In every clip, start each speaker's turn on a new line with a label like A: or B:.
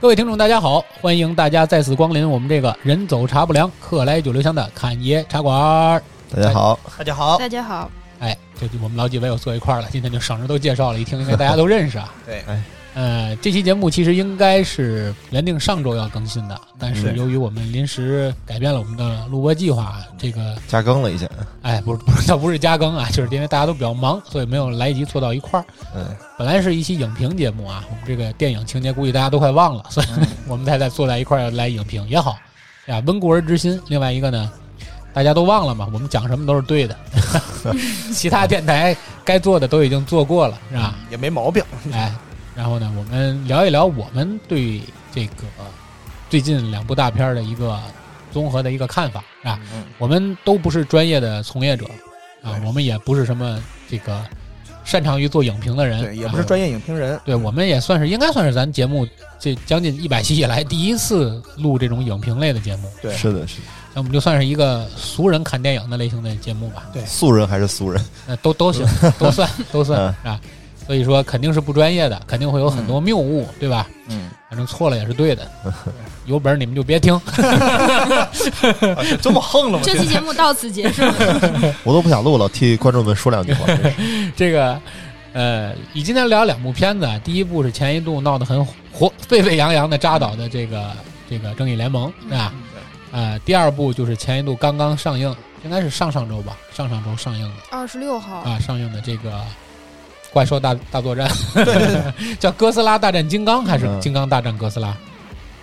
A: 各位听众，大家好！欢迎大家再次光临我们这个“人走茶不凉，客来酒留香”的侃爷茶馆儿。
B: 大家好，
C: 大家好，
D: 大家 好，
A: 哎，这我们老几位又坐一块儿了，今天就省着都介绍了，一听应该大家都认识啊。
C: 对，
A: 呃，这期节目其实应该是原定上周要更新的，但是
B: 嗯
A: 由于我们临时改变了我们的录播计划，这个
B: 加更了一下，
A: 哎，不是不是，倒不是加更啊，就是因为大家都比较忙，所以没有来得及坐到一块儿。
B: 嗯，
A: 本来是一期影评节目啊，我们这个电影情节估计大家都快忘了，所以
C: 嗯
A: 我们才在坐在一块儿要来影评也好，呀，温故而知新。另外一个呢，大家都忘了嘛，我们讲什么都是对的， 其他电台该做的都已经做过了，是吧？
C: 也没毛病。
A: 哎，然后呢，我们聊一聊我们对这个最近两部大片儿的一个综合的一个看法啊。
C: 嗯
A: 我们都不是专业的从业者啊，
C: 对
A: 我们也不是什么这个擅长于做影评的人，
C: 对，也
A: 啊
C: 不是专业影评人。
A: 对，我们也算是应该算是咱节目这将近一百期以来第一次录这种影评类的节目，
C: 对
B: 是的，是
A: 那我们就算是一个俗人看电影的类型的节目吧。
B: 的，素人还是素人，
A: 那都都行，都算都算啊。所以说肯定是不专业的，肯定会有很多谬误，对吧？
C: 嗯，
A: 反正错了也是对的，有本事你们就别听。
C: 这么横了吗？
D: 这期节目到此结束。
B: 我都不想录了，替观众们说 两句话。真是
A: 这个，呃，以今天聊两部片子，啊，第一部是前一度闹得很火、沸沸扬扬的扎导的这个这个《正义联盟》，
C: 嗯
A: 是吧？呃，第二部就是前一度刚刚上映，应该是上上周吧，上上周上映的
D: 二十六号，
C: 嗯
A: 啊，上映的这个《怪兽大大作战》
C: 对对对，对
A: 叫《哥斯拉大战金刚》还是
B: 嗯
A: 《金刚大战哥斯拉》？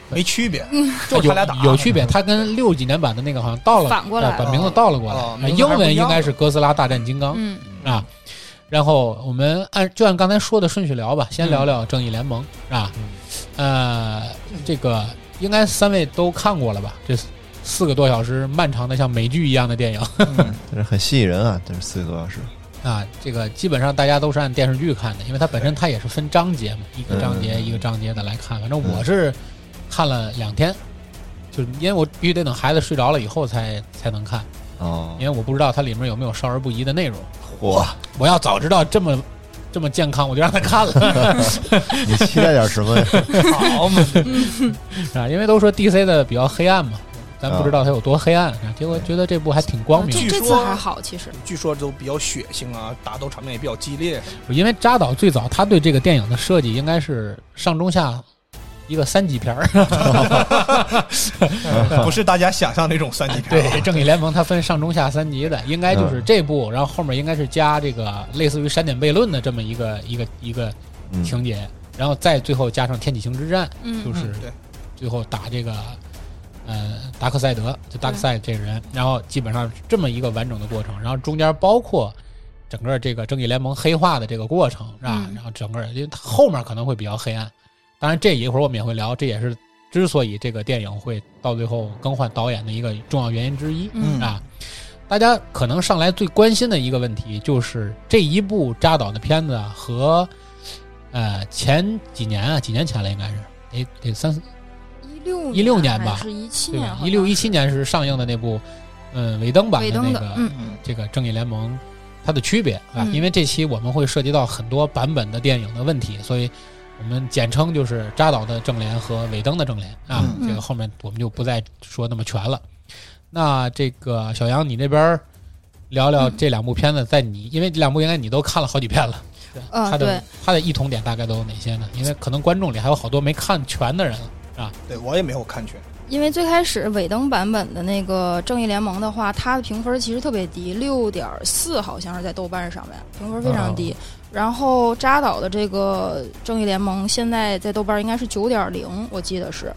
C: 没区别，就是他俩打
A: 有有区别，它跟六几年版的那个好像倒了，
D: 反过来
A: 呃把
C: 了
A: 名字倒了过来，
C: 哦
A: 呃
C: 名字
A: 英
C: 还不
A: 文
C: 一
A: 应
C: 样
A: 该是《哥斯拉大战金刚》
D: 嗯，
A: 啊。然后我们按就按刚才说的顺序聊吧，先聊聊《正义联盟》啊，呃，这个应该三位都看过了吧？这四个多小时漫长的像美剧一样的电影
C: 嗯
B: 但是很吸引人啊，这是四个多小时，
A: 啊，这个基本上大家都是按电视剧看的，因为它本身它也是分章节嘛，一个章节一个章节的来看。反正我是看了两天，就是因为我必须得等孩子睡着了以后才才能看，
B: 哦
A: 因，为我不知道它里面有没有少儿不宜的内容。
B: 哇，
A: 我要早知道这么这么健康，我就让他看了。
B: 你期待点什么呀？
C: 好嘛，
A: 啊，因为都说 DC 的比较黑暗嘛，咱不知道它有多黑暗，啊、结果觉得这部还挺光明
C: 据
D: 这
A: 的。
D: 这次
C: 说
D: 还好，其实
C: 据说都比较血腥啊，打斗场面也比较激烈。
A: 因为扎导最早他对这个电影的设计应该是上中下一个三级片儿，
C: 不是大家想象那种三级片
A: 对，
C: 啊，
A: 正义联盟它分上中下三级的，应该就是
B: 嗯
A: 这部，然后后面应该是加这个类似于删减悖论的这么一个一个一个
B: 嗯，
A: 情节，然后再最后加上天启星之战，
D: 嗯
A: 就是
C: 嗯对，
A: 最后打这个呃达克赛德，就达克赛这个人，然后基本上是这么一个完整的过程，然后中间包括整个这个正义联盟黑化的这个过程，是吧？
D: 嗯
A: 然后整个因为它后面可能会比较黑暗，当然这一会儿我们也会聊，这也是之所以这个电影会到最后更换导演的一个重要原因之一，
D: 嗯
A: 啊。大家可能上来最关心的一个问题就是这一部扎导的片子啊和，呃前几年啊，几年前了应该是，得得三
D: 一六
A: 16年吧
D: 嗯是一七
A: 对
D: 年
A: 吧？？
D: 好
A: 一六
D: 像
A: 一七年是上映的那部，嗯，尾灯版
D: 尾
A: 的
D: 灯
A: 那
D: 的
A: 个，
D: 嗯，
C: 嗯，
A: 这个《正义联盟》，它的区别啊，
D: 嗯
A: 因为这期我们会涉及到很多版本的电影的问题，所以我们简称就是扎导的正联和尾灯的正联啊，
C: 嗯
A: 这个后面我们就不再说那么全了。那这个小杨，你那边儿聊聊这两部片子，在你因为这两部应该你都看了好几遍了，
D: 嗯
A: 它的
D: 对
A: 它的异同点大概都有哪些呢？因为可能观众里还有好多没看全的人了。
C: 对我也没有看全。
D: 因为最开始尾灯版本的那个《正义联盟》的话，它的评分其实特别低，六点四好像是在豆瓣上面，评分非常低。然后扎导的这个《正义联盟》现在在豆瓣应该是九点零，我记得是。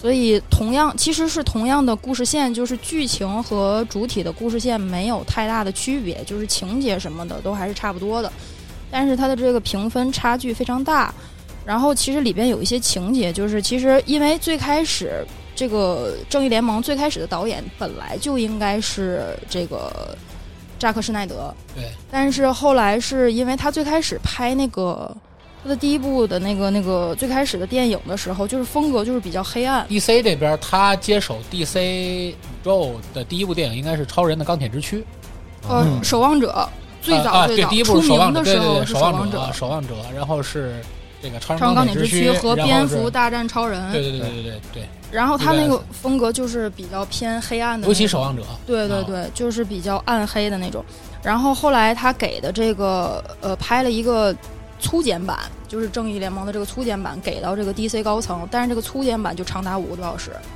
D: 所以同样其实是同样的故事线，就是剧情和主体的故事线没有太大的区别，就是情节什么的都还是差不多的，但是它的这个评分差距非常大。然后其实里边有一些情节，就是其实因为最开始这个《正义联盟》最开始的导演本来就应该是这个扎克施耐德，
A: 对，
D: 但是后来是因为他最开始拍那个他的第一部的那个那个最开始的电影的时候，就是风格就是比较黑暗，
A: DC 这边，他接手 DC 宇宙的第一部电影应该是《超人的钢铁之躯》。
D: 呃，
C: 嗯
D: 守望者最
A: 啊
D: 早
A: 啊
D: 最早、
A: 对，第一部
D: 出
A: 是守望
D: 名
A: 者，啊对
D: 的时
A: 对
D: 候
A: 对，
D: 是
A: 守
D: 守望
A: 者，守望者，然后是这个《超
D: 超
A: 人
D: 人钢
A: 钢
D: 铁之
A: 躯
D: 躯》和
A: 然后
D: 蝙
A: 是
D: 蝠大战超人，
A: 对对对对对对，
D: 然后他
A: 这个
D: 那个风格就是比较偏黑暗的那种，
A: 尤其守望者，啊
D: 对对对，就是比较暗黑的那种。然后后来他给的这个呃，拍了一个粗剪版，就是正义联盟的这个粗剪版给到这个 DC 高层，但是这个粗剪版就长达五个多小时。
A: 嗯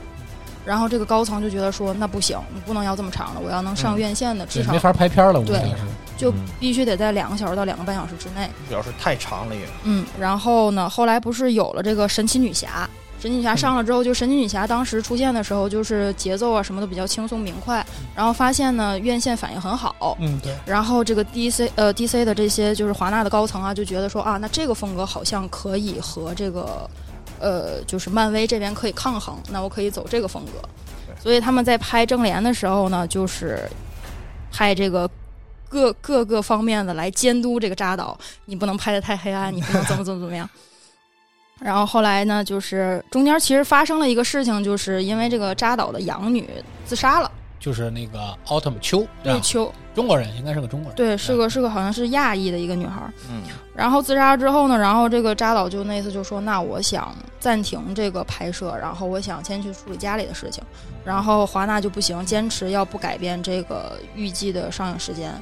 D: 然后这个高层就觉得说，那不行，你不能要这么长的，我要能上
A: 嗯
D: 院线的，至
A: 对
D: 少
A: 没法拍片了，五个
D: 对
A: 小时。
D: 就
B: 嗯
D: 必须得在两个小时到两个半小时之内。
C: 主要是太长了也。
D: 嗯，然后呢，后来不是有了这个神奇女侠？神奇女侠上了之后，就神奇女侠当时出现的时候，就是节奏啊什么都比较轻松明快，然后发现呢院线反应很好，
C: 嗯，对，
D: 然后这个 DC 呃 DC 的这些就是华纳的高层啊，就觉得说啊，那这个风格好像可以和这个呃就是漫威这边可以抗衡，那我可以走这个风格。
C: 对
D: 所以他们在拍正联的时候呢，就是拍这个各各个方面的来监督这个扎导，你不能拍的太黑暗，你不能怎么怎么怎么样。然后后来呢，就是中间其实发生了一个事情，就是因为这个扎导的养女自杀了，
A: 就是那个奥特曼秋，对啊
D: 瑞
A: 吧？
D: 秋，
A: 中国人应该是个中国人，
D: 对，是个是个好像是亚裔的一个女孩儿。
C: 嗯，
D: 然后自杀之后呢，然后这个扎导就那次就说，那我想暂停这个拍摄，然后我想先去处理家里的事情。然后华纳就不行，坚持要不改变这个预计的上映时间，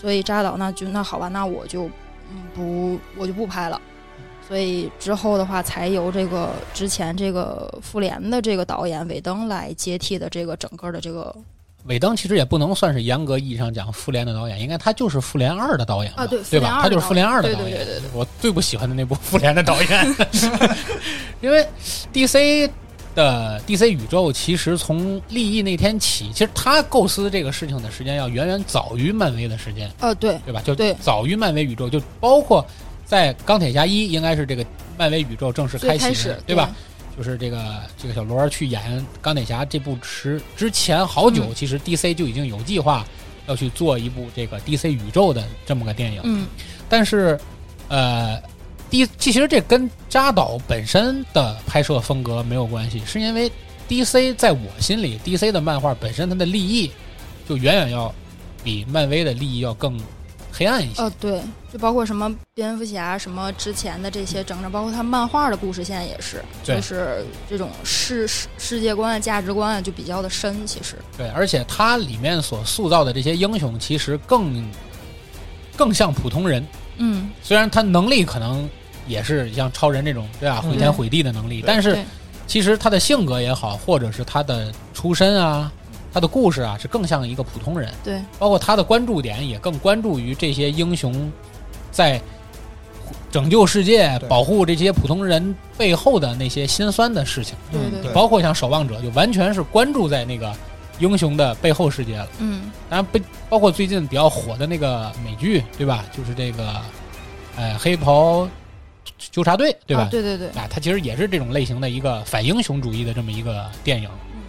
D: 所以扎导那就那好吧，那我就嗯不我就不拍了。所以之后的话，才由这个之前这个复联的这个导演韦登来接替的这个整个的这个
A: 韦登其实也不能算是严格意义上讲复联的导演，应该他就是复联二的导演吧
D: 啊对复
A: 对
D: 联
A: 吧？
D: 二
A: 他
D: 的
A: 就是复联二的
D: 对
A: 导
D: 对
A: 演。
D: 对对对，
A: 我最不喜欢的那部复联的导演， 因为 DC 的 DC 宇宙其实从立意那天起，其实他构思这个事情的时间要远远早于漫威的时间，
D: 呃对
A: 对吧？就
D: 对
A: 早于漫威宇宙，就包括在钢铁侠一应该是这个漫威宇宙正式
D: 最
A: 开启
D: 开
A: 的
D: 始
A: 对吧？？就是这个这个小罗去演钢铁侠这部之之前好久，
D: 嗯
A: 其实 DC 就已经有计划要去做一部这个 DC 宇宙的这么个电影，
D: 嗯
A: 但是呃，D 其实这跟扎导本身的拍摄风格没有关系，是因为 DC 在我心里，DC 的漫画本身它的立意就远远要比漫威的立意要更黑暗一些。
D: 呃，对，就包括什么蝙蝠侠，什么之前的这些整整，包括他漫画的故事线也是，
A: 对
D: 就是这种世世世界观、啊、价值观啊，就比较的深。其实，
A: 对，而且它里面所塑造的这些英雄，其实更更像普通人。
D: 嗯，
A: 虽然他能力可能也是像超人这种对吧，
C: 嗯
A: 毁天毁地的能力，但是
D: 对
A: 其实他的性格也好，或者是他的出身啊，他的故事啊，是更像一个普通人。
D: 对，
A: 包括他的关注点也更关注于这些英雄在拯救世界、
C: 对
A: 保护这些普通人背后的那些辛酸的事情，
D: 对
C: 嗯
D: 对
C: 对
A: 包括像守望者，就完全是关注在那个英雄的背后世界了。
D: 嗯，
A: 当然，被包括最近比较火的那个美剧，对吧？就是这个，呃，黑袍纠察队，对吧？
D: 啊对对对，
A: 啊，它其实也是这种类型的一个反英雄主义的这么一个电影。
D: 嗯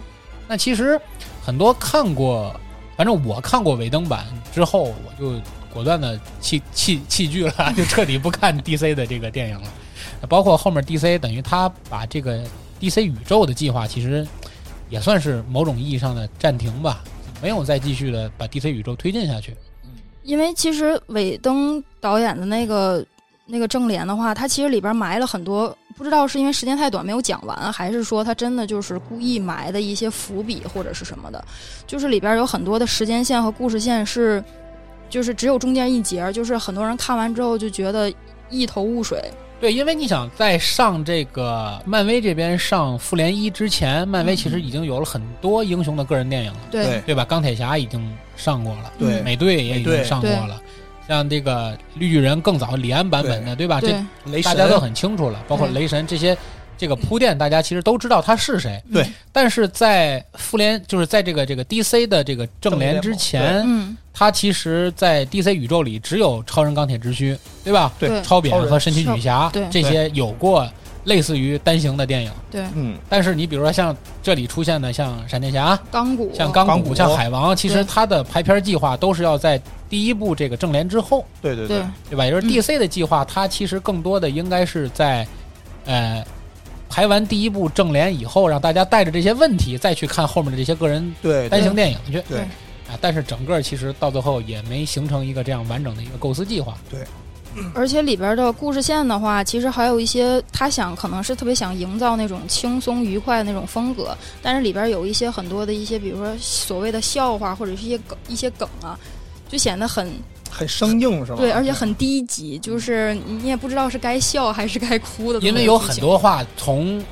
A: 那其实很多看过，反正我看过尾灯版之后，我就果断的弃弃弃剧了， 就彻底不看 DC 的这个电影了。包括后面 DC 等于他把这个 DC 宇宙的计划，其实也算是某种意义上的暂停吧，没有再继续的把 DC 宇宙推进下去。
D: 因为其实尾灯导演的那个那个正联的话，他其实里边埋了很多，不知道是因为时间太短没有讲完，还是说他真的就是故意埋的一些伏笔或者是什么的，就是里边有很多的时间线和故事线是，就是只有中间一节，就是很多人看完之后就觉得一头雾水。
A: 对，因为你想在上这个漫威这边上复联一之前，漫威其
C: 嗯
A: 实已经有了很多英雄的个人电影了，
D: 对，
A: 对吧？钢铁侠已经上过了，
C: 对
A: 美队也已经
C: 美队
A: 上过了，像这个绿巨人更早李安版本的，对吧？
D: 对，
A: 这
C: 雷神
A: 大家都很清楚了，包括
D: 嗯
A: 雷神这些。这个铺垫，大家其实都知道他是谁，
C: 嗯对
A: 但是在复联，就是在这个这个 DC 的这个正
C: 正联
A: 联
C: 盟
A: 之前，
D: 嗯，
A: 他其实，在 DC 宇宙里只有超人、钢铁之躯，对吧？
C: 对
D: 对，
A: 超扁和神奇女侠
D: 对
A: 这些有过类似于单行的电影，
D: 对，
C: 嗯，
A: 但是你比如说像这里出现的像闪电侠、
D: 钢骨，
A: 像钢
C: 钢
A: 骨、
C: 骨
A: 像海王，其实
D: 对
A: 它的排片计划都是要在第一部这个正联之后，
C: 对对
D: 对，
A: 对吧？也就是
D: 嗯
A: DC 的计划，它其实更多的应该是在，呃。排完第一部正联以后，让大家带着这些问题再去看后面的这些个人
C: 对
A: 单
C: 对
A: 行电影去
C: 对
A: 啊，但是整个其实到最后也没形成一个这样完整的一个构思计划。
C: 对，
A: 嗯，
D: 而且里边的故事线的话，其实还有一些他想可能是特别想营造那种轻松愉快的那种风格，但是里边有一些很多的一些，比如说所谓的笑话或者是一些梗一些梗啊，就显得很
C: 很生硬是吧？
D: 对，而且很低级，就是你也不知道是该笑还是该哭的。
A: 因为有很，多话从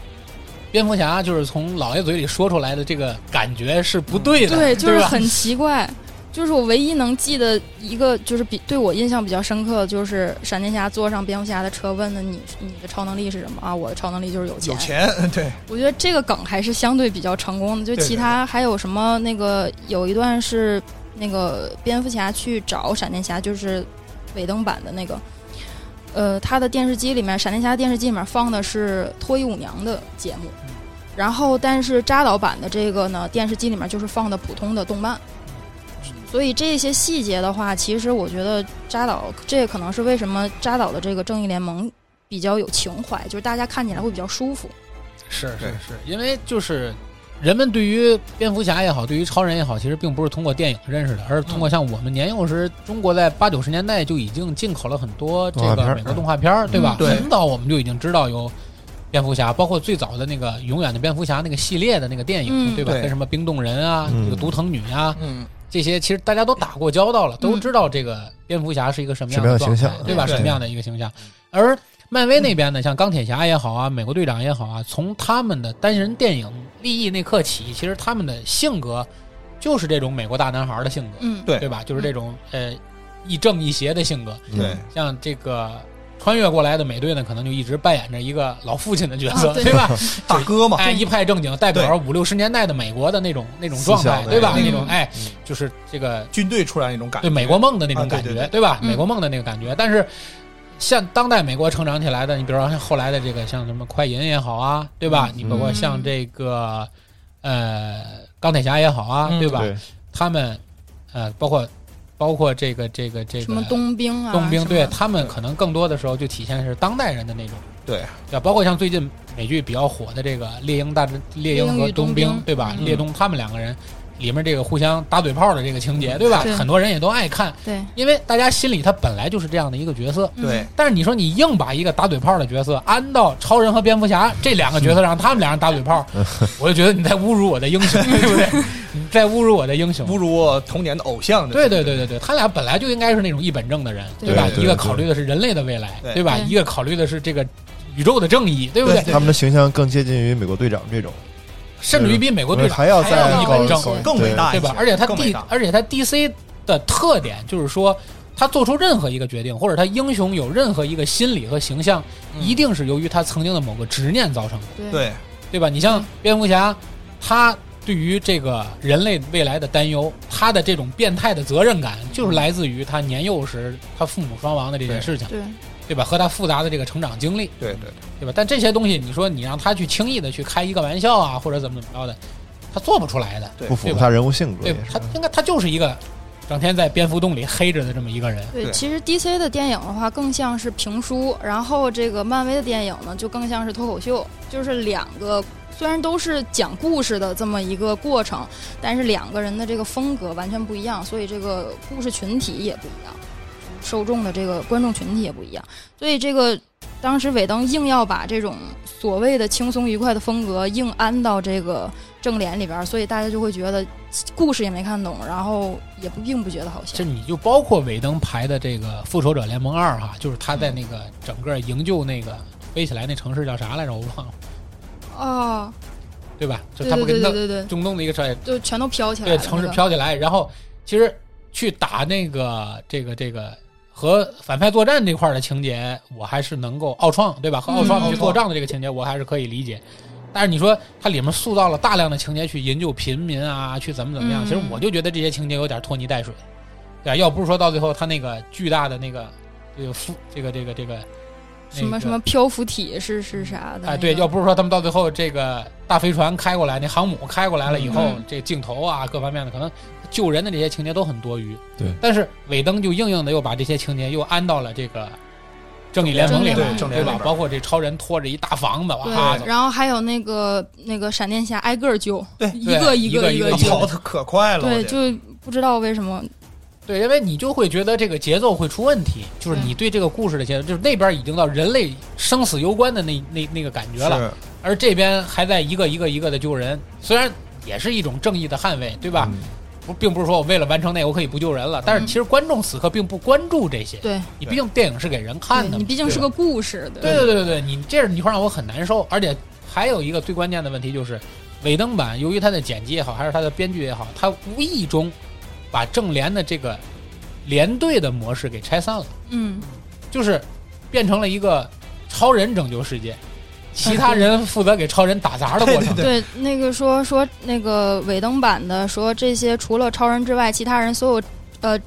A: 蝙蝠侠就是从老爷嘴里说出来的，这个感觉是不对的，
D: 对，就是
A: 吧
D: 很奇怪。就是我唯一能记得一个，就是比对我印象比较深刻，就是闪电侠坐上蝙蝠侠的车，问的你你的超能力是什么啊？我的超能力就是有钱。
C: 有钱，对，
D: 我觉得这个梗还是相对比较成功的，就
C: 对对
D: 其他还有什么那个有一段是那个蝙蝠侠去找闪电侠，就是尾灯版的那个，呃，他的电视机里面，闪电侠电视机里面放的是脱衣舞娘的节目，
C: 嗯
D: 然后但是扎导版的这个呢，电视机里面就是放的普通的动漫。所以这些细节的话，其实我觉得扎导这也可能是为什么扎导的这个《正义联盟》比较有情怀，就是大家看起来会比较舒服。
A: 是是
C: 对
A: 是，因为就是人们对于蝙蝠侠也好，对于超人也好，其实并不是通过电影认识的，而是通过像我们年幼时，中国在八九十年代就已经进口了很多这
B: 动画片
A: 个
B: 儿
A: 美国动画片儿，对吧？
C: 哦嗯对
A: 很早我们就已经知道有。蝙蝠侠，包括最早的那个《永远的蝙蝠侠》那个系列的那个电影，
D: 嗯
A: 对吧？
C: 对
A: 跟什么冰冻人啊，
B: 嗯
A: 这个独藤女啊，
C: 嗯，
A: 这些其实大家都打过交
D: 嗯
A: 道了，都知道这个蝙蝠侠是一个什么样的
B: 什
A: 状态
B: 么样的形象
A: 对吧？
C: 对
A: 什么样的一个形象？而漫威那边呢，像钢铁侠也好啊，美国队长也好啊，从他们的单人电影立意那刻起，其实他们的性格就是这种美国大男孩的性格，
D: 嗯，
C: 对
A: 对吧？就是这种呃亦正亦邪的性格。
B: 嗯
C: 对，
A: 像这个穿越过来的美队呢，可能就一直扮演着一个老父亲的角色，
D: 啊对
A: 对 吧？
C: 大哥嘛，
A: 哎，一派正经，代表五六十年代的美国的那种那种状
B: 思
A: 态
B: 想，的
A: 对吧？
D: 那种
A: 那种哎
B: 嗯，
A: 就是这个
C: 军队出来那种感觉，
A: 对美国梦的那种感觉，
C: 啊对对对
A: 吧？
D: 嗯
A: 美国梦的那个感觉，但是像当代美国成长起来的，你比如说像后来的这个像什么快银也好啊，对吧？
C: 嗯
A: 你包括像
D: 嗯
A: 这个呃钢铁侠也好啊，
C: 嗯
A: 对吧？
B: 对，
A: 他们呃包括包括这个这个这个
D: 什么冬兵啊，
A: 冬兵，
D: 什么
A: 对他们可能更多的时候就体现是当代人的那种，
C: 对
A: 对吧，包括像最近美剧比较火的这个《猎鹰大战猎鹰
D: 猎鹰
A: 和
D: 与
A: 冬
D: 冬
A: 兵
D: 兵》，
A: 对吧？
C: 嗯
A: 猎冬他们两个人里面这个互相打嘴炮的这个情节，对吧？
D: 对
A: 很多人也都爱看，
D: 对嗯
A: 因为大家心里他本来就是这样的一个角色。
C: 对，
A: 但是你说你硬把一个打嘴炮的角色安到超人和蝙蝠侠这两个角色上，他们俩人打嘴炮，我就觉得你在侮辱我的英雄，对不 对？你在侮辱我的英雄，
C: 侮辱我童年的偶像，
A: 对对对对对，他俩本来就应该是那种一本正的人，
D: 对
A: 吧？
B: 对对
A: 一个考虑的是人类的未来，
C: 对
A: 吧？
D: 对
A: 一个考虑的是这个宇宙的正义，对不对？
B: 他们的形象更接近于美国队长这种，
A: 甚至于比美国队长
B: 还要
A: 还
B: 再
A: 要一
B: 高
A: 本正，
D: 高一些
C: 更伟大
A: 对
C: 一些，
A: 吧？而且他
C: 更
A: D，
C: 伟大，
A: 而且他 DC 的特点就是说，他做出任何一个决定，或者他英雄有任何一个心理和形象，
C: 嗯
A: 一定是由于他曾经的某个执念造成的，
D: 对
C: 对
A: 对吧？你像
D: 嗯
A: 蝙蝠侠，他。对于这个人类未来的担忧，他的这种变态的责任感，就是来自于他年幼时他父母双亡的这件
C: 对
A: 事情。
D: 对
A: 对吧？和他复杂的这个成长经历，
C: 对对，
A: 对吧？但这些东西，你说你让他去轻易的去开一个玩笑啊，或者怎么怎么着的，他做不出来的，
B: 不符合他人物性格
A: 对
B: 也
A: 吧
B: 是
A: 他。应该他就是一个整天在蝙蝠洞里黑着的这么一个人。
D: 对
C: 对
D: 其实 DC 的电影的话更像是评书，然后这个漫威的电影呢就更像是脱口秀，就是两个虽然都是讲故事的这么一个过程，但是两个人的这个风格完全不一样，所以这个故事群体也不一样，受众的这个观众群体也不一样，所以这个。当时尾灯硬要把这种所谓的轻松愉快的风格硬安到这个正脸里边儿，所以大家就会觉得故事也没看懂，然后也不并不觉得好
A: 这
D: 笑。
A: 你就包括尾灯排的这个《复仇者联盟二》哈，就是他在那个整个营救那个飞起来那城市叫啥来着，我忘了，
D: 哦，
A: 对吧？就
D: 对
A: 是他
D: 对
A: 不给
D: 对
A: 弄
D: 对对对，
A: 中东的一个车也
D: 就全都飘起来了。
A: 对城市
D: 那个，
A: 飘起来，然后其实去打那个这个这个和反派作战这块儿的情节，我还是能够奥创对吧？和奥创
D: 嗯
A: 去作战的这个情节，我还是可以理解。但是你说它里面塑造了大量的情节去营救贫民啊，去怎么怎么样，
D: 嗯
A: 其实我就觉得这些情节有点拖泥带水，对吧？要不是说到最后他那个巨大的那个这个负这个这个这个
D: 什么什。
A: 那
D: 么
A: 个
D: 漂浮体是是啥的？
A: 哎，对，要不是说他们到最后这个大飞船开过来，那航母开过来了以后，
D: 嗯
A: 这镜头啊各方面的可能救人的这些情节都很多余。
B: 对，
A: 但是尾灯就硬硬的又把这些情节又安到了这个正义联盟里
D: 正义
A: 面
D: 联，盟
C: 正义
A: 对
C: 联盟
A: 吧
C: 里？边
A: 包括这超人拖着一大房子，哇，
D: 对，然后还有那个那个闪电侠挨个儿揪，
C: 对
D: 一个
A: 对
D: 个
A: 一
D: 一
A: 个一个
D: 个
A: 一个
D: 揪
C: 跑，的可快了，
D: 对，
C: 我这
D: 就不知道为什么
A: 对，因为你就会觉得这个节奏会出问题，就是你对这个故事的节奏，就是那边已经到人类生死攸关的那那那个感觉了，
C: 是
A: 而这边还在一个一个一个的救人，虽然也是一种正义的捍卫，对吧？
B: 嗯
A: 不，并不是说我为了完成那个我可以不救人了，但是
D: 嗯
A: 其实观众此刻并不关注这些，
D: 对，
A: 你毕竟电影是给人看的嘛，
D: 对你毕竟是个故事，对
A: 对对对对对，你这样你会让我很难受，而且还有一个最关键的问题就是，尾灯版由于它的剪辑也好，还是它的编剧也好，它无意中把正联的这个连队的模式给拆散了，
D: 嗯，
A: 就是变成了一个超人拯救世界，其他人负责给超人打杂的过程。
C: 对
D: 对，那个说说那个尾灯版的说这些除了超人之外，其他人所有呃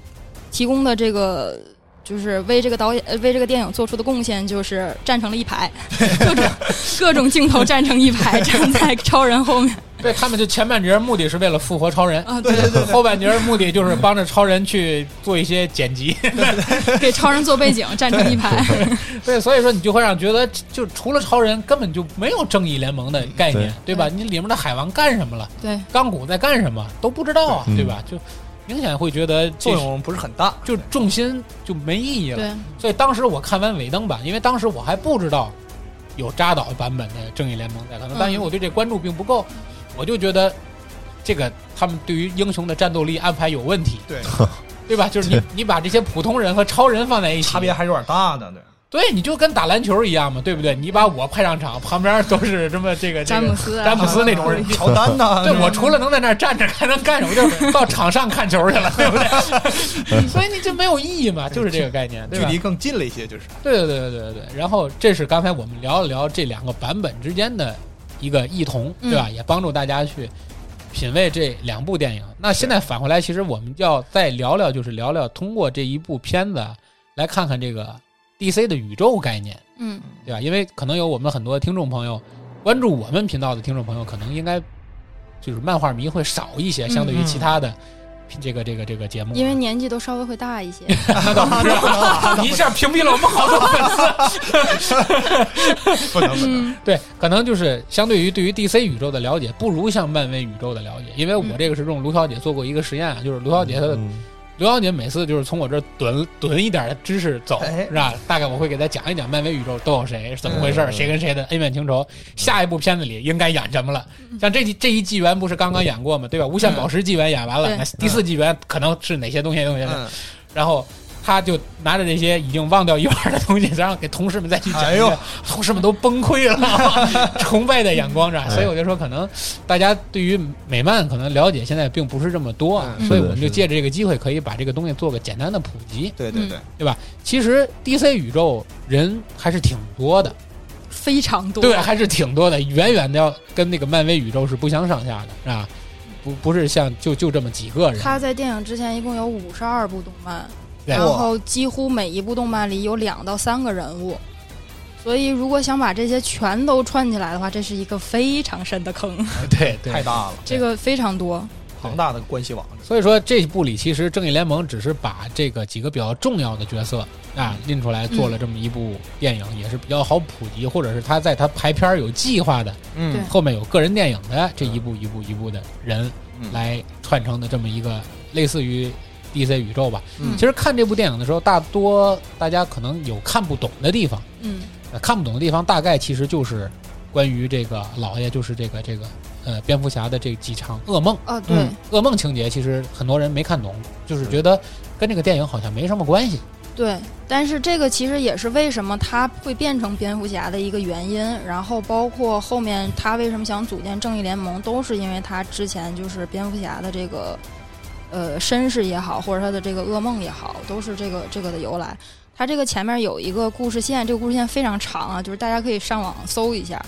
D: 提供的这个就是为这个导演、呃、为这个电影做出的贡献，就是站成了一排，各种 各种镜头站成一排，站在超人后面
A: 对他们就前半截儿目的是为了复活超人，
D: 啊，
C: 对对对
A: 后半截儿目的就是帮着超人去做一些剪辑。
D: 给超人做背景，站成一排，
A: 对，所以说你就会让觉得，就除了超人，根本就没有正义联盟的概念，对吧？你里面的海王干什么了？
D: 对，
A: 钢骨在干什么都不知道啊，
B: 对
A: 对吧？就明显会觉得
C: 作
A: 这
C: 用不是很大，
A: 就重心就没意义了。
D: 对，
A: 所以当时我看完尾灯版，因为当时我还不知道有扎导版本的正义联盟在可能，
D: 嗯
A: 但因为我对这关注并不够，我就觉得这个他们对于英雄的战斗力安排有问题，
C: 对，
A: 对吧？就是你你把这些普通人和超人放在一起，
C: 差别还有点大 呢，对。
A: 对，你就跟打篮球一样嘛，对不对？你把我派上场，旁边都是什么这个
D: 詹姆
A: 这
D: 斯、
A: 个
D: 啊，
A: 詹姆斯那种人。
C: 乔丹 呐，
A: 对我 除了能在那儿站着，还能干什么？就是到场上看球去了，对不
D: 嗯
A: 对？ 所以你就没有意义嘛，就是这个概念，对
C: 距
A: 吧？
C: 离更近了一 些，就是
A: 对对对对对对。然后这是刚才我们聊了聊这两个版本之间的一个异同，对吧？也帮助大家
D: 嗯
A: 去品味这两部电影。那现在返回来，其实我们要再聊聊，就是聊聊通过这一部片子来看看这个 DC 的宇宙概念。
D: 嗯，
A: 对吧？因为可能有我们很多听众朋友关注我们频道的听众朋友，可能应该就是漫画迷会少一些，
D: 嗯
A: 相对于其他的这个这个这个节目。
D: 因为 年纪都稍微会大一些，
A: 那倒不 是，啊你一下屏蔽了我们好多粉丝。
C: 不能不能
D: 嗯
A: 对，可能就是相对于对于 DC 宇宙的了解，不如像漫威宇宙的了解。因为我这个是用卢小姐做过一个实验啊，就是卢小姐她的
B: 嗯
A: 卢小姐每次就是从我这儿囤囤一点知识走，
C: 哎
A: 是吧？大概我会给她讲一讲漫威宇宙都有谁，怎么回事，
B: 嗯
A: 谁跟谁的恩怨情仇，下一部片子里应该演什么了。像这这一纪元不是刚刚演过吗？对吧？无限宝石纪元演完了，
D: 对
A: 那第四纪元可能是哪些东西东西的，
C: 嗯，
A: 然后。她就拿着这些已经忘掉一半的东西，然后给同事们再去讲
C: 哎
A: 一遍
C: 呦，
A: 同事们都崩溃了，崇拜的眼光是吧？
B: 哎
A: 所以我就说，可能大家对于美漫可能了解现在并不是这么多啊，
C: 嗯
A: 所以
B: 是的
A: 我们就借着这个机会，可以把这个东西做个简单的普及。
C: 对对对，
A: 其实 DC 宇宙人还是挺多的，
D: 非常多，
A: 对，啊还是挺多的，远远的要跟那个漫威宇宙是不相上下的，是吧？不不是像就就这么几个人，
D: 他在电影之前一共有五十二部动漫，
A: 嗯对
D: 然后几乎每一部动漫里有两到三个人物，所以如果想把这些全都串起来的话，这是一个非常深的坑，
A: 对对
C: 太大了，
D: 这个非常多。
C: 庞大的关系网，
A: 所以说这部里其实《正义联盟》只是把这个几个比较重要的角色啊
C: 嗯
A: 拎出来做了这么一部电影，也是比较好普及，或者是他在他排片儿有计划的，
C: 嗯
A: 后面有个人电影的这一步一步一步的人
C: 嗯
A: 来串成的这么一个类似于 DC 宇宙吧。
D: 嗯
A: 其实看这部电影的时候，大多大家可能有看不懂的地方，
D: 嗯，
A: 呃看不懂的地方大概其实就是关于这个老爷，就是这个这个呃蝙蝠侠的这几场噩梦。
D: 哦，对，
C: 嗯
A: 噩梦情节，其实很多人没看懂，就是觉得跟这个电影好像没什么关系。
D: 对，但是这个其实也是为什么他会变成蝙蝠侠的一个原因，然后包括后面他为什么想组建正义联盟，都是因为他之前就是蝙蝠侠的这个呃身世也好，或者他的这个噩梦也好，都是这个这个的由来。他这个前面有一个故事线，这个故事线非常长啊，就是大家可以上网搜一下。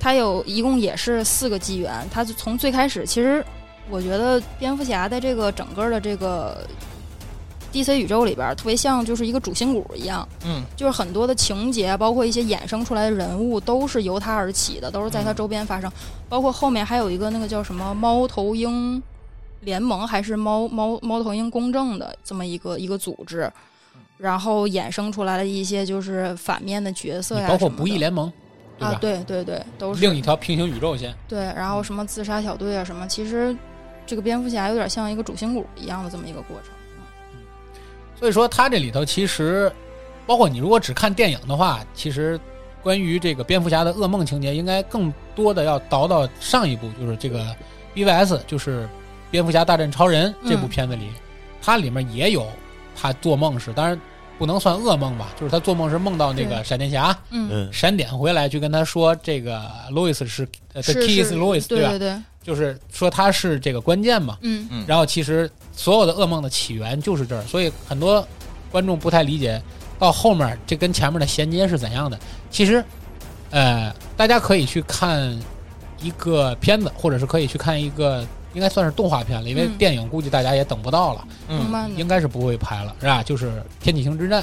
D: 它有一共也是四个纪元，它就从最开始，其实我觉得蝙蝠侠在这个整个的这个 DC 宇宙里边儿特别像就是一个主心骨一样，
C: 嗯，
D: 就是很多的情节，包括一些衍生出来的人物，都是由他而起的，都是在
A: 嗯
D: 他周边发生。包括后面还有一个那个叫什么猫头鹰联盟，还是猫猫猫头鹰公正的这么一个一个组织，
A: 嗯
D: 然后衍生出来了一些就是反面的角色
A: 你
D: 呀，
A: 包括
D: 什么
A: 不义
D: 啊的
A: 联盟，对
D: 啊
A: 吧，？
D: 对对对，都是
A: 另一条平行宇宙线，
D: 对，然后什么自杀小队啊什么，其实这个蝙蝠侠有点像一个主心骨一样的这么一个过程。
A: 所以说，它这里头其实，包括你如果只看电影的话，其实关于这个蝙蝠侠的噩梦情节，应该更多的要倒到上一部，就是这
D: 嗯
A: 个 BVS，就是《蝙蝠侠大战超人》这部片子里，它里面也有他做梦是，当然不能算噩梦吧，就是他做梦是梦到那个
D: 对
A: 闪电侠，
D: 嗯，
B: 嗯，
A: 闪点回来去跟他说这个 Louis 是呃
D: 是
A: The Key is
D: 是
A: Louis
D: 对
A: 吧？
D: 对对，
A: 就是说他是这个关键嘛。
D: 嗯
C: 嗯
A: 然后其实所有的噩梦的起源就是这儿，所以很多观众不太理解到后面这跟前面的衔接是怎样的。其实，呃，大家可以去看一个片子，或者是可以去看一个应该算是动画片了，因为
D: 嗯
A: 电影估计大家也等不到了，
D: 动
C: 嗯，
D: 漫的
A: 应，该是不会拍了，是吧？就是《天启星之战》。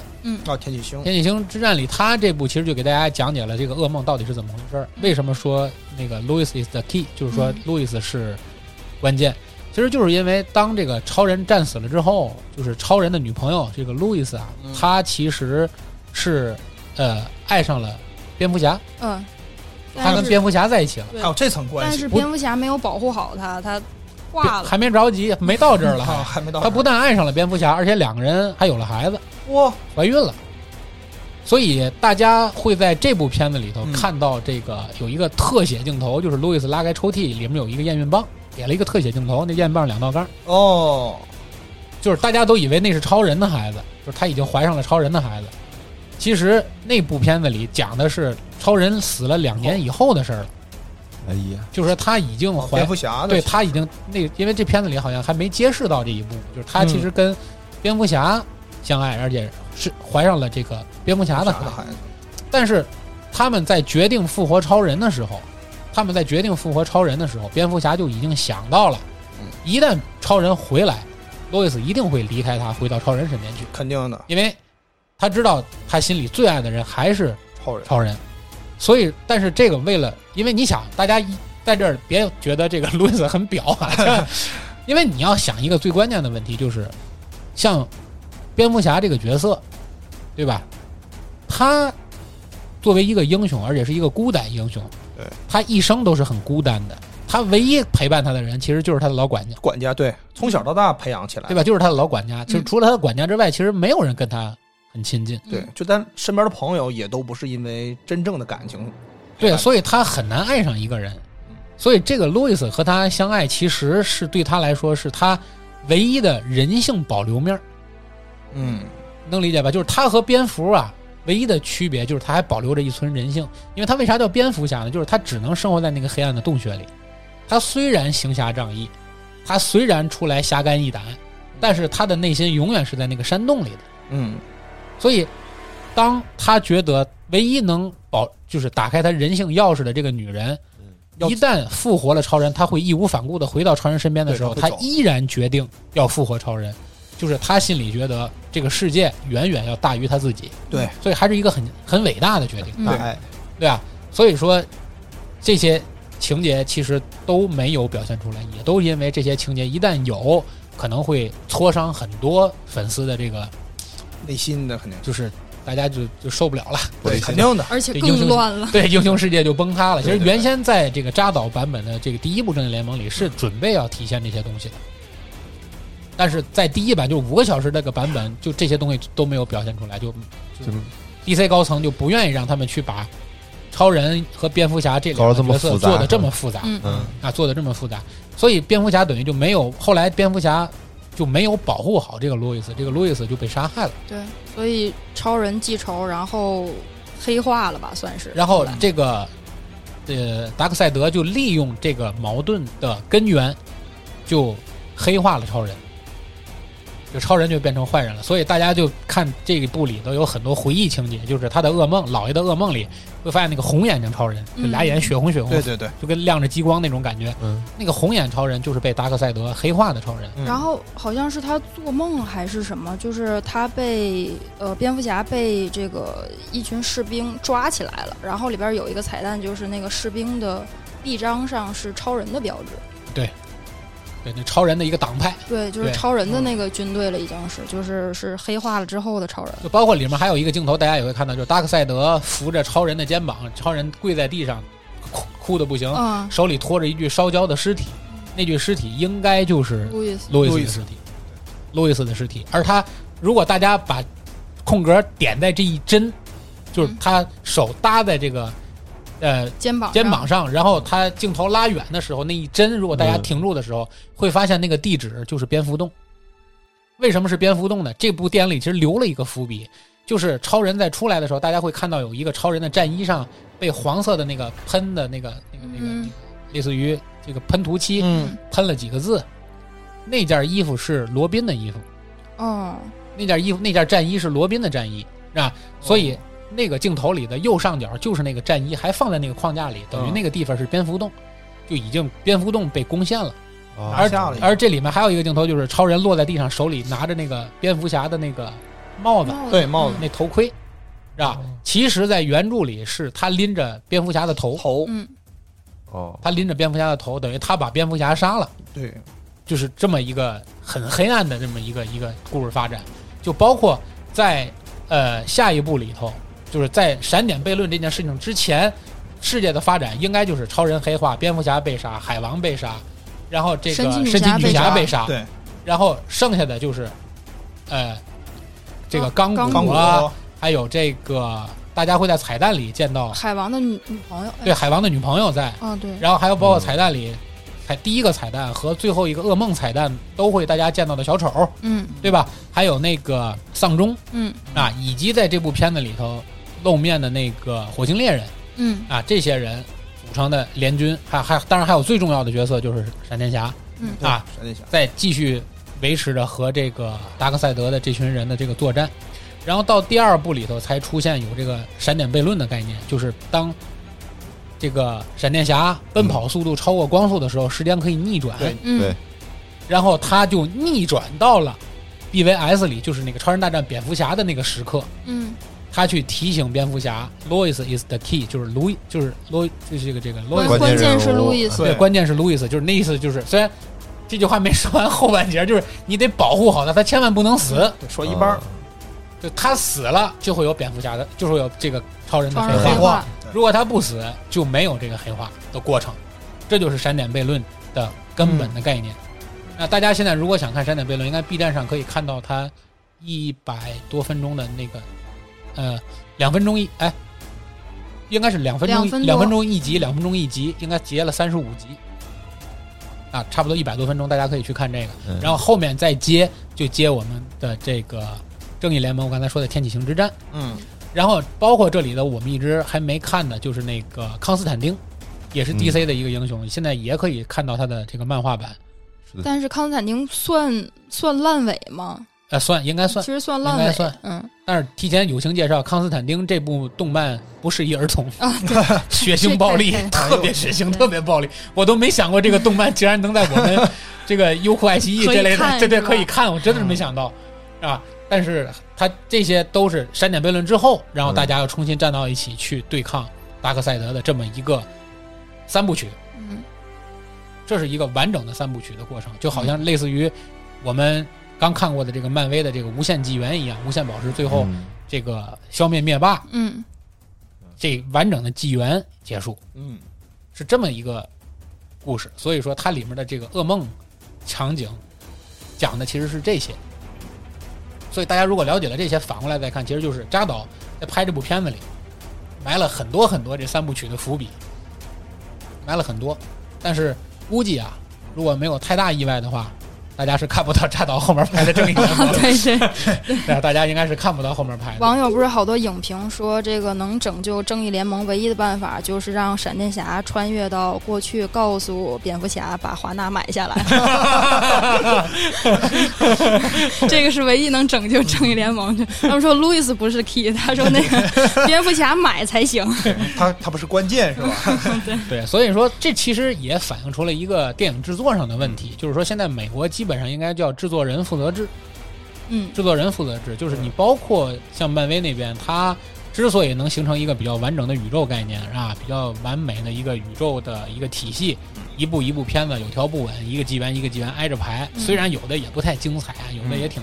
C: 啊，天启星
A: 《天启星之战》里，他这部其实就给大家讲解了这个噩梦到底是怎么回事儿。为什么说那个 Louis is the key，就是说
D: 嗯
A: Louis 是关键，其实就是因为当这个超人战死了之后，就是超人的女朋友这个 Louis 啊
C: 嗯，
A: 她其实是呃爱上了蝙蝠侠，
D: 嗯，
A: 她
D: 但
A: 跟
D: 是
A: 蝙蝠侠在一起了。
C: 还有这层关
D: 但
C: 系
D: 是
A: 不
D: 蝙蝠侠没有保护好他，他挂了，
A: 还没着急，没到这儿了
C: 啊，
A: 还。
C: 还没到
A: 她不但爱上了蝙蝠侠，而且两个人还有了孩子。
C: 哇，
A: 怀孕了，所以大家会在这部片子里头
C: 嗯
A: 看到这个有一个特写镜头，就是路易斯拉开抽屉，里面有一个验孕棒，给了一个特写镜头，那验孕棒两道杠，
C: 哦，
A: 就是大家都以为那是超人的孩子，就是他已经怀上了超人的孩子。其实那部片子里讲的是超人死了两年以后的事儿了，
B: 哎呀，
A: 就是说他已经怀
C: 蝙蝠侠的
A: 对他已经那，因为这片子里好像还没揭示到这一步，就是他其实跟蝙蝠侠相爱，而且是怀上了这个蝙蝠侠
C: 啥
A: 的
C: 的
A: 孩子。
C: 孩子，
A: 但是他们在决定复活超人的时候，他们在决定复活超人的时候，蝙蝠侠就已经想到了
C: 嗯，
A: 一旦超人回来，路易斯一定会离开他，回到超人身边去，
C: 肯定的，
A: 因为他知道他心里最爱的人还是
C: 超人
A: 超人。所以，但是这个为了，因为你想，大家一在这儿别觉得这个路易斯很表啊， 因为你要想一个最关键的问题，就是像蝙蝠侠这个角色，对吧？他作为一个英雄，而且是一个孤胆英雄，
C: 对
A: 他一生都是很孤单的。他唯一陪伴他的人，其实就是他的老管家，
C: 管家，对，从小到大培养起来，
A: 对吧？就是他的老管家。其实
D: 嗯
A: 除了他的管家之外，其实没有人跟他很亲近。
C: 对，
D: 嗯
C: 就咱身边的朋友也都不是因为真正的感情，
A: 对，啊所以他很难爱上一个人。所以这个路易斯和他相爱，其实是对他来说是他唯一的人性保留面儿，
C: 嗯，
A: 能理解吧？就是他和蝙蝠啊，唯一的区别就是他还保留着一存人性。因为他为啥叫蝙蝠侠呢？就是他只能生活在那个黑暗的洞穴里。他虽然行侠仗义，他虽然 出来侠肝义胆，但是他的内心永远是在那个山洞里的。
C: 嗯，
A: 所以，当他觉得唯一能保就是打开他人性钥匙的这个女人，
C: 嗯要
A: 一旦复活了超人，他会义无反顾的回到超人身边的时候，
C: 对
A: 他
C: 他会走
A: 依然决定要复活超人，就是他心里觉得这个世界远远要大于他自己，
C: 对，
A: 所以还是一个很很伟大的决定，
D: 嗯
C: 大爱，
A: 对吧？所以说，这些情节其实都没有表现出来，也都因为这些情节一旦有，可能会挫伤很多粉丝的这个，
C: 内心的肯定，
A: 就是大家就就受不了了。
C: 对，
B: 对
C: 肯定的，
D: 而且
A: 这英雄
D: 更乱 了，
A: 对，英雄世界就崩塌了。其实
C: 对对对
A: 原先在这个扎导版本的这个第一部《正义联盟》里是
B: 嗯
A: 准备要体现这些东西的，但是在第一版就五个小时这个版本，就这些东西都没有表现出来，就
B: 这
A: DC 高层就不愿意让他们去把超人和蝙蝠侠这
B: 搞
A: 两个
B: 得这么
A: 角色
B: 复杂
A: 做的这么复杂，
D: 嗯
B: 嗯，
A: 啊，做的这么复杂，所以蝙蝠侠等于就没有后来蝙蝠侠就没有保护好这个路易斯，这个路易斯就被杀害了。
D: 对，所以超人记仇，然后黑化了吧，算是，
A: 然后嗯这个呃，达克赛德就利用这个矛盾的根源，就黑化了超人，就超人就变成坏人了。所以大家就看这一部里头有很多回忆情节，就是他的噩梦，姥爷的噩梦里会发现那个红眼睛超人，就俩眼血红血红，
C: 对对对，
A: 就跟亮着激光那种感觉。
B: 嗯，
A: 那个红眼超人就是被达克赛德黑化的超人。
C: 嗯
D: 然后好像是他做梦还是什么，就是他被呃蝙蝠侠被这个一群士兵抓起来了，然后里边有一个彩蛋，就是那个士兵的臂章上是超人的标志，
A: 对，那超人的一个党派，
D: 对，就是
A: 对
D: 超人的那个军队了，已经是就是是黑化了之后的超人，
A: 就包括里面还有一个镜头，大家也会看到，就是达克赛德扶着超人的肩膀，超人跪在地上，哭哭的不行，
D: 嗯，
A: 手里托着一具烧焦的尸体，那具尸体应该就是
D: 路易斯，
A: 路易斯
C: 路
A: 的
C: 易斯
A: 尸体，路易斯的尸体，而他如果大家把空格点在这一帧，就是他手搭在这个呃
D: 肩膀
A: 肩膀上，然后他镜头拉远的时候，那一帧如果大家停住的时候，会发现那个地址就是蝙蝠洞。为什么是蝙蝠洞呢？这部电影里其实留了一个伏笔，就是超人在出来的时候，大家会看到有一个超人的战衣上被黄色的那个喷的那个那个那个、
D: 嗯
A: 类似于这个喷涂漆，
C: 嗯
A: 喷了几个字。那件衣服是罗宾的衣服，
D: 哦，
A: 那件衣服那件战衣是罗宾的战衣啊，所以那个镜头里的右上角就是那个战衣，还放在那个框架里，等于
C: 嗯
A: 那个地方是蝙蝠洞，就已经蝙蝠洞被攻陷了。
B: 啊
A: 而
C: 拿下了已经
A: 而这里面还有一个镜头，就是超人落在地上，手里拿着那个蝙蝠侠的那个帽子，
D: 帽
C: 对帽子
A: 那头盔，是吧？其实，在原著里是他拎着蝙蝠侠的头，
C: 头
D: 嗯，
B: 哦，
A: 他拎着蝙蝠侠的头，等于他把蝙蝠侠杀了。
C: 对
A: 就是这么一个很黑暗的这么一个一个故事发展，就包括在呃下一部里头，就是在闪点悖论这件事情之前，世界的发展应该就是超人黑化，蝙蝠侠被杀，海王被杀，然后这个
D: 神奇女
A: 神奇
D: 侠
A: 女
D: 被
A: 侠
D: 杀
A: 被杀，
C: 对
A: 然后剩下的就是呃这个
D: 啊
A: 钢
D: 钢
C: 钢
A: 骨
C: 骨
A: 啊，还有这个大家会在彩蛋里见到
D: 海王的女女朋友，哎
A: 对海王的女朋友在，
D: 哦对，
A: 然后还有包括
B: 嗯
A: 彩蛋里，彩第一个彩蛋和最后一个噩梦彩蛋都会大家见到的小丑，
D: 嗯
A: 对吧？还有那个丧钟
D: 嗯
A: 啊，以及在这部片子里头露面的那个火星猎人
D: 嗯
A: 啊，这些人组成的联军，还还当然还有最重要的角色就是闪电侠，
D: 嗯
A: 啊，
C: 闪电侠
A: 在继续维持着和这个达克赛德的这群人的这个作战。然后到第二部里头才出现有这个闪点悖论的概念，就是当这个闪电侠奔跑速度超过光速的时候，时间可以逆转。
C: 对
D: 嗯，
B: 对
A: 然后他就逆转到了 BVS 里，就是那个超人大战蝙蝠侠的那个时刻，
D: 嗯
A: 他去提醒蝙蝠侠，Lois is the key，就是路易，就是罗，就是这个这个 Lois
B: 关键
D: 关关键是
B: 人物
D: 路易斯，
A: 对，关键是路易斯，就是那意思就是，虽然这句话没说完，后半截就是你得保护好他，他千万不能死。
C: 对说一半
A: 哦
C: 儿
B: 啊
A: 就他死了，就会有蝙蝠侠的，就会有这个超人的
D: 超
A: 黑
D: 人
A: 化
D: 黑。化，
A: 如果他不死，就没有这个黑化的过程。这就是闪点悖论的根本的概念。那大家现在如果想看闪点悖论，应该 B 站上可以看到它一百多分钟的那个，呃，两分钟一哎，应该是两分钟
D: 两分多
A: 两分钟一集，两分钟一集，应该截了三十五集。啊，差不多一百多分钟，大家可以去看这个，
B: 嗯
A: 然后后面再接就接我们的这个正义联盟，我刚才说的天启星之战，
C: 嗯
A: 然后包括这里的我们一直还没看的，就是那个康斯坦丁，也是
B: 嗯
A: DC 的一个英雄，现在也可以看到他的这个漫画版。
D: 但是康斯坦丁算算烂尾吗？
A: 呃，算应该算
D: 其，实算
A: 应
D: 烂
A: 该
D: 尾，
A: 算。
D: 嗯
A: 但是提前友情介绍，康斯坦丁这部动漫不适宜儿童，
D: 啊，对，
A: 血腥暴力
D: 对对，
A: 特别血腥，
D: 对
A: 特别暴力。我都没想过这个动漫竟然能在我 们这个优酷、爱奇艺
D: 可以
A: 这类的，
D: 看
A: 这对
D: 是吧嗯
A: 可以看，我真的是没想到，啊！但是他这些都是删减悖论之后，然后大家又重新站到一起去对抗达克赛德的这么一个三部曲。
D: 嗯
A: 这是一个完整的三部曲的过程，就好
D: 嗯
A: 像类似于我们刚看过的这个漫威的这个《无限纪元》一样，无限宝石最后
B: 嗯
A: 这个消灭灭霸，
D: 嗯，
A: 这完整的纪元结束
C: 嗯
A: 是这么一个故事。所以说，它里面的这个噩梦场景讲的其实是这些。所以大家如果了解了这些，反过来再看，其实就是扎导在拍这部片子里埋了很多很多这三部曲的伏笔，埋了很多。但是估计啊，如果没有太大意外的话，大家是看不到扎导后面拍的正义联盟的
D: 对对。
A: 对大家应该是看不到后面拍的。
D: 网友不是好多影评说，这个能拯救正义联盟唯一的办法就是让闪电侠穿越到过去，告诉蝙蝠侠把华纳买 下来。这个是唯一能拯救正义联 盟的。他们说路易斯不是 key，他说那个蝙蝠侠买才行。
C: 他他不是关键是吧？
A: 对，所以说这其实也反映出了一个电影制作上的问题，就是说现在美国基本上应该叫制作人负责制，
D: 嗯
A: 制作人负责制，就是你包括像漫威那边，它之所以能形成一个比较完整的宇宙概念啊，比较完美的一个宇宙的一个体系，一部一部片子有条不紊，一个纪元一个纪元挨着排，
D: 嗯
A: 虽然有的也不太精彩，啊有的也挺。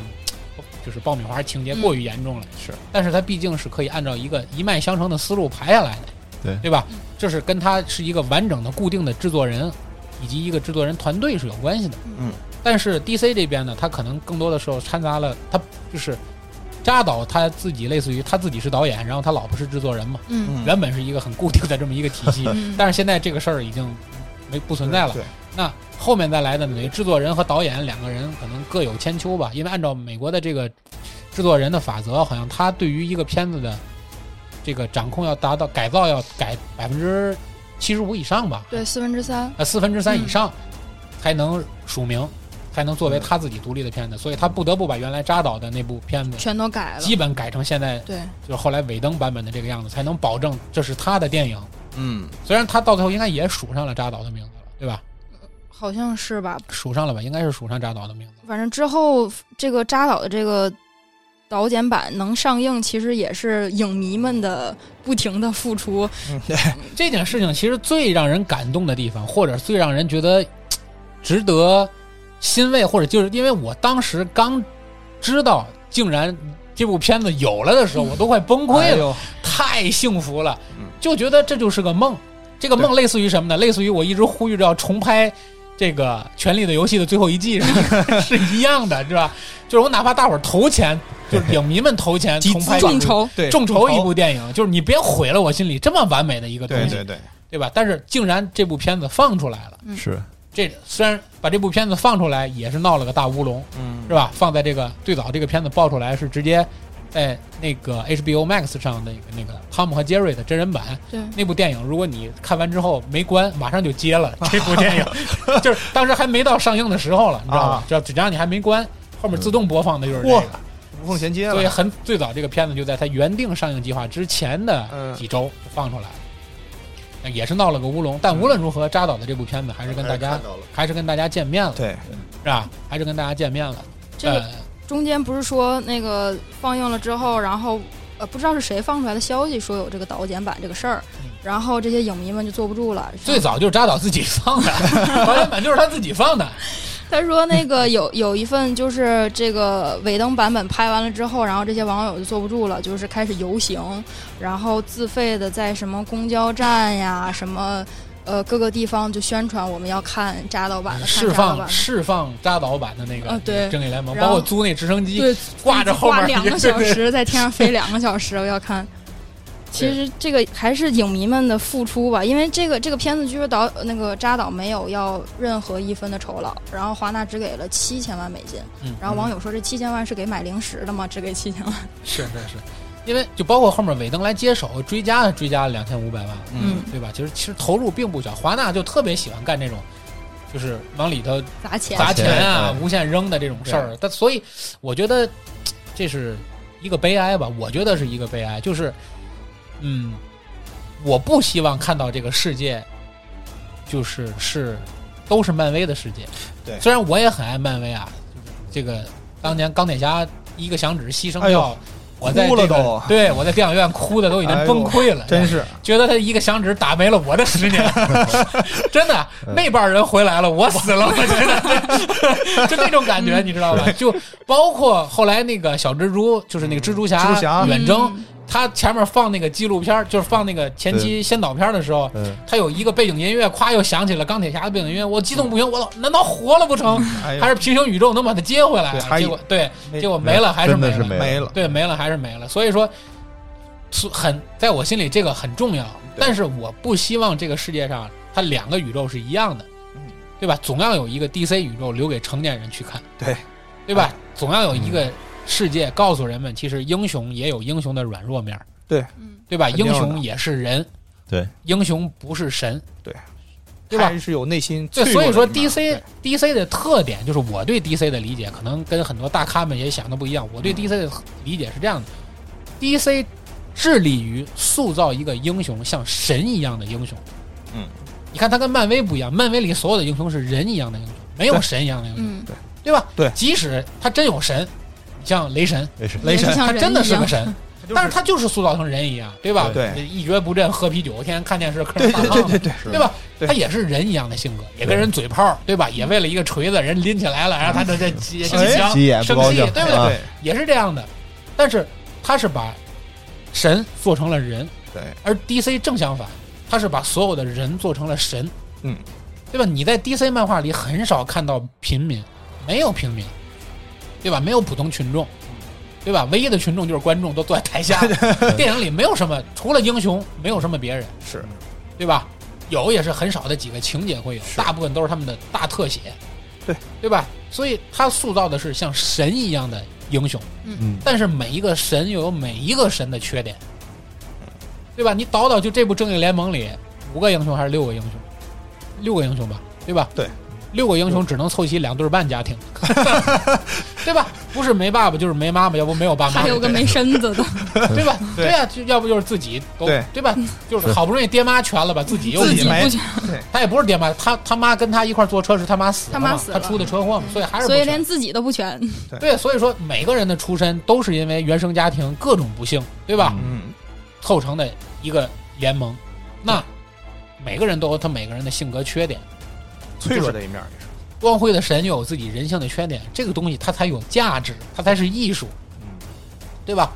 A: 就是爆米花情节过于严重了，
C: 是，
A: 但是它毕竟是可以按照一个一脉相承的思路排下来的，
B: 对
A: 对吧？这是跟他是一个完整的固定的制作人以及一个制作人团队是有关系的。
C: 嗯，
A: 但是 DC 这边呢，他可能更多的时候掺杂了，他就是扎导他自己类似于他自己是导演，然后他老婆是制作人嘛，
D: 嗯
A: 原本是一个很固定的这么一个体系，
D: 嗯，
A: 但是现在这个事儿已经没不存在了。
C: 对，
A: 那后面再来的每个制作人和导演两个人可能各有千秋吧，因为按照美国的这个制作人的法则，好像他对于一个片子的这个掌控要达到改造要改百分之七十五以上吧，
D: 对四分之三，
A: 呃四分之三以上才能署名，才能作为他自己独立的片子，所以他不得不把原来扎导的那部片子
D: 全都改了。
A: 基本改成现在
D: 对，
A: 就是后来尾灯版本的这个样子，才能保证这是他的电影。
C: 嗯，
A: 虽然他到最后应该也署上了扎导的名字了，对吧？
D: 好像是吧？
A: 署上了吧？应该是署上扎导的名字。
D: 反正之后这个扎导的这个导剪版能上映，其实也是影迷们的不停的付出。
C: 嗯
A: 这件事情其实最让人感动的地方，或者最让人觉得嘖值得欣慰，或者就是因为我当时刚知道竟然这部片子有了的时候，我都快崩溃
C: 哎
A: 了，
C: 呦，
A: 太幸福了
C: 嗯，
A: 就觉得这就是个梦。这个梦类似于什么呢？类似于我一直呼吁着要重拍这个《权力的游戏》的最后一季 是是一样的，是吧？就是我哪怕大伙儿投钱，就是影迷们投钱
C: 集资
A: 重拍
D: 众筹，
C: 对，
A: 众筹一部电影，就是你别毁了我心里这么完美的一个东
C: 对
A: 西，
C: 对对，
A: 对吧？但是竟然这部片子放出来了，
D: 嗯
B: 是
A: 这虽然把这部片子放出来也是闹了个大乌龙，
C: 嗯
A: 是吧？放在这个最早这个片子爆出来是直接在那个 HBO Max 上的一个那个汤姆和杰瑞的真人版
D: 对，
A: 那部电影，如果你看完之后没关，马上就接了 这部电影，就是当时还没到上映的时候了，你知道吧
C: 啊？
A: 只要只要你还没关，后面自动播放的就是这个
C: 哇。无缝衔接
A: 所以
C: 了，
A: 很最早这个片子就在它原定上映计划之前的
C: 嗯
A: 几周就放出来了，呃也是闹了个乌龙。但无论如何，扎导的这部片子还是跟大家还是跟大家见面了，
C: 对，
A: 是吧？还是跟大家见面了。
D: 这个
A: 呃，
D: 中间不是说那个放映了之后，然后呃不知道是谁放出来的消息说有这个导剪版这个事儿，然后这些影迷们就坐不住了。
A: 嗯最早就是扎导自己放的，导演版就是他自己放的。
D: 他说 那个有有一份就是这个尾灯版本拍完了之后，然后这些网友就坐不住了，就是开始游行，然后自费的在什么公交站呀什么。呃，各个地方就宣传我们要看扎导版的，看
A: 释
D: 扎导版
A: 放
D: 的，
A: 释放扎导版的那个
D: 啊对
A: 正义联盟》，
D: 然
A: 包
D: 后
A: 括租那直升机
D: 对，
A: 挂着后面
D: 挂两个
A: 对
D: 小时，在天上飞两个小时，我 要看。其实这个还是影迷们的付出吧，因为这个这个片子据说导那个扎导没有要任何一分的酬劳，然后华纳只给了七千万美金，
A: 嗯
D: 然后网友说这七千万是给买零食的吗？只给七千万，
A: 是是是，因为就包括后面尾灯来接手追加追加了两千五百万，
D: 嗯，
A: 对吧？其实其实投入并不小，华纳就特别喜欢干这种，就是往里头
D: 砸钱，
A: 砸
B: 钱
A: 钱啊、
B: 对
A: 无限扔的这种事儿。但所以我觉得嘖这是一个悲哀吧，我觉得是一个悲哀，就是嗯，我不希望看到这个世界就是是都是漫威的世界。
C: 对
A: 虽然我也很爱漫威啊，这个当年钢铁侠一个响指牺牲
C: 哎
A: 掉。
C: 呦
A: 我在
C: 哭了
A: 这个
C: 都
A: 对我在电影院哭的都已经
C: 哎呦
A: 崩溃了，
C: 真是
A: 觉得他一个响指打没了我的十年，真的
B: 嗯
A: 那半人回来了，我死了，我觉得就那种感觉，你知道吧？就包括后来那个小蜘蛛，就是那个蜘蛛
C: 蜘
A: 侠
C: 蛛
D: 嗯
C: 侠
A: 远征，他前面放那个纪录片儿，就是放那个前期先导片儿的时候。
B: 嗯，
A: 他有一个背景音乐，夸又想起了钢铁侠的背景音乐，我激动不行，我老难道活了不成？
C: 哎呦
A: 还是平行宇宙能把他接回来啊
C: 对？还
A: 结
C: 有
A: 果对，
C: 那
A: 结果没了，还是
B: 真
A: 没
B: 的是
A: 了，
B: 没
C: 没了，
A: 对，没了还是没了。所以说，是很在我心里这个很重要，
C: 对
A: 但是我不希望这个世界上它两个宇宙是一样的
C: 嗯，
A: 对吧？总要有一个 DC 宇宙留给成年人去看，
C: 对 哎嗯
A: 对吧？总要有一个世界告诉人们，其实英雄也有英雄的软弱面儿，
D: 嗯，
A: 对吧？
C: 肯定
A: 英
C: 的
A: 雄也是人，
B: 对，
A: 英雄不是神，
C: 对
A: 对吧？
C: 还是有内心
A: 对，
C: 脆
A: 所
C: 弱的
A: 以
C: 一面，
A: 说 DC
C: 对
A: DC 的特点就是我对 DC 的理解可能跟很多大咖们也想的不一样。
C: 嗯
A: 我对 DC 的理解是这样的：DC 致力于塑造一个英雄像神一样的英雄。
C: 嗯，
A: 你看他跟漫威不一样，漫威里所有的英雄是人一样的英雄，没有
C: 对
A: 神一样的英雄，
D: 嗯，
A: 对吧？
C: 对
A: 即使他真有神，你像雷神，
B: 没事，
C: 雷神
D: 也像
A: 他
D: 人
A: 真的
D: 一
A: 是
D: 样
A: 个神，但是他就是塑造成人一样，对吧？
C: 对，
A: 一蹶不振，喝啤酒，天天看电视，嗑着
C: 对
A: 大
C: 对
A: 胖
C: 对
A: 子
C: 对对，
B: 是
A: 对吧？
C: 对
A: 他也是人一样的性格，也跟人嘴炮，对吧？也为了一个锤子，人拎起来了，
B: 嗯
A: 然后他就这激激
C: 哎
A: 情
B: 急眼不
A: 生
B: 高
A: 气，
B: 兴，
A: 对不对？
B: 啊
C: 对
A: 也是这样的，但是他是把神做成了人，
C: 对，
A: 而 DC 正相反，他是把所有的人做成了神，
C: 嗯，
A: 对吧？你在 DC 漫画里很少看到平民，没有平民，对吧？没有普通群众，对吧？唯一的群众就是观众，都坐在台下。 电影里没有什么，除了英雄，没有什么别人，
C: 是
A: 对吧？有也是很少的几个情节会有，大部分都是他们的大特写，
C: 对
A: 对吧？所以他塑造的是像神一样的英雄，
B: 嗯
A: 但是每一个神又有每一个神的缺点，对吧？你倒倒就这部正义联盟里五个英雄还是六个英雄，六个英雄吧，对吧？
C: 对，
A: 六个英雄只能凑齐两对半家庭，对吧？不是没爸爸就是没妈妈，要不没有爸妈，
D: 还有个没身子的，
A: 对吧？
C: 对
A: 呀、就要不就是自己都
C: 对
A: 吧？就是
B: 是
A: 好不容易爹妈全了吧，自己又
D: 自
A: 没
D: 己
A: 了
C: 没
D: 不行，
A: 他也不是爹妈，他他妈跟他一块儿坐车是他妈死了嘛
D: 他妈死了嗯
A: 他出的车祸嘛，所以还是不
D: 所以
A: 全
D: 连自己都不全。
A: 对，所以说每个人的出身都是因为原生家庭各种不幸，对吧？
C: 嗯，
A: 凑成的一个联盟，那每个人都有他每个人的性格缺点，
C: 脆弱的一面儿也是，
A: 光辉的神又有自己人性的缺点，这个东西它才有价值，它才是艺术，对吧？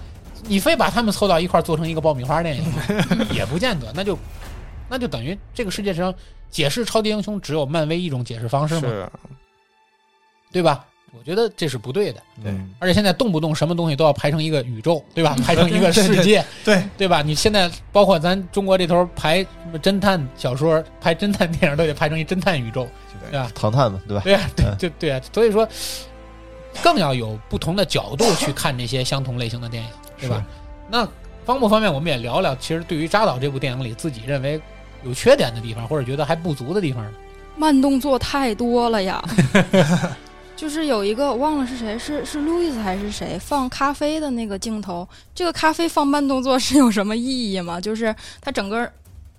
A: 你非把他们凑到一块儿做成一个爆米花电 影，也不见得，那就那就等于这个世界上解释超级英雄只有漫威一种解释方式嘛，
C: 是，
A: 对吧？我觉得这是不对的，
C: 对
B: 嗯
A: 而且现在动不动什么东西都要排成一个宇宙，对 吧？排成一个世界，
C: 对
A: 对吧？你现在包括咱中国这头排什么侦探小说、排侦探电影，都得排成一侦探宇宙，对吧？
B: 唐探嘛，对吧？
A: 对 呀、对
B: 嗯
A: 对对呀、所以说更要有不同的角度去看这些相同类型的电影，对吧？那方不方面，我们也聊聊，其实对于扎导这部电影里自己认为有缺点的地方，或者觉得还不足的地方呢？
D: 慢动作太多了 呀。就是有一个我忘了是谁，是是路易斯还是谁放咖啡的那个镜头，这个咖啡放慢动作是有什么意义吗？就是他整个。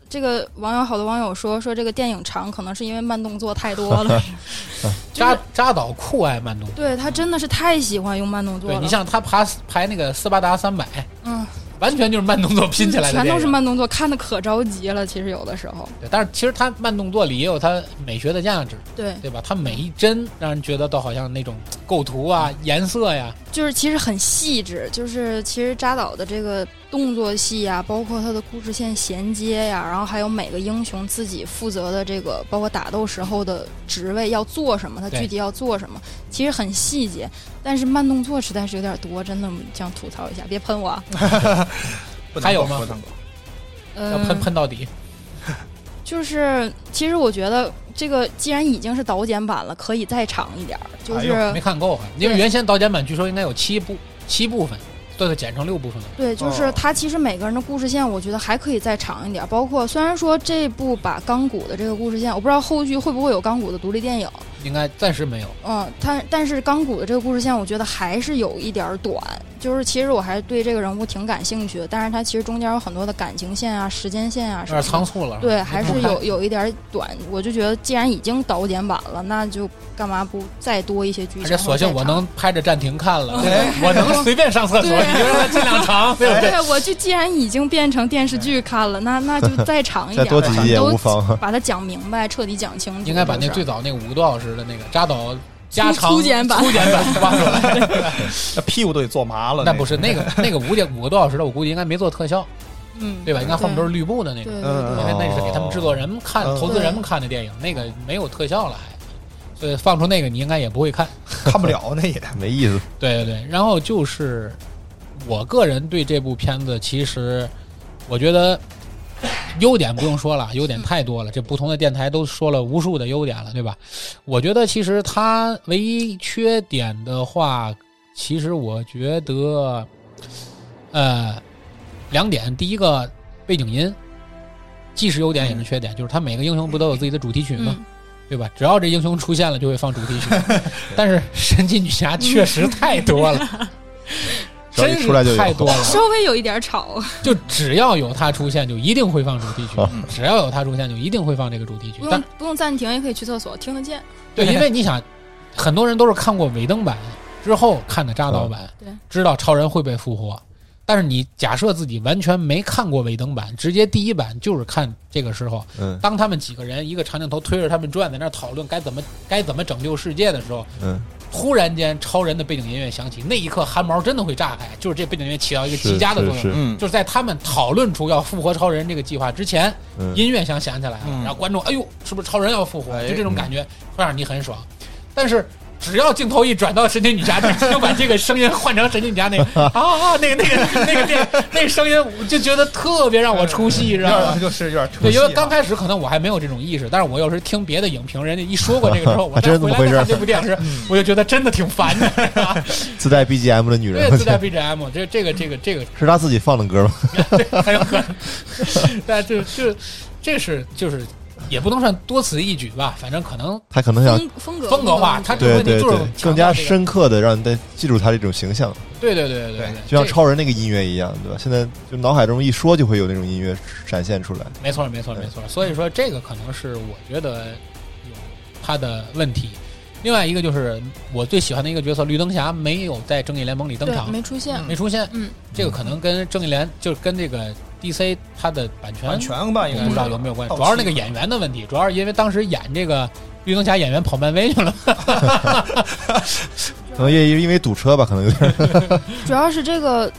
D: 这个网友好多网友说说这个电影长，可能是因为慢动作太 多了。就是
A: 扎扎导酷爱慢动作，
D: 对他真的是太喜欢用慢动作
A: 对
D: 了。
A: 你像他爬排那个斯巴达三百，
D: 嗯，
A: 完全就是慢动作拼起来的
D: 全
A: 电
D: 都
A: 影
D: 是慢动作，看的可着急了。其实有的时候，
A: 对，但是其实它慢动作里也有它美学的价值，
D: 对，
A: 对吧？它每一帧让人觉得都好像那种构图啊、
D: 嗯
A: 颜色呀，
D: 就是其实很细致，就是其实扎导的这个动作戏呀、包括他的故事线衔接呀、然后还有每个英雄自己负责的这个，包括打斗时候的职位要做什么，他
A: 对
D: 具体要做什么，其实很细节。但是慢动作实在是有点多，真的想吐槽一下，别喷我啊！
C: 不能
A: 还有
C: 够
A: 吗
C: 不能够
A: 要
D: 呃，
A: 喷喷到底。
D: 就是其实我觉得这个既然已经是导剪版了，可以再长一点儿，就
C: 哎
D: 是、
C: 呦
A: 没看够啊，因为
D: 对
A: 原先导剪版据说应该有七部七部分，都得剪成六部分了。
D: 对，就是
C: 哦
D: 他其实每个人的故事线，我觉得还可以再长一点儿。包括虽然说这部把钢骨的这个故事线，我不知道后续会不会有钢骨的独立电影，
A: 应该暂时没有。
D: 嗯，但但是钢骨的这个故事线，我觉得还是有一点儿短。就是其实我还是对这个人物挺感兴趣的，但是他其实中间有很多的感情线啊、时间线啊
A: 有
D: 什么
A: 点仓
D: 的。
A: 促了，
D: 对，还是
A: 没看
D: 有有一点儿短，我就觉得既然已经导剪版了，那就干嘛不再多一些剧情？
A: 而且索性
D: 或者
A: 我
D: 再长
A: 能拍着暂停看了，
C: 哎
A: 我能随便上厕所，
D: 对
A: 你就让它尽量 长，对不对？
D: 对，哎我就既然已经变成电视剧看了，那那就再长一
B: 再
D: 点儿，
B: 多几集也
D: 都
B: 无妨。
D: 把它讲明白，彻底讲清楚。
A: 应该把
D: 就
A: 那
D: 是
A: 最早那五个多小时的那个扎导加
D: 粗
A: 长
D: 粗剪版
A: 粗剪版挖出来，
C: 那屁股都得坐麻了，
A: 那不是那个那个五点五个多小时的，我估计应该没做特效，
D: 嗯，
A: 对吧？应该后面都是绿布的那
D: 对
A: 个，
D: 对
C: 嗯
A: 因为
D: 对，
A: 那是给他们制作人看、
C: 哦
A: 投资人们看的电影，那个没有特效了还，所以放出那个你应该也不会看。
C: 看 不了那也，
B: 没意思，
A: 对对对，然后就是我个人对这部片子，其实我觉得优点不用说了，优点太多了，这不同的电台都说了无数的优点了，对吧？我觉得其实它唯一缺点的话，其实我觉得，呃，两点，第一个背景音。既是优点也是缺点，就是它每个英雄不都有自己的主题曲吗？
D: 嗯，
A: 对吧？只要这英雄出现了，就会放主题 曲。但是神奇女侠确实太多了，
B: 只要
A: 真
B: 一
A: 是
B: 出来就有
A: 太多了。
D: 稍微有一点吵，
A: 就只要有她出现，就一定会放主题曲
B: 嗯；
A: 只要有她出现，就一定会放这个主题曲
D: 不。用
A: 但
D: 不用暂停，也可以去厕所听得见。
A: 对，因为你想，很多人都是看过尾灯版之后看的扎导版
D: 嗯对，
A: 知道超人会被复活。但是你假设自己完全没看过尾灯版，直接第一版就是看这个时候，
B: 嗯
A: 当他们几个人一个长镜头推着他们转，在那儿讨论该怎么该怎么拯救世界的时候，
B: 嗯，
A: 突然间，超人的背景音乐响起，那一刻汗毛真的会炸开，就是这背景音乐起到一个极
B: 是
A: 佳的作
B: 是
A: 用。
B: 是，
C: 嗯，
A: 就是在他们讨论出要复活超人这个计划之前，
B: 嗯
A: 音乐响响起来了，
C: 嗯
A: 然后观众哎呦，是不是超人要复活？
C: 哎
A: 就这种感觉会让你很爽。但是只要镜头一转到神奇女侠这儿，就把这个声音换成神奇女侠那 个啊啊，那个那个那个那个那个声音，我就觉得特别让我出戏，知道吗？
C: 就是有点出
A: 对，
C: 戏
A: 因
C: 啊。
A: 为刚开始可能我还没有这种意识，但是我要是听别的影评，人家一说过这个 之后，我
B: 还真
A: 再
B: 是这
A: 回
B: 么
A: 来
B: 回事嗯
A: 再看这部电影时，我就觉得真的挺烦 的。是吧
B: 自带 BGM 的女
A: 对
B: 人，，
A: 自带 BGM，这这个这个这个
B: 是她自己放的歌吗？
A: 很有可能。但这这这是就是也不能算多此一举吧，反正可能
B: 她可能想
D: 风风格
A: 风格化，他这个
B: 对
A: 问题
B: 对
A: 就是
B: 对，
A: 强
B: 更
A: 调
B: 加
A: 这个。
B: 深刻的让大家记住她这种形象，
A: 对对对对对
C: 对，
B: 就
A: 这
B: 像超人那个音乐一样，对吧？现在就脑海中一说就会有那种音乐闪现出来。
A: 没错，没错，没错。所以说，这个可能是我觉得有他的问题。另外一个就是我最喜欢的一个角色绿灯侠没有在正义联盟里登
D: 对
A: 场，
D: 没出现
C: 嗯，
A: 没出现。
D: 嗯，
A: 这个可能跟正义联就是跟这个 DC 它的版权
C: 完全啊吧，应该
A: 我不知道有没有关系，
C: 到
A: 主要是那
C: 期
A: 个演员的问题，主要是因为当时演这个绿灯侠演员跑漫威去了。
B: 可能也因为堵车吧，可 能有点
D: 主要是这个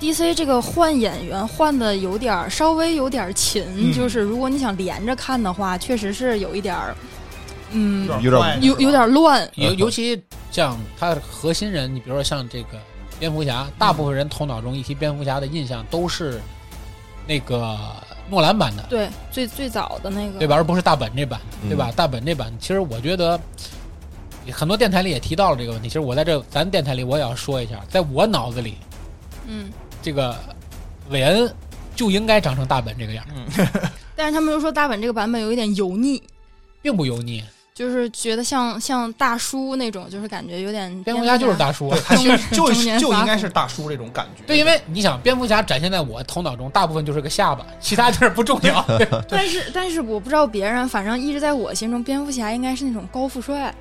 D: DC 这个换演员换的有点儿稍微有点儿勤，
C: 嗯
D: 就是如果你想连着看的话，确实是有一点儿，嗯，
B: 有点
C: 坏
D: 有有点儿乱。
A: 尤
B: 嗯
A: 尤其像他核心人，你比如说像这个蝙蝠侠，大部分人头脑中一提蝙蝠侠的印象都是那个诺兰版的，
D: 对，最最早的那个，
A: 对吧？？而不是大本这版，
B: 嗯
A: 对吧？大本这版，其实我觉得很多电台里也提到了这个问题。其实我在这咱电台里我也要说一下，在我脑子里，
D: 嗯，
A: 这个韦恩就应该长成大本这个样儿，
D: 但是他们又说大本这个版本有一点油腻，
A: 并不油腻。
D: 就是觉得像像大叔那种，就是感觉有点
A: 蝙蝠侠就是大叔。啊
C: 他其实就
D: 中 年
C: 就
D: 发
C: 应该
D: 福
C: 是大叔这种感觉。
A: 对，因为你想，蝙蝠侠展现在我头脑中，大部分就是个下 巴，其他地儿不重 要。对
D: 但是但是我不知道别人，反正一直在我心中，蝙蝠侠应该是那种高富帅，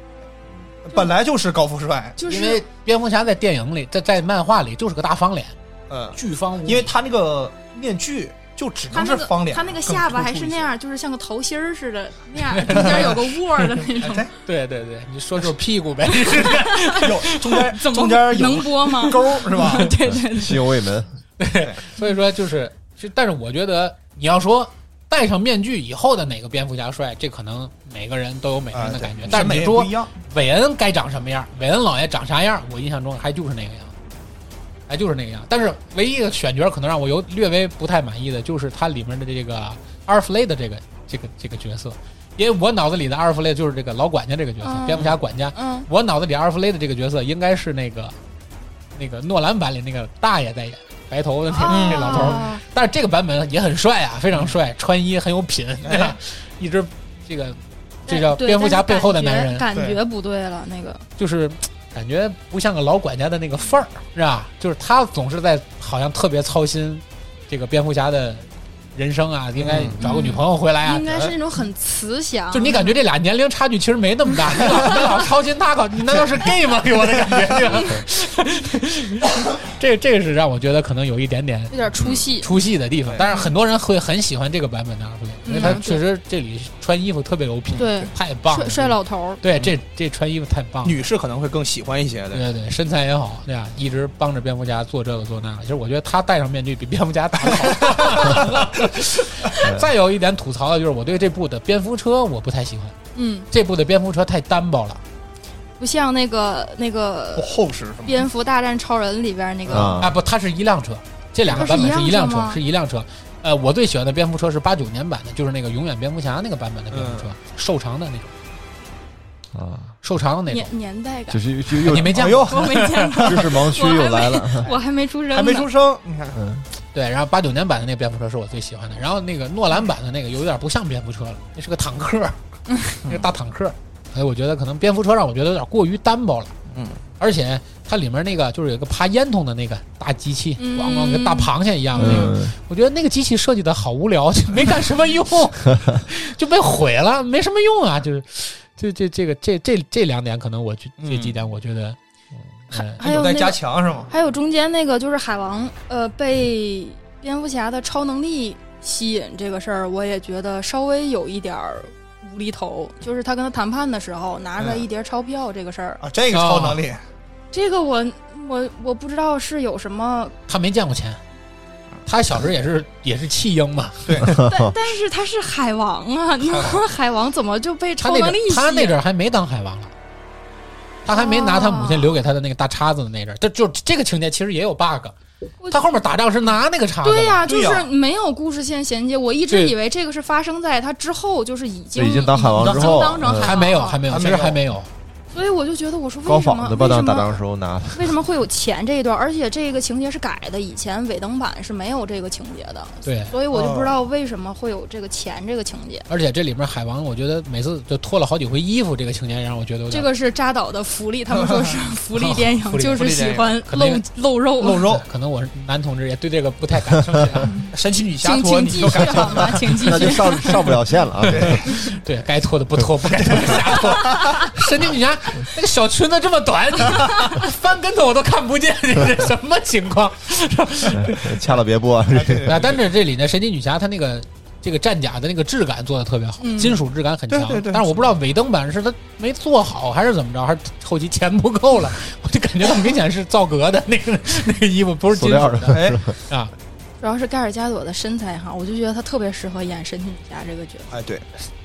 C: 本来就是高富帅，
D: 就
A: 因为
D: 是
A: 蝙蝠侠在电影里，在在漫画里就是个大方脸，
C: 嗯，
A: 巨方无比。
C: 因为他那个面具就只
D: 他
C: 能
D: 那
C: 是
D: 个
C: 方脸，
D: 他那个
C: 更
D: 下巴还
C: 突出
D: 是
C: 一
D: 那
C: 些。
D: 样，就是像个头芯儿似的，那样中 间有个窝儿的那种。
A: 对对对，你说说屁股呗。
C: 有中间
D: 怎么
C: 中间有
D: 能播 吗？
C: 沟儿是吧？
D: 对对对，
B: 西游未门，
A: 所以说就是，就但是我觉得你要说戴上面具以后的哪个蝙蝠侠帅，这可能每个人都有每个人的感觉。但
C: 啊审
A: 是啊
C: 美
A: 你
C: 也
A: 说
C: 不一样，
A: 韦恩该长什么样，韦恩老爷长啥样，我印象中还就是那个样，还就是那个样。但是唯一的选角可能让我有略微不太满意的，就是他里面的这个阿尔弗雷的这个这个这个角色，因为我脑子里的阿尔弗雷就是这个老管家这个角色，
D: 嗯
A: 蝙蝠侠管家。
D: 嗯，
A: 我脑子里阿尔弗雷的这个角色应该是那个那个诺兰版里那个大爷在演，白头的那个、
D: 啊
A: 那嗯老头儿。但是这个版本也很帅啊，非常帅，穿衣很有品，对吧？一直这个这叫
D: 对
A: 蝙蝠侠
D: 但
A: 背
D: 是
A: 后的男人，
D: 感觉感
C: 对
D: 觉不对了，那个
A: 就是感觉不像个老管家的那个范儿，是吧？就是他总是在好像特别操心这个蝙蝠侠的人生啊，应该找个女朋友回来啊。
D: 嗯应该是那种很慈祥，
A: 就你感觉这俩年龄差距其实没那么大，你老你老操心 他搞，你难道是 gay 吗？给我的感觉，对吧？ 这这是让我觉得可能有一点点
D: 有点出戏。
A: 出戏的地方
C: 对。
A: 但是很多人会很喜欢这个版本的阿弗雷，因为他
D: 嗯
A: 确实这里穿衣服特别有品，
D: 对，
A: 太棒了
D: 帅。帅老头儿，
A: 对，这这穿衣服太棒了。
C: 女士可能会更喜欢一些
A: 对
C: 的。
A: 对对，身材也好，对吧？啊一直帮着蝙蝠侠做这个做那个。其实我觉得他戴上面具比蝙蝠侠打得好。 再有一点吐槽的就是，我对这部的蝙蝠车我不太喜欢，
D: 嗯，
A: 这部的蝙蝠车太单薄了。
D: 不像那个那个
C: 厚实是吗？
D: 蝙蝠大战超人里边那个，
A: 啊，
B: 啊，
A: 不，它是一辆车，这两个版本是一辆车，是一辆车。呃，我最喜欢的蝙蝠车是八九年版的，就是那个永远蝙蝠侠那个版本的蝙蝠车，瘦长的那种，
B: 啊，
A: 瘦长的那种
D: 年。年代感
B: 就，是就又
A: 你没见
C: 哎
A: 过？
C: 呦，
D: 我没见 过，
B: 知识盲区又来了，
D: 我还没出生呢，
C: 还没出生，你看
B: 嗯，
A: 对，然后八九年版的那个蝙蝠车是我最喜欢的，然后那个诺兰版的那个有点不像蝙蝠车了，那是个坦克，那个大坦克。所以我觉得可能蝙蝠车让我觉得有点过于单薄了。
C: 嗯，
A: 而且它里面那个就是有一个爬烟囱的那个大机器，
D: 嗯
A: 咣咣跟大螃蟹一样的那个，
B: 嗯
A: 我觉得那个机器设计的好无聊，就没干什么用，就被毁了，没什么用啊。就是，这这这个这这这两点，可能我觉这几点，我觉得，呃，
D: 还有
C: 在
D: 那
C: 加
D: 个
C: 强是吗？
D: 还有中间那个就是海王，呃，被蝙蝠侠的超能力吸引这个事儿，我也觉得稍微有一点儿无厘头。就是他跟他谈判的时候拿出
A: 嗯
D: 来一叠钞票这个事儿，
C: 啊，这个
A: 哦
C: 超能力，
D: 这个我我我不知道是有 什么，
A: 他没见过钱，他小时候也是也是弃婴嘛，
D: 但但是他是海王啊，你说海王怎么就被
A: 他
D: 超
A: 那阵儿
D: 能啊力吸引？
A: 他那阵儿还没当海王了，他还没拿他母亲留给他的那个大叉子的那阵儿，这就这个情节其实也有 bug
D: 我。
A: 他后面打仗是拿那个叉子的，
D: 对呀、就
C: 对
D: 是
C: 呀
D: 没有故事线衔接。我一直
A: 对
D: 以为这个是发生在他之后，就是已经
B: 就已经当海王
D: 已经
B: 之后
D: 当成海王了
A: 还没有，还没有，
C: 还
A: 其
C: 没有
A: 实还没有。
D: 所以我就觉得，我说
B: 高
D: 为什么
B: 仿的吧？当时打
D: 为什
B: 仗
D: 么
B: 的时候拿的，
D: 为什么会有钱这一段？而且这个情节是改的，以前尾灯版是没有这个情节的，
A: 对，
D: 所以我就不知道为什么会有这个钱这个情节。
A: 而且这里面海王，我觉得每次就脱了好几回衣服，这个情节让我觉得有
D: 这
A: 点
D: 个是扎导的福利，他们说是福利电
C: 福
D: 影，
C: 利
D: 就是喜欢
A: 可
D: 露
A: 能
D: 露肉、
C: 露肉，
A: 可能我是男同志，也对这个不太感 兴趣啊。
C: 神奇女侠
D: 请
C: 托
D: 请
C: 你
D: 继
C: 都
D: 续
C: 感
D: 好吗？请继
B: 那就
D: 续。
B: 上上不了线了啊！
A: 对，该脱的不脱，不该脱的瞎 脱。神奇女侠那个小裙子这么短，你 翻跟头我都看不见，这是什么情况？
B: 掐了别播，
C: 哎
B: 这
A: 啊，但 是这里呢，神奇女侠她那个这个战甲的那个质感做的特别好，
D: 嗯
A: 金属质感很强。
C: 对对对
A: 但是我不知道尾灯版是它没做好，还是怎么着，还是后期钱不够了，我就感觉到明显是造革的那个那个衣服不是
B: 塑
A: 金属
B: 料
A: 的
C: 哎，
A: 啊。
D: 主要是盖尔加朵的身材哈，我就觉得她特别适合演神奇女侠这个角色。
C: 哎，对，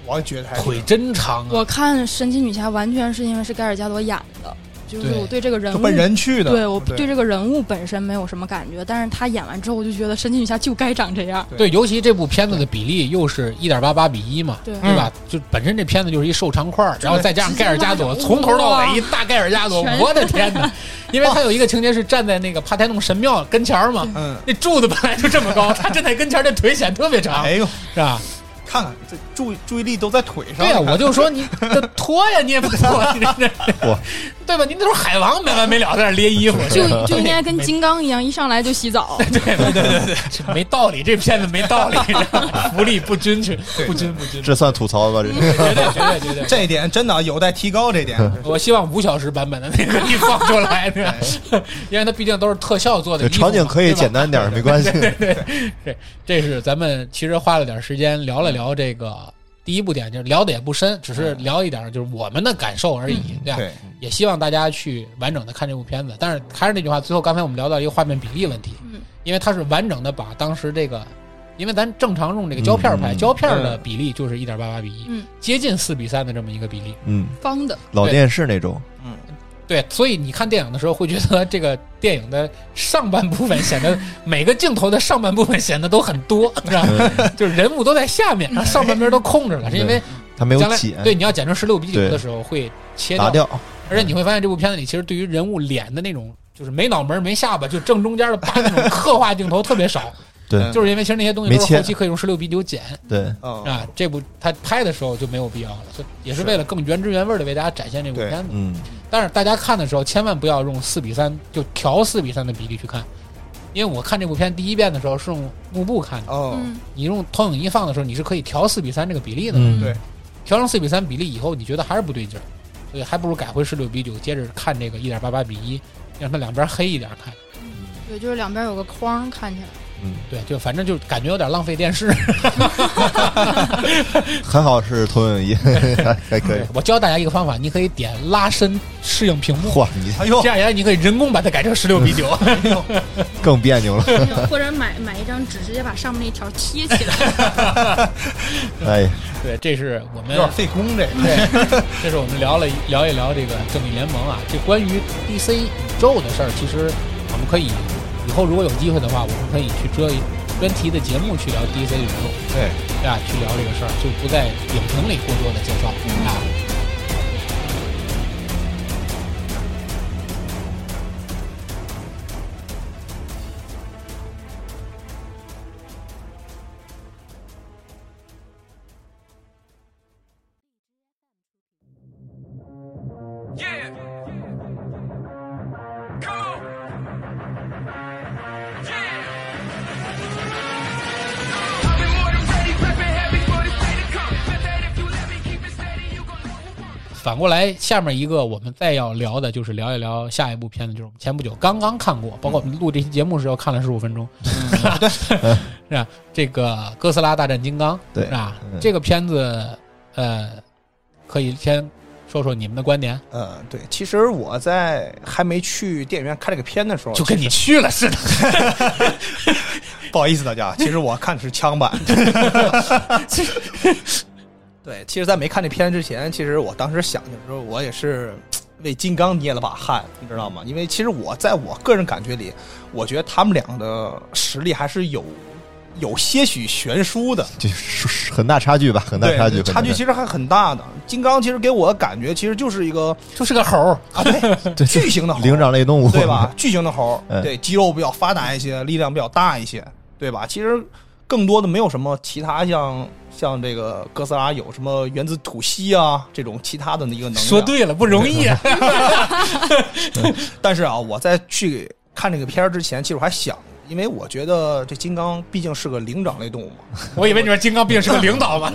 C: 我也觉得还是
A: 腿真长啊！
D: 我看神奇女侠完全是因为是盖尔加朵演的，就是
A: 对
D: 我对这个人
C: 就
D: 物
C: 奔人去的，
D: 嗯对我
C: 对
D: 对这个人物本身没有什么感觉，但是他演完之后，我就觉得神奇女侠就该长这样。
A: 对，尤其这部片子的比例又是一点八八比一嘛，
D: 对嗯
A: 对吧？就本身这片子就是一瘦长块儿，然后再加上盖尔加朵
D: 直接
A: 从头到
D: 哇
A: 尾一大盖尔加朵，
D: 全
A: 我的天哪！因为他有一个情节是站在那个帕泰弄神庙跟前儿嘛，
C: 嗯，
A: 那柱子本来就这么 高，他站在跟前儿，这腿显特别长
C: 哎，呦，
A: 是吧？
C: 看看这注意注意力都在腿上，
A: 对呀、
C: 你看
A: 我就说 你这脱呀，你也不脱，你这
B: 我
A: 对吧？您这都是海王没完没了在那儿咧衣服，
D: 就
A: 对
D: 就应该跟金刚一样，一上来就洗澡。
A: 对对对对，这没道理，这片子没道 理，福利不均匀，不均不均，
B: 这算吐槽吧？这
A: 绝对绝对绝对。
C: 这一点真的有待提高，这一点
A: 我希望五小时版本的那个一放出来，对吧？因为它毕竟都是特效做的
B: 这
A: 衣服
B: 哎场
A: 嘛，
B: 景可以
A: 对吧
B: 简单点儿，没关系。
A: 对，这是咱们其实花了点时间聊了聊这个第一部点，就是聊的也不深，只是聊一点就是我们的感受而已，对吧？啊
C: 对
A: 也希望大家去完整的看这部片子。但是还是那句话，最后刚才我们聊到一个画面比例问题，
D: 嗯，
A: 因为它是完整的把当时这个，因为咱正常用这个胶片拍，
B: 嗯
A: 胶片的比例就是一点八八比一、
D: 嗯
A: 接近四比三的这么一个比例。
B: 嗯，
D: 方的，
B: 老电视那种，
A: 对，所以你看电影的时候会觉得这个电影的上半部分显得每个镜头的上半部分显得都很多， 是吧？就是人物都在下面，然后上半边都空着了，是因为
B: 它没有哎
A: 将来
B: 剪，
A: 对你要剪成十六比九
B: 对
A: 的时候会切
B: 拿
A: 掉，
B: 掉，
A: 而且你会发现这部片子里其实对于人物脸的那种就是没脑门儿没下巴就正中间的八那种刻画镜头特别 少，
B: 对
A: 就是因为其实那些东西都
B: 嗯没
A: 是
B: 切哦
A: 后期可以用十六比九剪
B: 对，
C: 嗯，
A: 啊，这部他拍的时候就没有必要了，所以也是为了更原汁原味的为大家展现这部
C: 对
A: 片子。
B: 嗯，
A: 但是大家看的时候，千万不要用四比三就调四比三的比例去看，因为我看这部片第一遍的时候是用幕布看的，
C: 哦，
D: 嗯，
A: 你用投影仪放的时候，你是可以调四比三这个比例的。
B: 嗯，
C: 对，
A: 调成四比三比例以后，你觉得还是不对劲儿，所以还不如改回十六比九，接着看这个一点八八比一，让它两边黑一点看。
D: 对，就是两边有个框，看起来
B: 嗯，
A: 对，就反正就感觉有点浪费电视。
B: 还好是投影仪， 还还可以。
A: 我教大家一个方法，你可以点拉伸适应屏幕。
B: 嚯，你
C: 哎呦
A: 这，样一来，你可以人工把它改成十六比九。
B: 更别扭了，
D: 或者买买一张纸，直接把上面那条贴起来。
B: 哎呀，
A: 对，这是我
C: 有
A: 们
C: 点费工这个，
A: 对， 这是我们聊了一聊一聊这个正义联盟啊，这关于 DC 宇宙的事儿，其实我们可以以后如果有机会的话，我们可以去做一专题的节目去聊 DC 宇宙，
C: 对，
A: 对吧？去聊这个事儿，就不在影评里过多的介绍啊。
E: Yeah. Come on. Yeah. I've been more than ready, prepping heavy for this day to come. Bet that if you let me keep it steady, you gon' know who won.
A: 反过来，下面一个我们再要聊的就是聊一聊下一部片子，就是我们前不久刚刚看过，包括我们录这期节目时候看了十五分钟， 是吧？这个《哥斯拉大战金刚》
B: 对
A: 是吧
B: 嗯？
A: 这个片子，呃，可以先说说你们的观点，
C: 呃，对，其实我在还没去电影院看这个片的时候，
A: 就跟你去了似的。
C: 不好意思大家，其实我看的是枪版。 对，其实，在没看这片之前，其实我当时想的时候，我也是为金刚捏了把汗，你知道吗？因为其实我在我个人感觉里，我觉得他们两个的实力还是有有些许悬殊的，
B: 就是很大差距吧，很大
C: 对
B: 差距，
C: 差距
B: 很
C: 其实还很大的。金刚其实给我的感觉其实就是一个
A: 就是个猴儿，
C: 啊，对，
B: 对
C: 巨型的猴，
B: 灵长类动物
C: 对 吧？？巨型的猴，
B: 嗯
C: 对肌肉比较发达一些，力量比较大一些，对吧？其实更多的没有什么其他像像这个哥斯拉有什么原子吐息啊这种其他的一个能量。
A: 说对了，不容易啊。
C: 但是啊，我在去看这个片儿之前，其实我还想，因为我觉得这金刚毕竟是个灵长类动物嘛，
A: 我以为你说金刚毕竟是个领导嘛，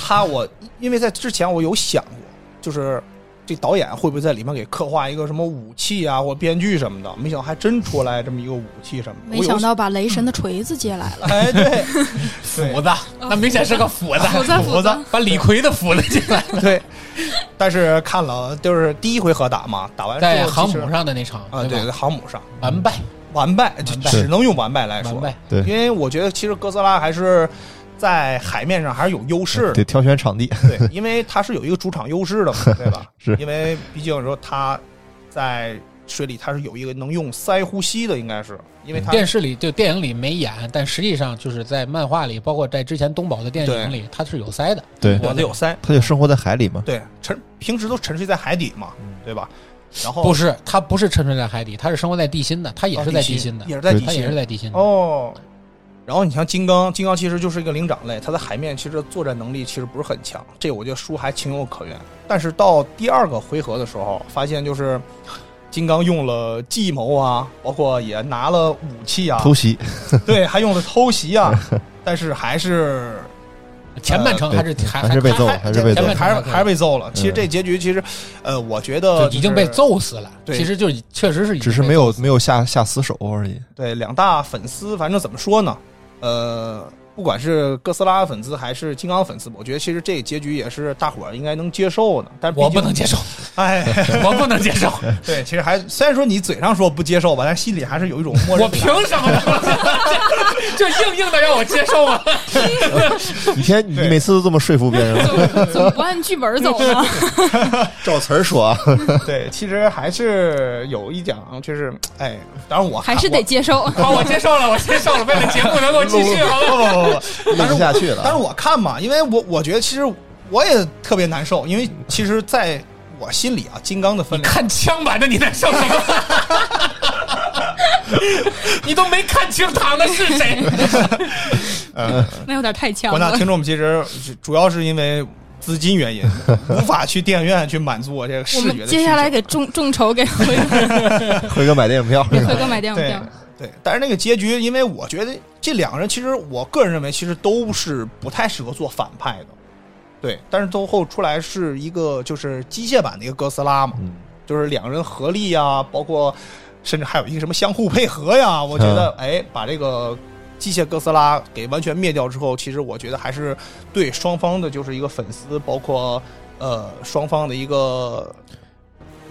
C: 它我因为在之前我有想过，就是这导演会不会在里面给刻画一个什么武器啊或编剧什么的，没想到还真出来这么一个武器什么的。
D: 没想到把雷神的锤子接来
C: 我
D: 了，
C: 有，哎，对，
A: 斧子，
D: 嗯
A: 那明显是个斧子，
D: 斧子斧子，
A: 把李逵的斧子进来，
C: 对，但是看了就是第一回合打嘛，打完之后
A: 在航
C: 其实
A: 母上的那场，
C: 啊，对，
A: 对
C: 在
A: 吧，
C: 航母上
A: 完败，
C: 完败，就
A: 完败
C: 只能用完败来
A: 完
C: 说，
A: 败。
B: 对
C: 因为我觉得其实哥斯拉还是在海面上还是有优势的
B: 得，挑选场地，
C: 对，因为它是有一个主场优势 的嘛，对吧？
B: 是
C: 因为毕竟说它在水里它是有一个能用鳃呼吸的，应该是因为它
A: 嗯电视里就电影里没演，但实际上就是在漫画里，包括在之前东宝的电影里，它是有塞的。
B: 对，
C: 我得有鳃，
B: 它就生活在海里嘛，
C: 对，沉平时都沉睡在海底嘛，对吧？然后
A: 不是，它不是沉睡在海底，它是生活在地心的，它也是在地心的，
C: 也是在地
A: 它
C: 心
A: 也是在地
B: 嗯
A: 心的。
C: 哦。然后你像金刚，金刚其实就是一个灵长类，它在海面其实作战能力其实不是很强，这我觉得书还情有可原。但是到第二个回合的时候，发现就是金刚用了计谋啊，包括也拿了武器啊，
B: 偷袭，
C: 对，还用了偷 袭啊，但是还是
A: 前半程还是还
B: 还是被揍了，
A: 还
B: 还是被揍
A: 前
B: 了嗯
A: 面。
C: 还是还是被揍了。其实这结局其实，呃，我觉得、
A: 就已经被。揍死了。
C: 对
A: 其实就是确实是已经被
B: 只是没有没有下下死手而已，
C: 对，两大粉丝，反正怎么说呢，呃，不管是哥斯拉粉丝还是金刚粉丝，我觉得其实这结局也是大伙儿应该能接受的。但
A: 揍
C: 是
A: 死。我不能接受，
C: 受，哎，
A: 我不能接受，
C: 对，其实还虽然说你嘴上说不接受吧，但是心里还是有一种默
A: 我
C: 认。
A: 凭什么不能接受？ 就硬硬的让我接受吗？
B: 你天，你
C: 对
B: 每次都这么说服别 人，
D: 总总不按剧本走呢？
B: 照词儿说 啊，
C: 对，其实还是有一点，就是哎，当然我
D: 还是得接受。
A: 好，我接受了，我接受了，为了节目能够继续，好吧？
C: 不不不不，
B: 录不下去了。
C: 但是我看嘛，因为我我觉得其实我也特别难受，因为其实在我心里啊，金刚的分量，
A: 看枪版的你在笑 什么？你都没看清躺的是谁？
C: 呃
D: 那有点太 强
C: 广大
D: 了。
C: 听众们其实主要是因为资金 原因，无法去电影院去满足我这个视
D: 我
C: 觉的需
D: 们
C: 求。
D: 接下来给众众筹给辉哥，
B: 辉哥买电影票，
D: 给辉哥买电影
C: 对
D: 票。
C: 对，但是那个结局，因为我觉得这两个人其实我个人认为其实都是不太适合做反派的。对，但是最后出来是一个就是机械版的一个哥斯拉嘛，
B: 嗯，
C: 就是两个人合力呀，包括甚至还有一个什么相互配合呀，
B: 嗯
C: 我觉得、哎，把这个机械哥斯拉给完全灭掉之后，其实我觉得还是对双方的就是一个粉丝，包括呃双方的一个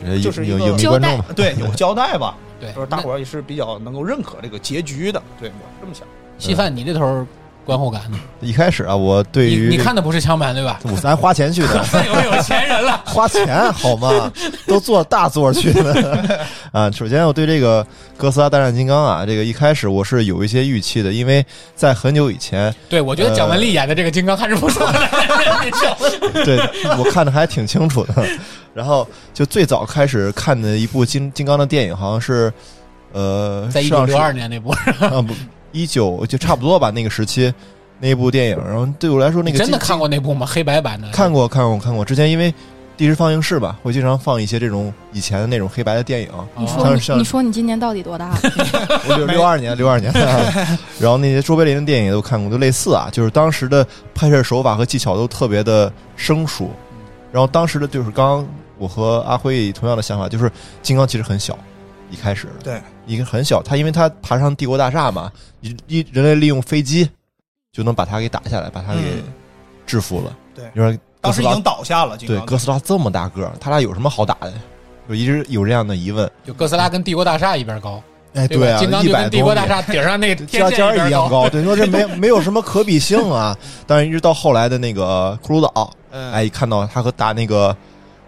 B: 有
C: 就是一
B: 有
C: 个
B: 有迷
D: 交
B: 观
D: 代
B: 众，
C: 对有交代吧，
B: 哎
A: 对
C: 就是大伙儿也是比较能够认可这个结局的，对我是这么想。
A: 稀饭，你这头观后感呢？
B: 一开始啊，我对
A: 你
B: 于
A: 你看的不是枪版对 吧？
B: 我咱花钱去的，
A: 那有没有钱人了？
B: 花钱好吗？都坐大座去了 啊！首先，我对这个哥斯拉大战金刚啊，这个一开始我是有一些预期的，因为在很久以前，
A: 对，我觉得蒋雯丽演的这个金刚还是不错的。 你笑
B: 对我看的还挺清楚的。然后就最早开始看的一部金金刚的电影，好像是呃，
A: 在一九
B: 上
A: 六二年那部，
B: 世啊不一九就差不多吧那个时期那部电影，然后对我来说那
A: 你
B: 个
A: 真的
B: 金
A: 看过那部吗？黑白版的？
B: 看过看过看过，之前因为地质放映室吧，会经常放一些这种以前的那种黑白的电影。
D: 你
A: 哦
B: 像
D: 说
B: 像
D: 你，你说你今年到底多大 了？
B: 我六六二年，六二 年，然后那些卓别林的电影也都看过，就类似啊，就是当时的拍摄手法和技巧都特别的生疏。
D: 嗯
B: 然后当时的就是刚刚我和阿辉同样的想法，就是金刚其实很小，一开始
C: 对，
B: 一个很小，他因为他爬上帝国大厦嘛，一一人类利用飞机就能把他给打下来，把他给
C: 嗯
B: 制服了。
C: 对
B: 你说
C: 当时已
B: 哥斯拉
C: 经倒下了，金
B: 对
C: 刚
B: 哥斯拉这么大个儿，他俩有什么好打的？就一直有这样的疑问。
A: 就哥斯拉跟帝国大厦一边高，
B: 哎，
A: 吧
B: 啊，
A: 金刚
B: 一
A: 就
B: 百
A: 跟帝
B: 多
A: 国
B: 米
A: 大厦顶上那 个天
B: 加尖
A: 线
B: 儿一样
A: 边。
B: 高，对，说这 没没有什么可比性啊。但是，一直到后来的那个骷髅岛，
C: 嗯
B: 哎，一看到他和打那个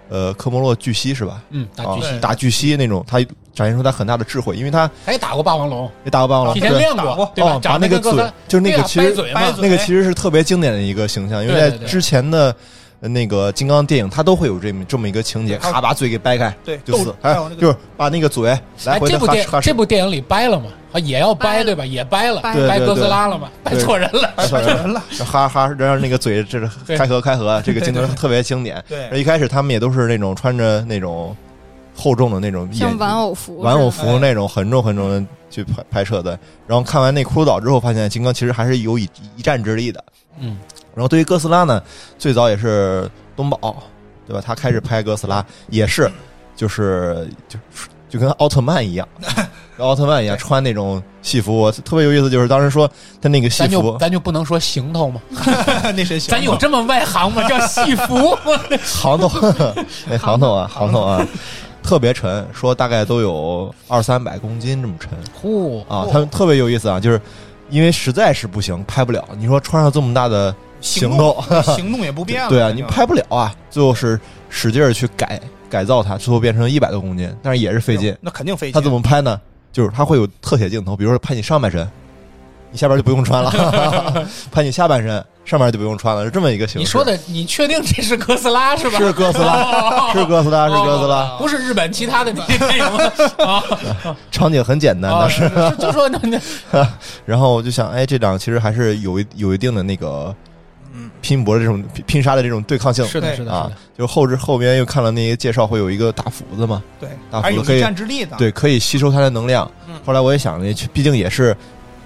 B: 呃科摩洛巨蜥是吧？
A: 嗯，打
B: 啊
A: 巨蜥，
B: 打巨蜥那种，它展现出它很大的智慧，因为它
A: 他也打过霸王龙，
B: 那大个霸王龙
A: 提前
B: 对
A: 练
C: 打过
A: 过，对吧？
B: 哦，把
A: 长
B: 那
A: 得
B: 个
A: 跟哥
B: 嘴
A: 三，
B: 就是那
A: 对
B: 个
A: 呀
B: 其
A: 掰
B: 实
A: 嘴嘛
C: 掰嘴
B: 那个其实是特别经典的一个形象，因为
A: 对
B: 在
A: 对对
B: 之前的呃那个金刚电影，它都会有这么这么一个情节，
C: 对还有
B: 咔把嘴给掰开
C: 对
B: 就
C: 斗
B: 死，
C: 还
B: 哎
C: 有那，个
B: 就是把那个嘴来
A: 哎，
B: 回
A: 这
B: 的
A: 部
B: 哈
A: 电
B: 哈
A: 这部电影里掰了嘛，啊，也要
D: 掰
A: 掰
D: 了
A: 对吧？也掰了，
D: 掰
B: 对
A: 掰
B: 对
A: 哥斯
B: 对
A: 拉了嘛，掰
B: 对
A: 错人了。
C: 掰掰人了，
B: 哈哈，让那个嘴这是
A: 对
B: 开合开合，这个镜头特别经典。
C: 对
B: 一开始他们也都是那种穿着那种厚重的那种眼
D: 像玩偶服似的，
B: 玩偶
C: 哎
B: 服那种很重很重的去拍拍摄的。然后看完那骷髅岛之后，发现金刚其实还是有一一战之力的。
A: 嗯，
B: 然后对于哥斯拉呢，最早也是东宝，对吧？他开始拍哥斯拉，也是就是就就跟奥特曼一样，跟奥特曼一样
C: 对
B: 穿那种戏服。我特别有意思，就是当时说他那个戏
A: 咱就
B: 服
A: 咱就不能说行头嘛，
B: 嗯哎
C: 那谁 行？
A: 咱有这么外行吗？叫戏服
B: 行头，那行头啊，行头啊，特别沉，说大概都有二三百公斤这么沉。
A: 呼，
B: 啊
C: 哦，
B: 他们特别有意思啊，就是因为实在是不行，拍不了。你说穿上这么大的
C: 行
B: 行动
C: 动行动也不变了。
B: 对啊，
C: 反
B: 你
C: 正
B: 拍不了啊，最后是使劲儿去改改造它，最后变成一百多公斤，但是也是费劲。
C: 那肯定费劲。
B: 他怎么拍呢？就是他会有特写镜头，比如说拍你上半身，你下边就不用 穿了；拍你下半身，上面就不用穿了，是这么一个形式。
A: 你说的，你确定这是哥斯拉是吧？哦
B: 是哥 斯拉，是哥斯拉，是哥斯拉，
A: 不是日本其他的那些电影吗？啊
B: 场景很简单，
A: 啊，
B: 当时
A: 是就说那那
B: 然后我就想，哎，这档其实还是有一有一定的那个，拼搏的这种拼拼杀的这种对抗性。
A: 嗯是的，是的，是
B: 啊
A: 的，，
B: 就是后置后边又看了那个介绍，会有一个大斧子嘛，
C: 对，
B: 大
C: 还是
B: 斧
C: 有
B: 子可以
C: 一战之力的。
B: 对，可以吸收它的能量。
C: 嗯
B: 后来我也想了，毕竟也是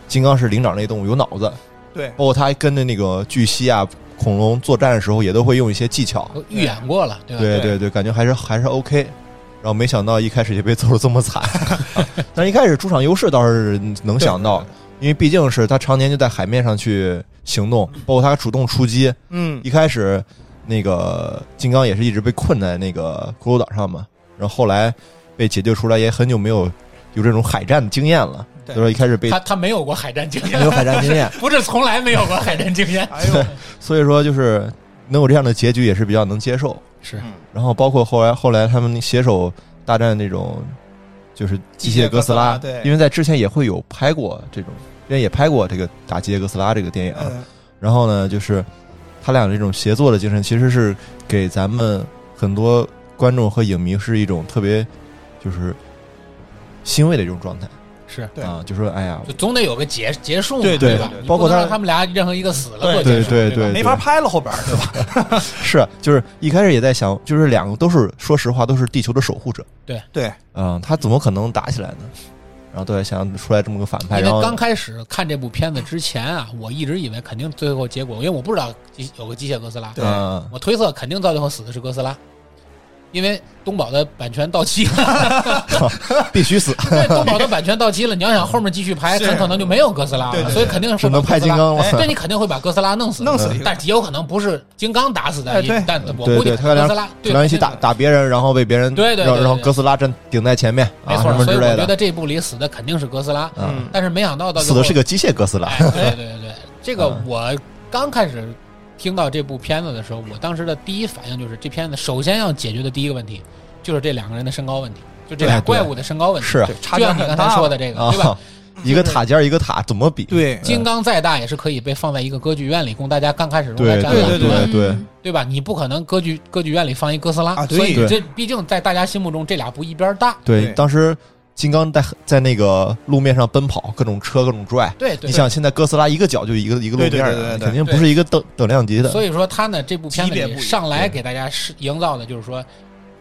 B: 金刚是灵长类动物，有脑子，
C: 对，
B: 包括它跟着那个巨蜥啊、恐龙作战的时候，也都会用一些技巧。
A: 都预演过了，对吧？
B: 对
C: 嗯对
B: 对对，感觉还是还是 OK。然后没想到一开始就被揍的这么 惨，但是一开始主场优势倒是能想到
C: 对，
B: 因为毕竟是他常年就在海面上去行动，包括他主动出击。
C: 嗯
B: 一开始那个金刚也是一直被困在那个骷髅岛上嘛，然后后来被解救出来，也很久没有有这种海战的经验了，
C: 对
B: 所以说一开始被
A: 他他没有过海战经
B: 没
A: 验，
B: 有海战经验，
A: 不是从来没有过海战经验，
C: 哎呦，
B: 所以说就是能有这样的结局也是比较能接受。
A: 是
C: 嗯
B: 然后包括后来后来他们携手大战那种就是机械哥斯拉，
C: 机械哥斯拉对
B: 因为在之前也会有拍过这种，之前也拍过这个打机械哥斯拉这个电影。
C: 嗯，
B: 然后呢，就是他俩这种协作的精神，其实是给咱们很多观众和影迷是一种特别就是欣慰的一种状态
A: 是。
C: 对
B: 啊，就说哎呀，
A: 就总得有个结结束嘛，
C: 对
A: 对
B: 对
A: 吧
C: 对？
A: 你
B: 包括
A: 不能
B: 他
A: 让他们俩任何一个死了
C: 对
A: 做
B: 对
A: 结束，
B: 对
A: 吧
B: 对
C: 没法拍了后边儿，对吧？
B: 是就是一开始也在想，就是两个都是说实话都是地球的守护者，
C: 对，
B: 嗯，他怎么可能打起来呢？然后都在想出来这么个反派，
A: 因
B: 然
A: 为
B: 后
A: 刚开始看这部片子之前啊，我一直以为肯定最后结果，因为我不知道机有个机械哥斯拉，
C: 对
B: 嗯
A: 我推测肯定到最后死的是哥斯拉，因为东宝的版权到期 了，
B: 必须死，
A: 对，东宝的版权到期了，你要想后面继续拍，
C: 是
A: 很可能就没有哥斯拉
C: 对对
A: 了，
C: 对
A: 所以肯定是
B: 只能拍金
A: 会把哥斯拉。
B: 刚了。
C: 哎
A: 对，你肯定会把哥斯拉弄死，
C: 弄死一个
A: 但是也有可能不是金刚打死的
C: 哎，对
A: 但 我
B: 对
A: 估计
B: 对，
A: 肯定
B: 他俩
A: 哥斯拉
B: 可
A: 对
B: 能一起打
A: 肯定
B: 打别人，然后被别人
A: 对对对
B: 让
A: 对
B: 让
A: 对
B: 哥斯拉站顶在前面
A: 没
B: 啊
A: 错
B: 什，么
A: 所以
B: 之
A: 我
B: 类
A: 觉
B: 的。
A: 得这部里死的肯定是哥斯拉，
B: 嗯，
A: 但是没想到到
B: 死
A: 最
B: 的
A: 后
B: 是个机械哥斯拉。
A: 哎，对对对，这个
B: 嗯
A: 我刚开始听到这部片子的时候，我当时的第一反应就是，这片子首先要解决的第一个问题就是这两个人的身高问题，就这俩
B: 哎对
A: 怪物的身高问题。
B: 是啊
C: 对，差
A: 就
C: 距
A: 像你
C: 很
A: 刚
C: 大
A: 才
C: 了啊
A: 说的这个，对吧
B: 啊？，一个塔尖儿一个塔，怎么比？
C: 对
A: 金刚再大也是可以被放在一个歌剧院里供大家刚开始用来
B: 对
A: 展
C: 对
A: 览
C: 对
A: 的
C: 对
B: 对对
D: 嗯，
A: 对吧？你不可能歌剧歌剧院里放一哥斯拉
C: 啊，对
A: 所以
B: 对
A: 这毕竟在大家心目中这俩不一边大。
B: 对
C: 对，
B: 当时金刚在在那个路面上奔跑，各种车各种拽。
A: 对对
B: 你，想，现在哥斯拉一个脚就一个一个路
C: 对对
B: 面儿
C: 对对
B: 啊，
C: 对
B: 肯定不是一个等等量级的。
A: 所以说他呢，这部片子
C: 级别
A: 里
C: 不一样
A: 上来给大家是营造的就是说，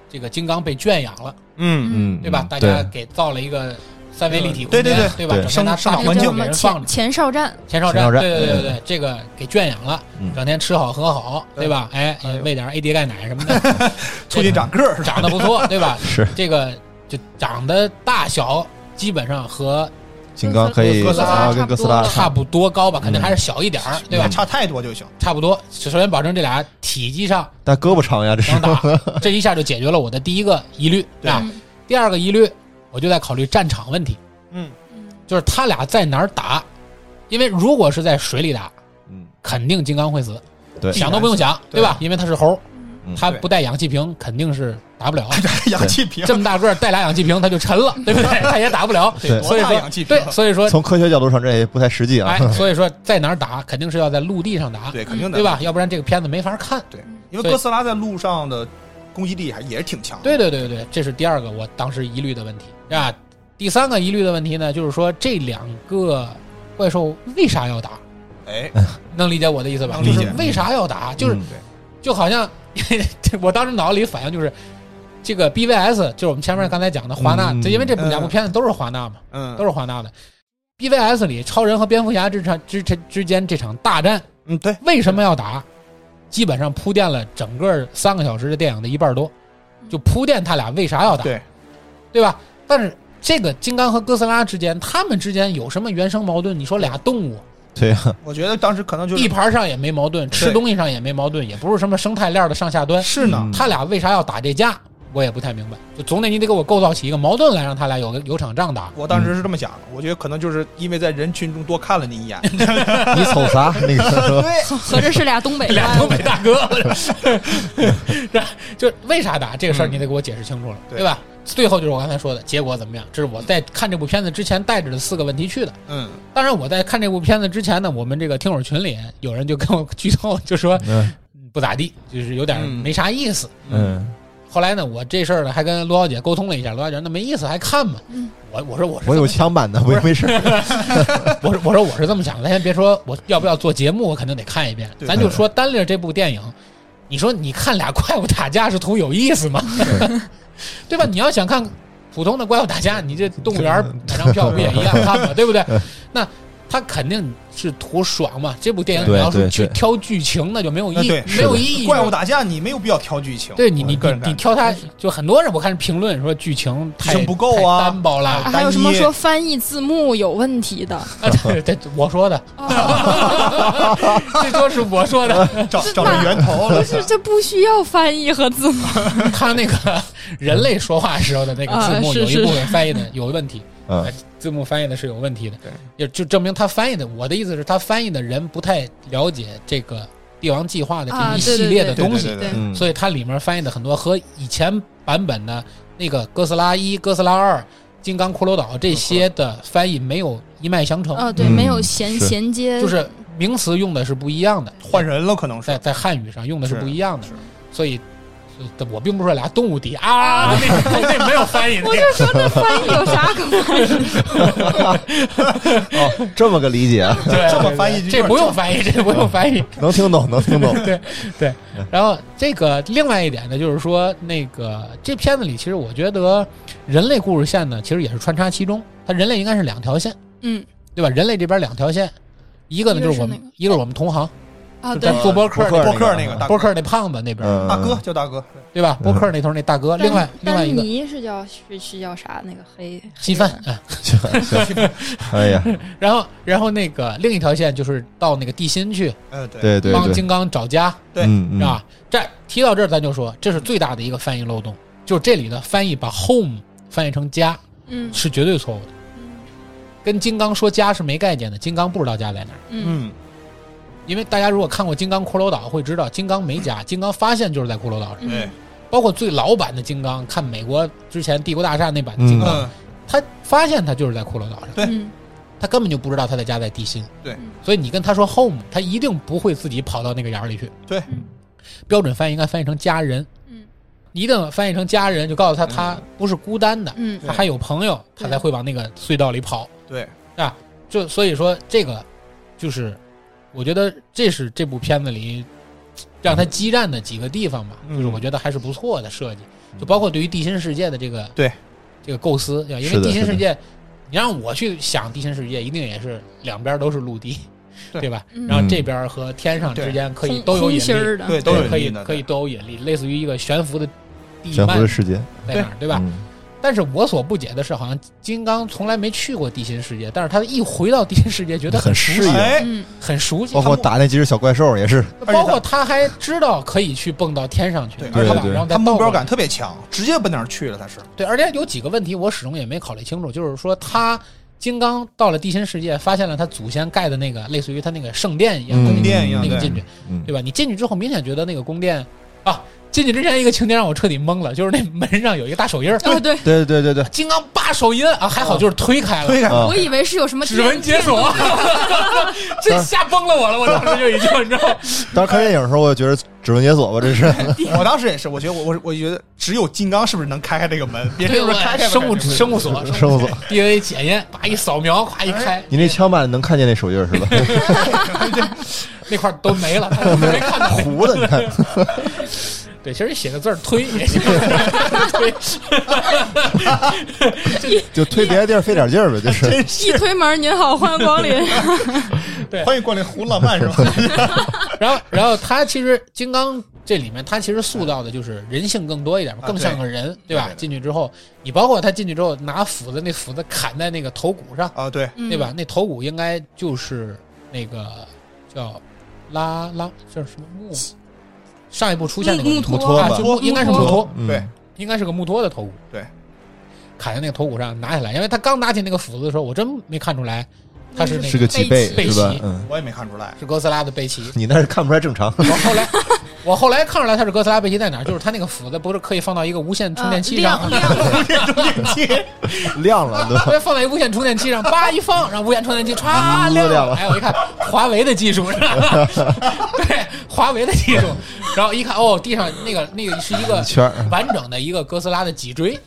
A: 这个金刚被圈养了。
C: 嗯，
B: 嗯，
A: 对吧？
B: 嗯
A: 大家给造了一个三维立体空
C: 对
A: 间，
C: 对对
A: 吧？
B: 对
A: 整天拿
C: 生
A: 大
C: 长
A: 屏
C: 环境
A: 幕给
D: 叫什么
A: 人放着，
D: 前前哨站，
A: 前哨
B: 前哨
A: 站，
B: 站
A: 对对
B: 对
A: 对，这个给圈养了
B: 嗯，
A: 整天吃好喝好，
C: 对
A: 对吧？哎
C: 哎呦，
A: 喂点 A 爹钙奶什么的，
C: 促进长个儿，
A: 长得不错，对吧？
B: 是
A: 这个就长得大小基本上和
B: 金刚可以
A: 哥斯拉
B: 啊跟哥斯拉
A: 差不多高吧，肯定还是小一点儿，对吧？差
C: 哎差太多就行。
A: 差不多，首先保证这俩体积上
B: 但胳膊长呀，这是
A: 能打，这一下就解决了我的第一个疑虑
C: 对
D: 嗯
A: 啊。第二个疑虑，我就在考虑战场问题。
C: 嗯，
A: 就是他俩在哪儿打，因为如果是在水里打，
B: 嗯，
A: 肯定金刚会死，
B: 对
A: 想都不用想，
C: 对
A: 对吧？因为他是猴儿。
B: 嗯
A: 他不带氧气瓶肯定是打不 了啊。
C: 氧气瓶
A: 这么大个儿带俩氧气瓶他就沉 了，对不对？他也打不了。
B: 对
A: 所
C: 多
A: 以
C: 大
A: 说
C: 氧气瓶 啊
A: 对，？所以说
B: 从科学角度上这也不太实际啊
A: 哎。，所以说在哪儿打肯定是要在陆地上打，
C: 对，肯定的，
A: 对？吧？要不然这个片子没法看。
C: 对，因为
A: 所以
C: 哥斯拉在路上的攻击力还也是挺强的。
A: 对对对对，这是第二个我当时疑虑的问题啊。第三个疑虑的问题呢，就是说这两个怪兽为啥要打？
C: 哎，
A: 能理解我的意思吧？
C: 能理解
A: 就是为啥要打？就是、
B: 嗯
A: 就好像 这我当时脑子里反应就是。这个 BVS 就是我们前面刚才讲的华纳，
B: 嗯
A: 就因为这
C: 嗯
A: 两部片子都是华纳嘛，
C: 嗯，
A: 都是华纳的。BVS 里超人和蝙蝠侠这场之之之间这场大战
C: 嗯，对，
A: 为什么要打？基本上铺垫了整个三个小时的电影的一半多，就铺垫他俩为啥要打，
C: 对，
A: 对吧？但是这个金刚和哥斯拉之间，他们之间有什么原生矛盾？你说俩动物，
B: 对呀，
C: 我觉得当时可能就
A: 地
C: 是
A: 盘上也没矛盾，吃东西上也没矛盾，也不是什么生态链的上下端，
C: 是呢
B: 嗯，
A: 他俩为啥要打这架？我也不太明白。就总得你得给我构造起一个矛盾来，让他俩有个有场仗打。
C: 我当时是这么想的，我觉得可能就是因为在人群中多看了你一眼，
B: 你瞅 啥？那个
D: 合合着是俩东北人
A: 俩东北大哥，然后就为啥打这个事儿，你得给我解释清楚了，
C: 对
A: 对吧？最后就是我刚才说的结果怎么样，这是我在看这部片子之前带着的四个问题去的。
C: 嗯，
A: 当然，我在看这部片子之前呢，我们这个听友群里有人就跟我 剧透，就说
B: 嗯
A: 嗯不咋地，就是有点
C: 嗯
A: 没啥意思。
B: 嗯，
A: 后来呢，我这事儿呢还跟罗小姐沟通了一下，罗小姐说那没意思，还看吗？
D: 嗯
A: 我我说我是
B: 我
A: 这
B: 有
A: 么
B: 枪版的，没没事儿。
A: 我说我说我是这么想的，咱先别说我要不要做节目，我肯定得看一遍。
C: 对
A: 咱就说单列这部电影，你说你看俩 怪物打架是图有意思吗？ 对吧？你要想看普通的怪物打架，你这动物园儿买张票不也 一样看吗？对不对？那他肯定是图爽嘛。这部电影
B: 对
A: 你要是
B: 对
A: 去
B: 对
A: 挑剧情，那就没有
C: 那
A: 意
C: 呃对
A: 义，没有意义。
C: 怪物打架你没有必要挑剧情，
A: 对你，你
C: 我个人
A: 你
C: 感
A: 你
C: 觉
A: 挑
C: 嗯
A: 它，就很多人我看评论说剧情太
C: 剧情不够啊
A: 太单薄 了。
D: 啊还有什么说翻译字幕有问题的？
A: 啊，对对，我说的，
D: 啊
A: 这都是我说的。
C: 找找着源头了
D: 不。是，这不需要翻译和字幕。
A: 他那
C: 嗯
A: 个人类说话时候的那个字幕
D: 啊是
A: 有一
D: 是
A: 部分翻译的有问题，哎
B: 嗯，
A: 字幕翻译的是有问题的，
C: 对，
A: 也就证明他翻译的，我的意思是，他翻译的人不太了解这个帝王计划的这
D: 啊
A: 一
D: 对对
A: 系列的
D: 对
A: 东
C: 对
A: 西，
C: 对
B: 嗯
A: 所以它里面翻译的很多和以前版本的那个哥斯拉一、哥斯拉二、金刚骷髅岛这些
C: 嗯
A: 的翻译没有一脉相承，
D: 啊，对，
B: 嗯
D: 没有衔
B: 是
D: 衔接，
A: 就是名词用的是不一样的，
C: 换人了，可能是
A: 在在汉语上用的是
C: 是
A: 不一样的
C: 是，
A: 所以。所以我并不是说俩动物敌 啊，那那没有翻译的，
D: 我就说这翻译有啥可翻译？
B: 哦，这么个理解，
A: 对
C: 这么翻译就
A: 这不用翻译，这不用翻译。
B: 能听懂，能听懂。
A: 然后这个另外一点呢，就是说那个这片子里，其实我觉得人类故事线呢，其实也是穿插其中。它人类应该是两条线，
D: 嗯
A: 对吧？人类这边两条线，一个呢
D: 一个
A: 就是我
D: 是
A: 们
D: 那，
A: 一个是我们同行，
D: 啊，
A: 就
D: 对
A: 咱，做播客
B: 播
C: 播客那个
B: 那
C: 大
A: 播客那胖子那边，
B: 嗯，
C: 大哥叫大哥，
A: 对吧？
B: 嗯
A: 播客那头那大哥，
D: 丹
A: 另外另外一
D: 丹
A: 个
D: 尼是叫是是叫啥？那个黑
A: 稀饭。啊。
B: 行行，哎 呀，
A: 然后然后那个另一条线就是到那个地心去
C: 呃，对，
B: 对对
A: 帮
B: 对，
A: 金刚找家，
C: 对
B: 嗯
A: 是
B: 嗯，
A: 吧？这提到这儿，咱就说这是最大的一个翻译漏洞，就是这里的翻译把 home 翻译成家
D: 嗯
A: 是绝对错误的。跟金刚说家是没概念的，金刚不知道家在哪儿。
D: 嗯
C: 嗯，
A: 因为大家如果看过《金刚骷髅岛》，会知道金刚没家，金刚发现就是在骷髅岛上。
C: 对
D: 嗯，，
A: 包括最老版的金刚，看美国之前《帝国大厦》那版的金刚，
C: 嗯，
A: 他发现他就是在骷髅岛上，
C: 对
D: 嗯
A: 他根本就不知道他的家在地心。
C: 对，
A: 所以你跟他说 home，他一定不会自己跑到那个眼儿里去。
C: 对
D: 嗯，
A: 标准翻译应该翻译成家人。
D: 嗯
A: 一定翻译成家人，就告诉他他
C: 嗯
A: 不是孤单的，
D: 嗯
A: 他还有朋友，他才会往那个隧道里跑，
C: 对，
A: 是吧？就所以说这个就是，我觉得这是这部片子里让他激战的几个地方吧，
C: 嗯
A: 就是我觉得还是不错的设计，就包括对于地心世界的这个
C: 对
A: 这个构思，对吧因
B: 是
A: 为
B: 的
A: 地心世界，你让我去想地心世界，一定也是两边都是陆地，
C: 对
A: 对吧？
D: 嗯
A: 然后这边和天上之间可以
D: 空
A: 都有
D: 空
A: 引
D: 心
A: 力，
D: 儿的，
C: 对，都
A: 对，
C: 有
A: 可以
C: 力的，
A: 可以都有引力，类似于一个悬浮的地
B: 悬浮
A: 幔
B: 的世界，
A: 在那儿，对吧？
B: 嗯
A: 但是我所不解的是，好像金刚从来没去过地心世界，但是他一回到地心世界，觉得
B: 很
A: 熟
B: 适
A: 悉
B: 应，哦
C: 哎，
D: 嗯
A: 很熟悉
B: 包。括
C: 他
B: 打那几只小怪兽也是，
C: 而且他
A: 包括他还知道可以去蹦到天上去，
C: 对
A: 是吧
B: 对对对
A: 然后再
C: 他目
A: 倒过
C: 标
A: 来
C: 感特别强，直接奔那儿去了，他是，
A: 对，而且有几个问题我始终也没考虑清楚，就是说他金刚到了地心世界，发现了他祖先盖的那个类似于他那个圣殿一样的那
B: 嗯
C: 宫
A: 个
C: 殿一样
A: 那个
C: 对
A: 进去，
B: 嗯
A: 对吧？你进去之后，明显觉得那个宫殿啊，进去之前一个情节让我彻底懵了，就是那门上有一个大手印儿，
D: 哦，对，
B: 对对对对，
A: 金刚叭手印啊，还好就是推开了，
C: 推开
B: 啊
D: 我以为是有什么
A: 指纹解锁， 这吓崩了我了，我当时就已经，你知道吗，
B: 当时看电影的时候，我就觉得指纹解锁吧，这是
C: 我当时也是，我觉得我我我觉得只有金刚是不是能开开这个门，别人
A: 对
C: 就是开开不开
A: 生物
C: 这个门
A: 生物锁
B: 生物锁。
A: DNA 检验，叭一扫 描，咵一开，
B: 你那枪版能看见那手印儿是 吧？
A: 那块儿都没 了，没看到。
B: 糊的，你看，
A: 对，其实写个字儿推 也行，推
B: 就推别的地儿费点劲 儿呗，就是。
D: 一推门，您好，欢迎光临。
C: 欢迎光临胡浪漫是吧？
A: 然后，然后他其实金刚这里面，他其实塑造的就是人性更多一点嘛，
C: 啊
A: 更像个人，对吧
C: 对对？对
A: 进去之后，你包括他进去之后拿斧子，那斧子砍在那个头骨上，
C: 啊，对，
D: 嗯
A: 对吧？？那头骨应该就是那个叫拉拉叫什么木，上一部出现那个
D: 木
B: 木
D: 托
B: 托
A: 啊，
B: 吧
A: 就木应该是木托，
B: 嗯
C: 对，
A: 应该是个木托的头骨，
C: 对，
A: 砍在那个头骨上拿起来，因为他刚拿起那个斧子的时候，我真没看出来
D: 嗯
A: 他是那
B: 是个脊背
A: 背
B: 是吧
A: 脊？
B: 嗯，
C: 我也没看出来。
A: 是哥斯拉的背鳍，
B: 你那是看不出来 正常。
A: 我 后来，我后来看出来他是哥斯拉背鳍在哪儿，就是他那个斧子不是可以放到一个无线充电器上
D: 啊
A: 吗，
D: 亮亮
B: 亮了对吧？
A: 对，放在一个无线充电器上，叭一放，然后无线充电器歘亮
B: 嗯亮了
A: 哎，我一看华为的技术，是 吧对，华为的技术，然后一看哦，地上那个那个是一个
B: 一圈儿嗯
A: 完整的一个哥斯拉的脊椎，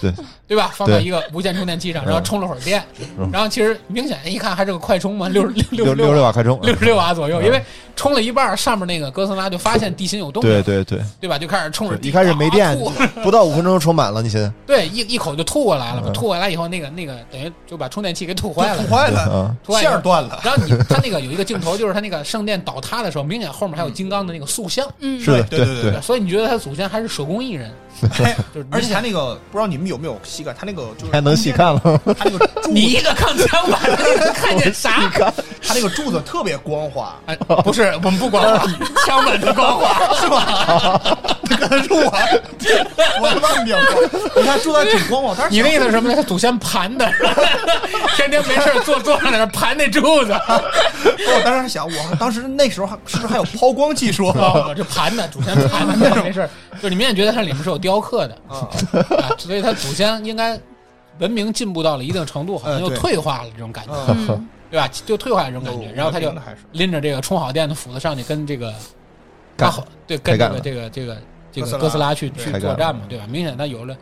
B: 对，
A: 对吧？放到
B: 对
A: 一个无线充电器上，然后
B: 嗯
A: 充了会儿电，
B: 嗯
A: 然后其实明显一看还是个快充嘛，六六
B: 六
A: 六
B: 六十
A: 六
B: 瓦快充，
A: 六十六瓦左右，
B: 嗯
A: 因为充了一半儿，上面那个哥斯拉就发现地心有动静，
B: 对对对，
A: 对吧？就开始冲着地
B: 一开始没
A: 啊
B: 电
A: 吐，
B: 不到五分钟充满了，你现在
A: 对，一一口就吐过来了嘛，
B: 嗯
A: 吐过来以后，那个那个等于就把充电器给吐坏了，
C: 坏了，
B: 啊，
A: 吐坏以
C: 线
A: 后
C: 儿断了。
A: 然后你他那个有一个镜头，就是他那个圣殿倒塌的时候，明显后面还有金刚的那个塑像，
D: 嗯，
B: 是的，
C: 对对
B: 对
C: 对对
A: 所以你觉得他的祖先还是手工艺 人，
C: 哎
A: 就是明
C: 而
A: 显
C: 且他那个不知道你们有没有细看，他那个就是
B: 还能细，看了，
C: 他那个柱
A: 你
C: 子，
A: 一个抗枪版，你看见啥？
C: 他那个柱子特别光滑，
A: 哎，不是，我们不光滑，枪版的光滑，
C: 是吧？那个柱啊，我忘掉了。你看柱子还挺 光滑，但 是
A: 你的意思是什么呢？他祖先盘 的，是吧天天没事儿坐坐上在那儿盘那柱 子，
C: 我当时还想，我当时那时候还是不是还有抛光技术？啊
A: 哦，我这盘的，祖先盘的，没 事儿，就是你明显觉得它里面是有雕刻的，
C: 啊，
A: 啊，所以它祖先应该文明进步到了一定程度，好像
C: 呃
A: 又
C: 对
A: 退化了这种感觉，
C: 嗯
D: 嗯，
A: 对吧？就退化了这种感觉，
C: 有
A: 嗯然后他就
C: 文明的还是
A: 拎着这个充好电的斧子上去跟这个
B: 干
A: 大伙对跟
B: 开
A: 这
B: 干
A: 个
B: 了
A: 这个这个这
C: 哥斯
A: 个
C: 拉
A: 哥斯拉去
C: 对
A: 去
B: 开干
A: 作战嘛
B: 了，
A: 对吧？明显他有了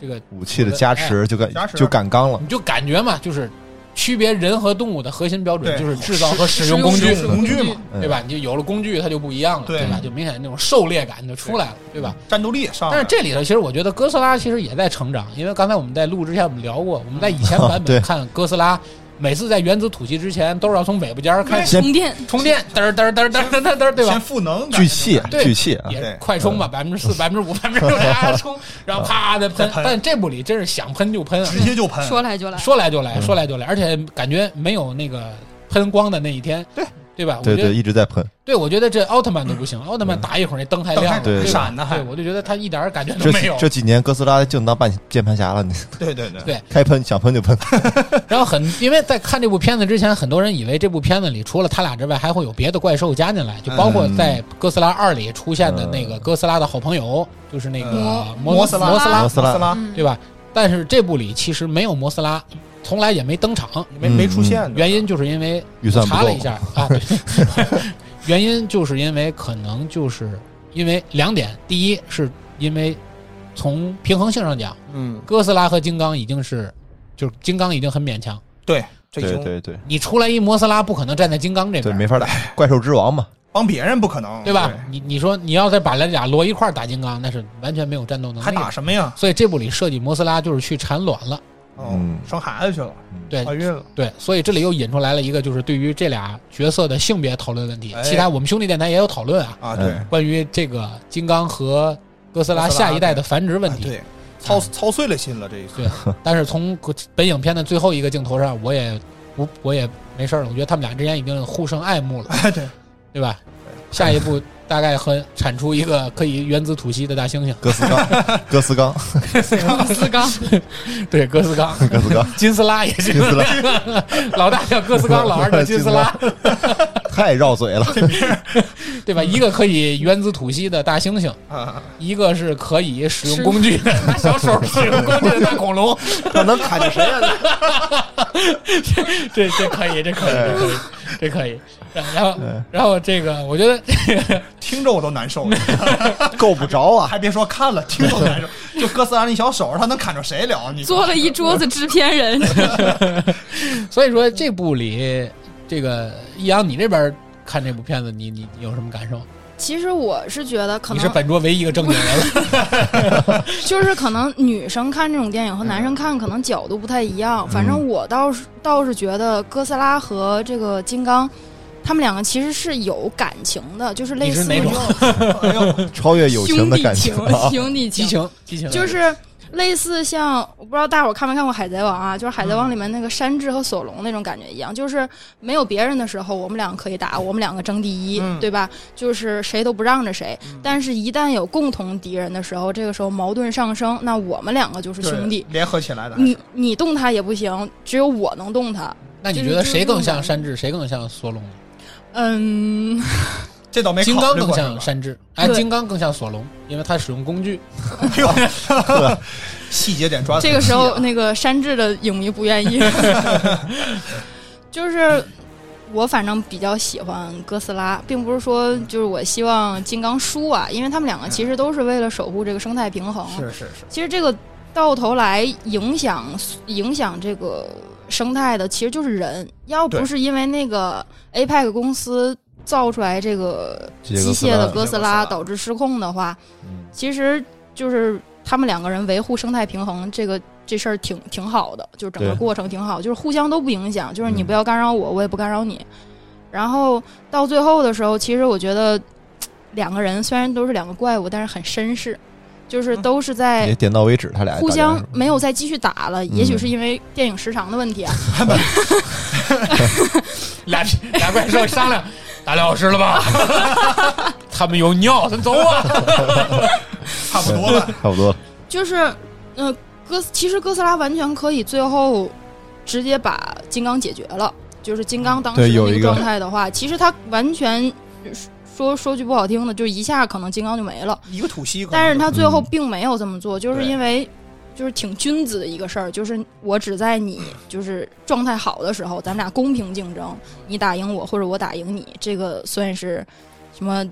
A: 这个，
B: 武器的加持就
C: 哎加
B: 敢
C: 持
B: 就敢刚了，
A: 你就感觉嘛，就是区别人和动物的核心标准
C: 对
A: 就是制造和使用工
D: 使
A: 具
D: 用，
C: 工具嘛，
B: 嗯
A: 对吧？你就有了工具，它就不一样了，
C: 对嗯
A: 对吧？就明显那种狩猎感就出来了，对吧？
C: 战斗力也上来
A: 但
C: 了。
A: 是这里头，其实我觉得哥斯拉其实也在成长，因为刚才我们在录之前我们聊过，我们在以前版本
B: 嗯哦对
A: 看哥斯拉，每次在原子吐息之前都是要从尾巴尖儿开始
B: 先
D: 充电，
A: 充电，嘚儿嘚儿嘚儿嘚儿嘚儿嘚儿嘚儿，对
C: 先
A: 吧？
C: 赋能
B: 聚气
A: 对
B: 聚气啊，
A: 也是
C: 对
A: 快充吧，百分之四、 百分之五、百分 之六，大家充，然后啪的喷
C: 再。喷
A: 但这部里真是想喷就喷啊，
C: 直接就喷，
D: 说来就来。
A: 说来就
B: 嗯
A: 来，说来就来，而且感觉没有那个喷光的那一天，对对吧？我
B: 对
A: 觉得
B: 对，嗯一直在喷，
A: 对，我觉得这奥特曼都不行，奥特曼打一会儿那灯还亮了，
B: 灯还
A: 对吧
C: 闪呢还
A: 对，我就觉得他一点儿感觉都
B: 这
A: 没有。
B: 这几年哥斯拉就能当半键盘侠了，你
C: 对对对
A: 对
B: 该喷想喷就喷，
A: 然后很，因为在看这部片子之前，很多人以为这部片子里除了他俩之外，还会有别的怪兽加进来，就
B: 嗯
A: 包括在《哥斯拉二》里出现的那个哥斯拉的好朋友，就是那个摩
D: 摩
C: 嗯摩斯拉
A: 摩斯
B: 摩
A: 拉，
B: 斯拉
C: 拉
D: 嗯
A: 啊对吧？但是这部里其实没有摩斯拉，从来也没登场，
C: 没没出现的
A: 原因就是因为
B: 预算不
A: 查了一
B: 够，
A: 下啊，对， 原因就是因为可能就是因为两点，第一是因为从平衡性上讲，
C: 嗯，
A: 哥斯拉和金刚已经是，就是金刚已经很勉强。
C: 对，这已
B: 对
C: 经
B: 对对
A: 你出来一摩斯拉，不可能站在金刚这
B: 对，
A: 边，
B: 没 法打，怪兽之王嘛，
C: 帮别人不可能，
A: 对吧？你你说你要再把这俩摞一块儿打金刚，那是完全没有战斗能力
C: 还
A: 的。
C: 打什么呀？
A: 所以这部里设计摩斯拉就是去产卵了，
C: 哦
B: 嗯，
C: 生孩子去了，
A: 对
C: 怀孕了，
A: 对，所以这里又引出来了一个就是对于这俩角色的性别讨论问题。
C: 哎
A: 其他我们兄弟电台也有讨论啊，
C: 啊，
B: 嗯
C: 对
A: 关于这个金刚和哥斯拉
C: 哥斯拉
A: 下一代的繁殖问
C: 啊
A: 题。嗯
C: 对，操操碎了心了这一次
A: 对，但是从本影片的最后一个镜头上，我也不我也没事儿了，我觉得他们俩之间已经互生爱慕了，
C: 哎对，
A: 对吧？下一步大概和产出一个可以原子吐息的大猩猩，
B: 哥斯刚， 哥斯刚，
D: 钢丝钢，
A: 对，哥斯纲、
B: 哥斯刚，
A: 金丝拉也
B: 金
A: 行，
B: 丝拉，
A: 老大叫哥斯纲，老二叫金丝拉，
B: 太绕嘴了。
A: 对吧？一个可以原子吐息的大猩猩，
C: 啊，
A: 一个是可以使用工 具的拿小手使用工具的大恐龙，
C: 那能砍着谁呀、
A: 这这可以，这可以，这可以，这可以。然后
B: 对，
A: 然后这个，我觉得
C: 听着我都难受了，
B: 够不着啊！
C: 还别说看了，听着都难受。就哥斯拉那小手，他能砍着谁聊？你
D: 做了一桌子制片人，
A: 嗯 所以说这部里，这个易阳，你这边看这部片子，你你你有什么感受？
D: 其实我是觉得，可
A: 你是
D: 能
A: 本桌唯一一个正经人 了，
D: 就是可能女生看这种电影和男
A: 嗯
D: 生看可能角度不太一样。反正我倒是倒是觉得哥斯拉和这个金刚，他们两个其实是有感情的，就是类
A: 你是
D: 似
A: 哪
D: 于
A: 种
C: 哎呦，
B: 超越友情
D: 兄
B: 的
D: 弟
B: 感情
D: 情
B: 啊，！
D: 兄弟
A: 激
D: 情，
A: 情激情，
D: 就是类似像我不知道大伙儿看没看过《海贼王》啊，就是《海
C: 嗯
D: 贼王》里面那个山治和索隆那种感觉一样，就是没有别人的时候，我们两个可以打，我们两个争第一，
C: 嗯
D: 对吧？就是谁都不让着谁。但是，一旦有共同敌人的时候，这个时候矛盾上升，那我们两个就是兄弟
C: 对。联合起来的，
D: 你你动他也不行，只有我能动他。
A: 那你觉得谁更像山治，谁更像索隆？
D: 嗯，
C: 这倒没
A: 金
C: 考
A: 刚
C: 虑
A: 更
C: 过
A: 像
C: 是吧
A: 山治，哎，
D: 对
A: 金刚更像索隆，因为他使用工具。
C: 哎呦，细节点抓得
D: 这个时
C: 很细啊
D: 候那个山治的影迷不愿意， 就是我反正比较喜欢哥斯拉，并不是说就是我希望金刚输啊，因为他们两个其实都是为了守护这个生态平衡。
C: 是是是，
D: 其实这个到头来影响影响这个生态的，其实就是人。要不
C: 对
D: 是因为那个 APEC 公司造出来这个
B: 机械
D: 机
B: 哥斯
D: 械的
B: 拉
D: 哥
C: 机械
D: 斯
C: 哥斯拉
D: 拉导致失控的话，
B: 嗯
D: 其实就是他们两个人维护生态平衡这个这事儿挺挺好的，就是整个
B: 对
D: 过程挺好，就是互相都不影响，就是你
B: 嗯
D: 不要干扰我，我也不干扰你。然后到最后的时候，其实我觉得嘖两个人虽然都是两个怪物，但是很绅士，就是
C: 嗯
D: 都是在
B: 也点到为止，他俩
D: 互
B: 打架
D: 相
B: 是吧嗯
D: 没有再继续打了，也许是因为电影时长的问题啊。
A: 俩俩怪兽商量，打俩小时了吧？他们有尿，咱走啊！
C: 啊差不多了。
B: 差不多了。
D: 就是，呃，哥斯，其实哥斯拉完全可以最后直接把金刚解决了。就是金刚当时的
B: 对有
D: 那
B: 一
D: 个
B: 个
D: 状态的话，其实他完全说说句不好听的，就一下可能金刚就没了。
C: 一个土西可能，
D: 但是他最后
B: 嗯
D: 并没有这么做，就是
C: 对
D: 因为就是挺君子的一个事儿，就是我只 在你就是状态好的时候，咱们俩公平竞争，你打赢我或者我打赢你，这个算是什么？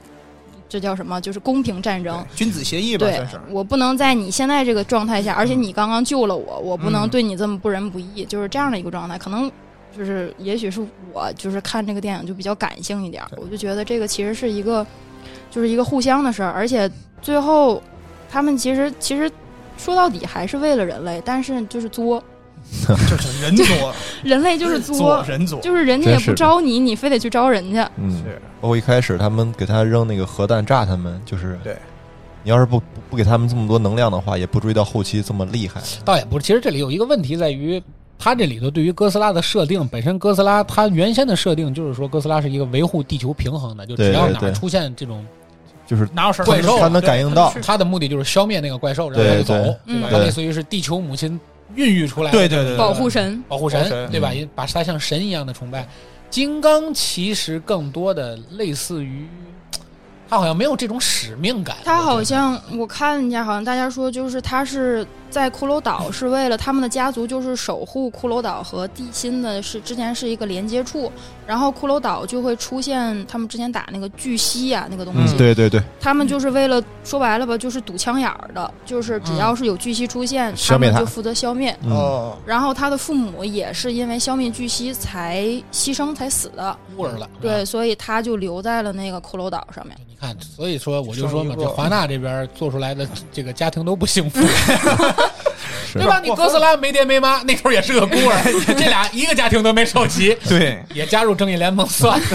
D: 这叫什么？就是公平战争
C: 对。君子协议吧，
D: 对
C: 算是，
D: 我不能在你现在这个状态下，而且你刚刚救了我，我不能
C: 嗯
D: 对你这么不仁不义，就是这样的一个状态。可能就是，也许是我就是看这个电影就比较感性一点儿，
C: 对
D: 我就觉得这个其实是一个，就是一个互相的事儿。而且最后，他们其实其实说到底还是为了人类，但是就是作，
C: 就是人多，
D: 人类就是作
C: 作，人作，
D: 就是人家
B: 真
D: 也
B: 是
D: 不
B: 的
D: 招你，你非得去招人家。
B: 嗯，
C: 是
B: 包括一开始他们给他扔那个核弹炸他们，就是
C: 对。
B: 你要是不不不给他们这么多能量的话，也不至于到后期这么厉害。
A: 倒也不是，其实这里有一个问题在于，它这里头对于哥斯拉的设定，本身哥斯拉它原先的设定就是说哥斯拉是一个维护地球平衡的，就只
B: 对
A: 要
B: 对
A: 哪儿
B: 对
A: 出现这种，
B: 就是
C: 哪有事儿
A: 怪兽
B: 他能感应到，
A: 它的目的就是消灭那个怪兽，然后它就走
B: 对对，
A: 对吧？
D: 嗯
A: 它类似于是地球母亲孕育出来的
C: 对对对，
D: 保护神，
A: 保护神
C: 保护，神
A: 对吧？
B: 嗯
A: 也把它像神一样的崇拜。金刚其实更多的类似于，他好像没有这种使命感。
D: 他
A: 我觉得
D: 好像我看一下，好像大家说就是他是在骷髅岛是为了他们的家族，就是守护骷髅岛和地心的是之前是一个连接处，然后骷髅岛就会出现他们之前打那个巨蜥呀、那个东西，
B: 嗯，对对对，
D: 他们就是为了说白了吧，就是堵枪眼儿的，就是只要是有巨蜥出现，
B: 嗯消
D: 他
B: 灭
D: 们
B: 它
D: 就负责消灭。
B: 嗯，
C: 哦，
D: 然后他的父母也是因为消灭巨蜥才牺牲才死的，
A: 孤儿了。是吧
B: 啊
D: 对，，所以他就留在了那个骷髅岛上面。
A: 你看，所以说我就说嘛，
C: 生一
A: 这
C: 个
A: 华纳这边做出来的这个家庭都不幸福，
B: 是
A: 对吧？你哥斯拉没爹没妈，那头也是个孤 儿，这俩一个家庭都没受齐，
C: 对，
A: 也加入正义联盟算了，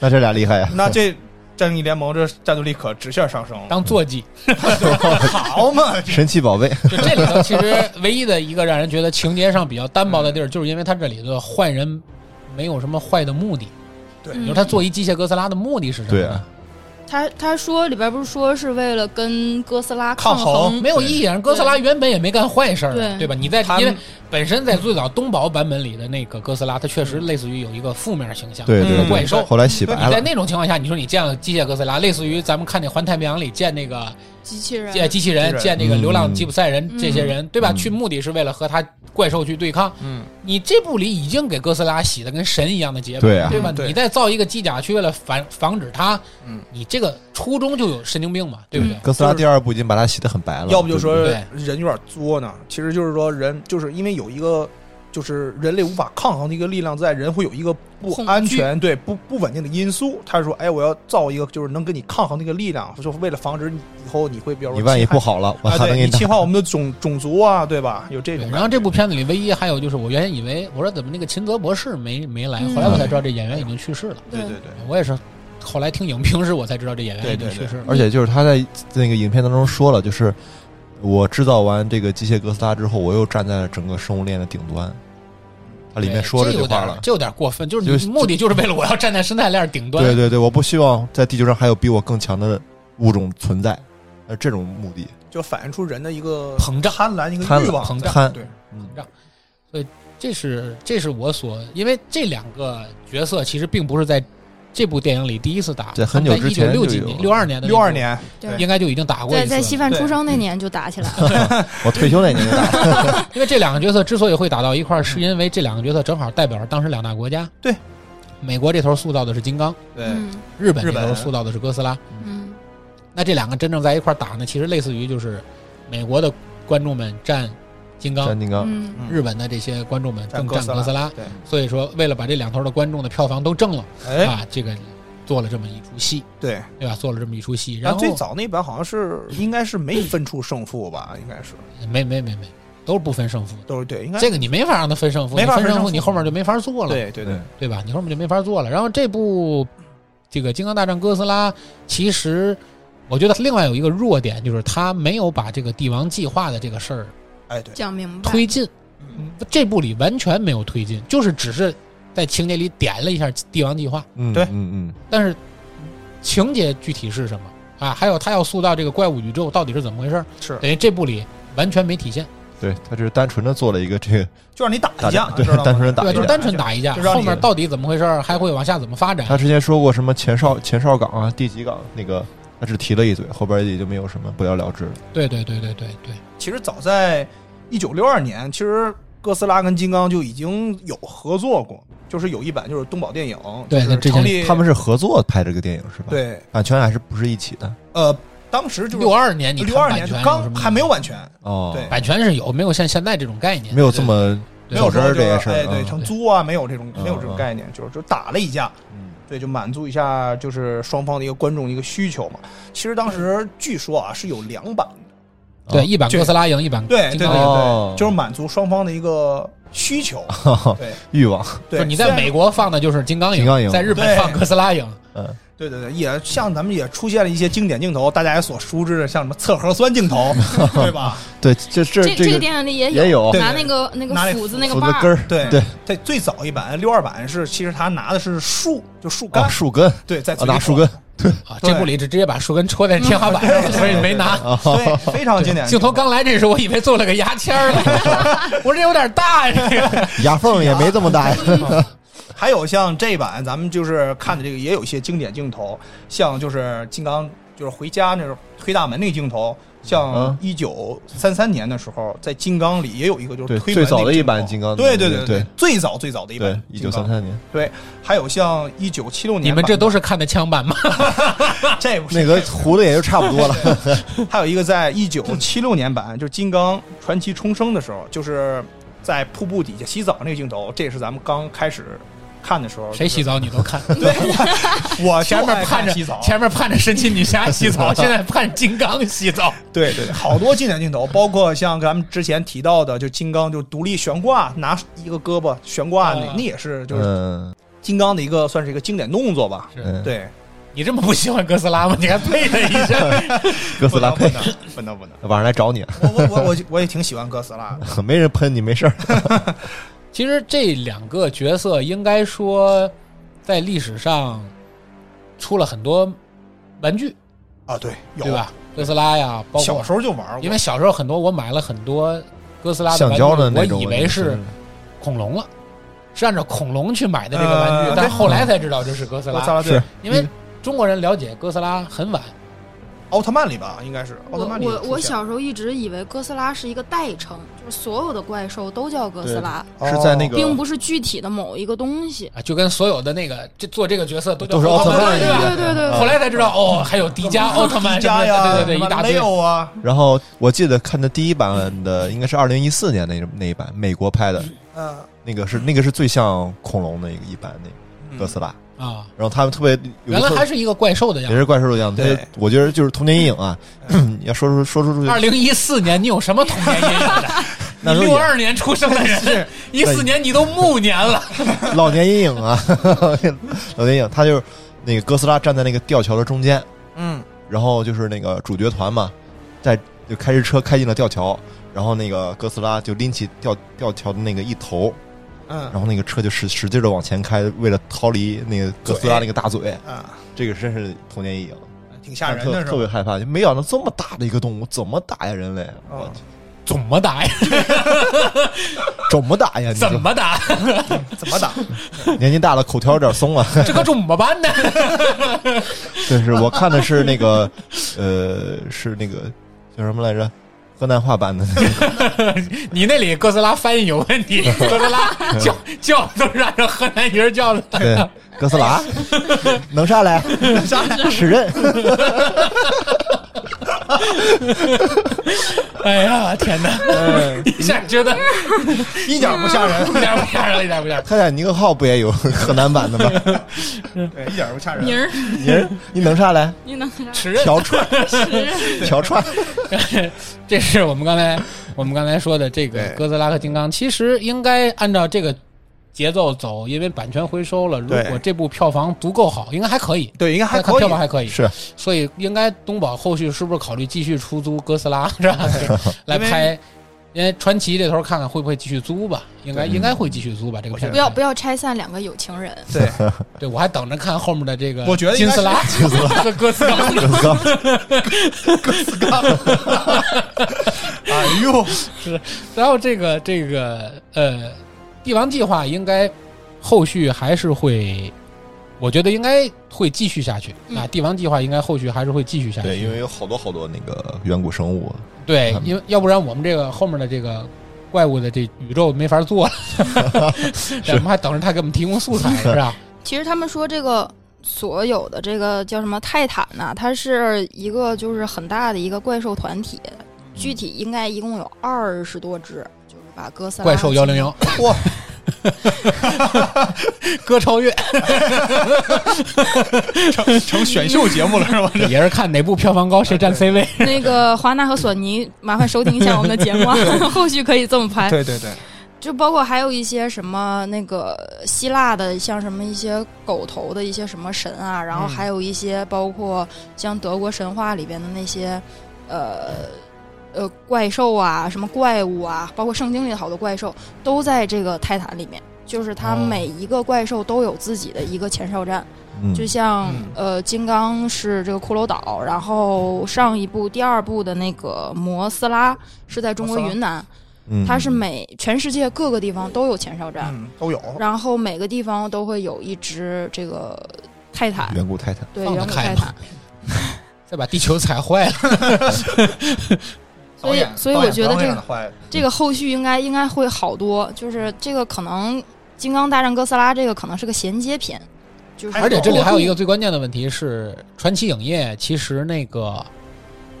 B: 那这俩厉害呀！
C: 那这正义联盟这战斗力可直线上升，
A: 当坐骑。
C: 好嘛，
B: 神 奇宝贝，
A: 就这里头，其实唯一的一个让人觉得情节上比较单薄的地儿，就是因为他这里的坏人没有什么坏的目的。
C: 对
A: 你说他做一机械哥斯拉的目的是什么
B: 对
A: 呢
B: 啊？
D: 他他说里边不是说是为了跟哥斯拉
C: 抗衡
D: 衡，
A: 没有意义啊！哥斯拉原本也没干坏事儿啊，
D: 对
A: 对吧？你在
C: 他们
A: 因为本身在最早东宝版本里的那个哥斯拉，它确实类似于有一个负面形象，
B: 对
A: 是
B: 对
A: 个
B: 对，
C: 嗯
A: 怪兽。
B: 后来洗白
A: 你在
B: 了，
A: 那种情况下，你说你见了机械哥斯拉，类似于咱们看那《环太平洋》里见那个
D: 机器人，
A: 见机器人、
C: 嗯
A: 见那个流浪吉普赛人
D: 嗯
A: 这些人，对吧？
B: 嗯
A: 去目的是为了和他怪兽去对抗。
C: 嗯，
A: 你这部里已经给哥斯拉洗的跟神一样的洁白，
B: 对啊
A: 吧？
C: 嗯对
A: 你再造一个机甲去为了防防止他，
C: 嗯
A: 你这个初衷就有神经病嘛，对不对？
B: 哥斯拉第二部已经把它洗得很白了，
C: 要不就说
A: 对
C: 人有点作呢，其实就是说人就是因为有一个就是人类无法抗衡的一个力量在，人会有一个不
D: 恐惧
C: 安全、对不不稳定的因素。他说：“哎，我要造一个就是能跟你抗衡的一个力量，就是为了防止你以后你会比如说
B: 你万一
C: 侵害
B: 不好了，我
C: 啊，
B: 还能
C: 对
B: 给
C: 你侵
B: 打
C: 犯我们的种种族啊，对吧？有这
A: 对
C: 种。
A: 然后这部片子里唯一还有就是，我原先以为我说怎么那个秦泽博士没没来，
D: 嗯
A: 后来我才知道这演员已经去世了。
C: 对对
D: 对
C: 对，
A: 我也是后来听影评时我才知道这演员
C: 对
A: 已经
C: 对
A: 去世了。
B: 而且就是他在那个影片当中说了，就是我制造完这个机械哥斯拉之后，我又站在了整个生物链的顶端。他里面说
A: 这
B: 句
A: 有
B: 话
A: 点
B: 了，
A: 这有点过分，就是
B: 就
A: 你目的就是为了我要站在生态链顶端。
B: 对对对，我不希望在地球上还有比我更强的物种存在，呃，这种目的，
C: 就反映出人的一个
A: 膨胀
C: 贪婪、一个
B: 贪
C: 欲
B: 婪
C: 望
A: 膨
C: 在
B: 胀
C: 对，
B: 嗯，
A: 这是这是我所因为这两个角色其实并不是在这部电影里第一次打，
B: 在很久之前
A: 六
B: 就
A: 几
B: 有
A: 年六二年的那
C: 六二
A: 部
C: 年
D: 对
A: 应该就已经打过一次
D: 在
A: 了。
D: 在稀饭
C: 对
D: 出生那年就打起来了。
B: 我退休那年就打了，
A: 因为这两个角色之所以会打到一块儿，是因为这两个角色正好代表着当时两大国家。
C: 对，
A: 美国这头塑造的是金刚，
C: 对
D: 嗯
A: 日本这
C: 日本
A: 头塑造的是哥斯拉。
D: 嗯，
A: 那这两个真正在一块儿打呢，其实类似于就是美国的观众们站金刚，
B: 战金刚，
D: 嗯，
A: 日本的这些观众们更
C: 站哥
A: 站
C: 斯拉
A: 哥斯拉。啊
C: 对，
A: 所以说，为了把这两头的观众的票房都挣了
C: 哎
A: 啊，这个做了这么一出戏，
C: 对，
A: 对吧？做了这么一出戏，
C: 然
A: 然
C: 后
A: 后
C: 啊最早那版好像是应该是没分出胜负吧，应该是
A: 没没没没，都是不分胜负的。
C: 都是对，应该
A: 这个你没法让他分胜负，
C: 没
A: 你
C: 法
A: 分
C: 分
A: 胜
C: 胜
A: 负，
C: 负
A: 你后面就没法做了。
C: 对对对，
A: 对吧？你后面就没法做了。然后这部这个《金刚大战哥斯拉》，其实我觉得另外有一个弱点，就是它没有把这个帝王计划的这个事儿
C: 哎对，
D: 讲明白。
A: 推进。
C: 嗯
A: 这部里完全没有推进，就是只是在情节里点了一下帝王计划，
B: 嗯，
C: 对
B: 嗯嗯，
A: 但是情节具体是什么啊？还有他要塑造这个怪物宇宙到底是怎么回事儿？
C: 是
A: 等于这部里完全没体现，
B: 对他只是单纯的做了一个这个
C: 就让你打
B: 大
C: 一架
B: 家，对
C: 知道吗
B: 单纯地打
A: 对吧？
B: 一架
A: 就是单纯打一架，
C: 就让
A: 后
C: 你
A: 面到底怎么回事儿？还会往下怎么发展？
B: 他之前说过什么前哨前哨岗啊、第几岗那个，他只提了一嘴，后边也就没有什么不了了之了。
A: 对对对对对对。
C: 其实早在一九六二年，其实哥斯拉跟金刚就已经有合作过，就是有一版就是东宝电影，
A: 对
C: 就
A: 那
C: 是
A: 之前
C: 成立
B: 他们是合作拍这个电影是吧？，
C: 对
B: 版权还是不是一起的？
C: 呃，当时就是
A: 六二年你
C: 六二
A: 谈
C: 年
A: 版权有什
C: 刚
A: 么
C: 还没有版权，
B: 哦，
C: 对
A: 版权是有，没有像现在这种概念，
B: 没有这么
A: 对
C: 没有
B: 较真
C: 说
B: 儿
C: 就
B: 这
C: 是
B: 件事儿，
C: 哎对
B: 嗯
C: 成租啊，没有这种没有
B: 嗯
C: 这种
B: 嗯
C: 概念，就是就打了一架，
B: 嗯
C: 对，就满足一下就是双方的一个观众的一个需求嘛。其实当时据说啊是有两版的，
A: 对
B: 哦
A: 一版哥斯拉赢，一版
C: 对
A: 金
C: 对对
A: 刚
C: 对，
A: 赢。
B: 哦
C: 就是满足双方的一个需求。 对
B: 欲望，
A: 就
C: 对，
A: 是你
C: 虽
A: 在
C: 然
A: 美国放的就是金刚
B: 金刚赢
A: 在日本
C: 对
A: 放哥斯拉赢，
B: 嗯，
C: 对对对，也像咱们也出现了一些经典镜头，大家也所熟知的，像什么测核酸 镜头，对吧？
B: 对，这这
D: 这这个
B: 个
D: 电影里也
B: 也有
C: 对
D: 拿那个那个
C: 拿那
D: 斧子那个
B: 斧子
D: 把儿
B: 根儿，
C: 对
B: 对，
C: 在最早一版六二版是，其实他拿的是树，就树干，
B: 啊，树根
C: 对，在
B: 啊，
C: 嘴里
B: 拿树根，
A: 啊，
C: 对
A: 这部里是直接把树根戳在天花板上了，所以没拿。
B: 啊，
C: 捅，对，非哦常经典。
A: 镜头刚来这时候，我以为做了个牙签儿 了，我这有点大呀，这个。
B: 牙缝也没这么大呀，
C: 还有像这版，咱们就是看的这个也有一些经典镜头，像就是金刚就是回家那种推大门那个镜头，像
B: 嗯
C: 一九三三年的时候，在金刚里也有一个就是
B: 对
C: 推门
B: 最早
C: 那个
B: 的一
C: 镜头
B: 版金刚
C: 对
B: 对
C: 对
B: 对
C: 对，最早最早的一
B: 对
C: 版，
B: 一
C: 金
B: 九
C: 刚
B: 三，三年
C: 对，还有像一九七六
A: 你
C: 年版的，
A: 们这都是看的枪版吗？
C: 这不是
B: 那个糊的也就差不 多了，
C: 还有一个在一九七六年版，就是《金刚传奇重生》的时候，就是在瀑布底下洗澡那个镜头，这也是咱们刚开始看的时候。
A: 谁洗
C: 澡？
A: 澡你都 看，
C: 我
A: 前面盼着
C: 洗澡，啊
A: 前面盼着神奇女侠洗 澡，现在盼金刚洗澡。
C: 对对，对好多经典镜头，包括像咱们之前提到的，就金刚就独立悬挂，拿一个胳膊悬挂那
A: 啊
C: 那也是就是
B: 嗯
C: 金刚的一个算是一个经典动作吧。
A: 是
B: 嗯，，
C: 对，
A: 你这么不喜欢哥斯拉吗？你还配他一声？
B: 哥斯拉
C: 不
B: 配，
C: 能不能不能
B: 晚上来找你，
C: 不能，我我我我我也挺喜欢哥斯拉 的。
B: 没人喷你没事儿，
A: 其实这两个角色应该说，在历史上出了很多玩具，
C: 啊，对，有
A: 对？吧？哥斯拉呀，包
C: 小
A: 括
C: 时候就玩
A: 因
C: 过，
A: 为小时候很多我买了很多哥斯拉的
B: 橡
A: 玩具，
B: 胶的那种，
A: 我以为是恐龙了，是按照恐龙去买的这个玩具，
C: 呃
A: 但
C: 对
A: 后来才知道这是哥斯
C: 我
A: 拉，
C: 操，对
B: 是，
A: 因为中国人了解哥斯拉很晚，
C: 奥特曼里吧，应该是奥
D: 我
C: 特曼里
D: 我
C: 出
D: 我
C: 现
D: 小时候一直以为哥斯拉是一个代称，就是所有的怪兽都叫哥斯拉，
C: 哦
B: 是在那个
D: 并不是具体的某一个东西。
A: 啊，就跟所有的那个这做这个角色都叫
B: 都是
A: 奥
B: 奥特
A: 曼
B: 曼
A: 对
B: 一
A: 吧？
B: 样
D: 对对对
A: 后来才知道哦，还有迪迦奥特曼什么
C: 家
A: 的，
C: 呀，
A: 对对对，一大堆
C: 没。有啊，
B: 然后我记得看的第一版的应该是二零一四年那那一版美国拍的，
C: 嗯，
B: 那个是那个是最像恐龙的一个一版那
C: 嗯
B: 个哥斯拉。
A: 啊，
B: 然后他们特别有
A: 原
B: 一
A: 来
B: 次
A: 还是一个怪兽的样
B: 也
A: 子。
B: 是怪兽的样子，
C: 对
B: 他我觉得就是童年阴影啊。 要说出说出出去
A: 二，零一四年你有什么童年阴影的？
B: 那时候
A: 六
B: 也
A: 二年出生的人，一四年你都暮年了。
B: 老年阴影啊， 老年阴影。他就是那个哥斯拉站在那个吊桥的中间，
C: 嗯，
B: 然后就是那个主角团嘛，在就开着车开进了吊桥，然后那个哥斯拉就拎起吊吊桥的那个一头，
C: 嗯
B: 然后那个车就使使劲的往前开，为了逃离那个哥斯拉那个大嘴。
C: 啊，
B: 这个真是童年阴影，
C: 挺吓人
B: 特
C: 的
B: 特
C: 是
B: 别
C: 吧？
B: 害怕，就没想到这么大的一个动物怎么打呀人类，我
C: 嗯
B: 去
A: 怎么打呀？
B: 怎么打呀？你说
A: 怎么打？
C: 怎么打？
B: 年纪大了，口条有点松 了。
A: 这可怎么办呢？
B: 就是我看的是那个，呃，是那个叫什么来着？河南话版的那个，
A: 你那里哥斯拉翻译有问题，哥斯拉叫叫都是按照河南人叫的。
B: 对，哥斯 拉能上来，使刃，
A: 哎呀，天哪！
C: 嗯
A: 一下觉得
C: 一点不吓人，
A: 一点不吓人了，一点不吓人。
B: 泰坦尼克号不也有河南版的吗？
C: 对，一点不吓
D: 妮
C: 人。
D: 儿，
B: 你你能上来，
D: 你能 啥？
A: 齿刃，
B: 条串，条串，
A: 这是我们刚才我们刚才说的这个
C: 对
A: 哥斯拉和金刚，其实应该按照这个节奏走，因为版权回收了。如
C: 对
A: 果这部票房足够好，应该还可以，
C: 对，应该还
A: 它
C: 可以
A: 票。房还可以。
B: 是
A: 所以应该东宝后续是不是考虑继续出租哥斯拉 是吧？来拍，因为传奇这头看看会不会继续租吧？应该
B: 对
A: 应该会继续租吧？这个片
C: 我觉得
D: 不要不要拆散两个有情人。
C: 对，
A: 对我还等着看后面的这个，
C: 我觉得应
A: 金
C: 该
A: 丝
C: 是
A: 拉、金丝拉、哥斯拉。
B: 哥斯拉
C: 哎呦，
A: 然后这个这个呃，帝王计划应该后续还是会，我觉得应该会继续下去。
D: 嗯
A: 啊，帝王计划应该后续还是会继续下去。
B: 对，因为有好多好多那个远古生物，
A: 对
B: 嗯
A: 因为要不然我们这个后面的这个怪物的这宇宙没法 做了，我们还等着他给我们提供素材是吧？
D: 其实他们说这个所有的这个叫什么泰坦呐、它是一个就是很大的一个怪兽团体，具体应该一共有二十多只，就是把哥斯拉
A: 怪兽幺零幺，
C: 哇，
A: 哥超 越
C: 成成选秀节目了是吧？
A: 也是看哪部票房高谁占 C 位。
D: 那个华纳和索尼，麻烦收听一下我们的节 目啊，后续可以这么拍。
C: 对对对，
D: 就包括还有一些什么那个希腊的，像什么一些狗头的一些什么神啊，然后
C: 嗯
D: 还有一些包括像德国神话里边的那些，呃呃怪兽啊，什么怪物啊，包括圣经里的好多怪兽都在这个泰坦里面。就是它
A: 哦
D: 每一个怪兽都有自己的一个前哨站，
B: 嗯，
D: 就像、
C: 嗯
D: 呃金刚是这个骷髅岛，然后上一部第二部的那个摩斯拉是在中国
C: 摩斯拉
D: 云南，
B: 嗯
D: 它是每全世界各个地方都有前哨站，
C: 嗯，都有。
D: 然后每个地方都会有一只这个泰坦，
B: 远古泰坦，
D: 对，
A: 放得
D: 远古
A: 开
D: 泰
A: 吗
D: 坦。
A: 再把地球踩坏了，
D: 所以
C: 导演
D: 所以
C: 导演
D: 我觉
C: 不
D: 得
C: 要
D: 这
C: 让他坏了
D: 这个后续应该应该会好多，就是这个可能《金刚大战哥斯拉》这个可能是个衔接品，就是
A: 而且这里还有一个
D: 过渡
A: 最关键的问题是，传奇影业其实那个，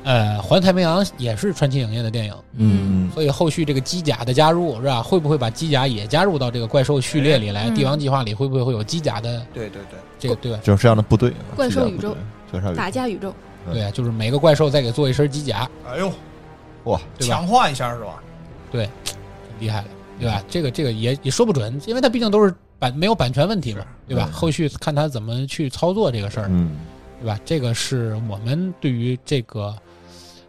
A: 呃，《环太平洋》也是传奇影业的电影，
D: 嗯
B: 嗯
A: 所以后续这个机甲的加入是吧？会不会把机甲也加入到这个怪兽序列里来？
D: 嗯
A: 帝王计划里会不会会有机甲的
C: 对对对，
A: 这个对吧
B: 嗯，？就是这样的部队，
D: 怪兽宇
B: 部队
D: 宙，
B: 怪兽宇宙
D: 打架宇宙，
B: 嗯
A: 对啊，就是每个怪兽再给做一身机甲，
C: 哎呦，
B: 哇，
A: 对吧？
C: 强化一下是吧？
A: 挺厉害的，对吧？这个这个也也说不准，因为它毕竟都是版没有版权问题嘛，对吧？
B: 嗯
A: 后续看他怎么去操作这个事儿。
B: 嗯，
A: 对吧？这个是我们对于这个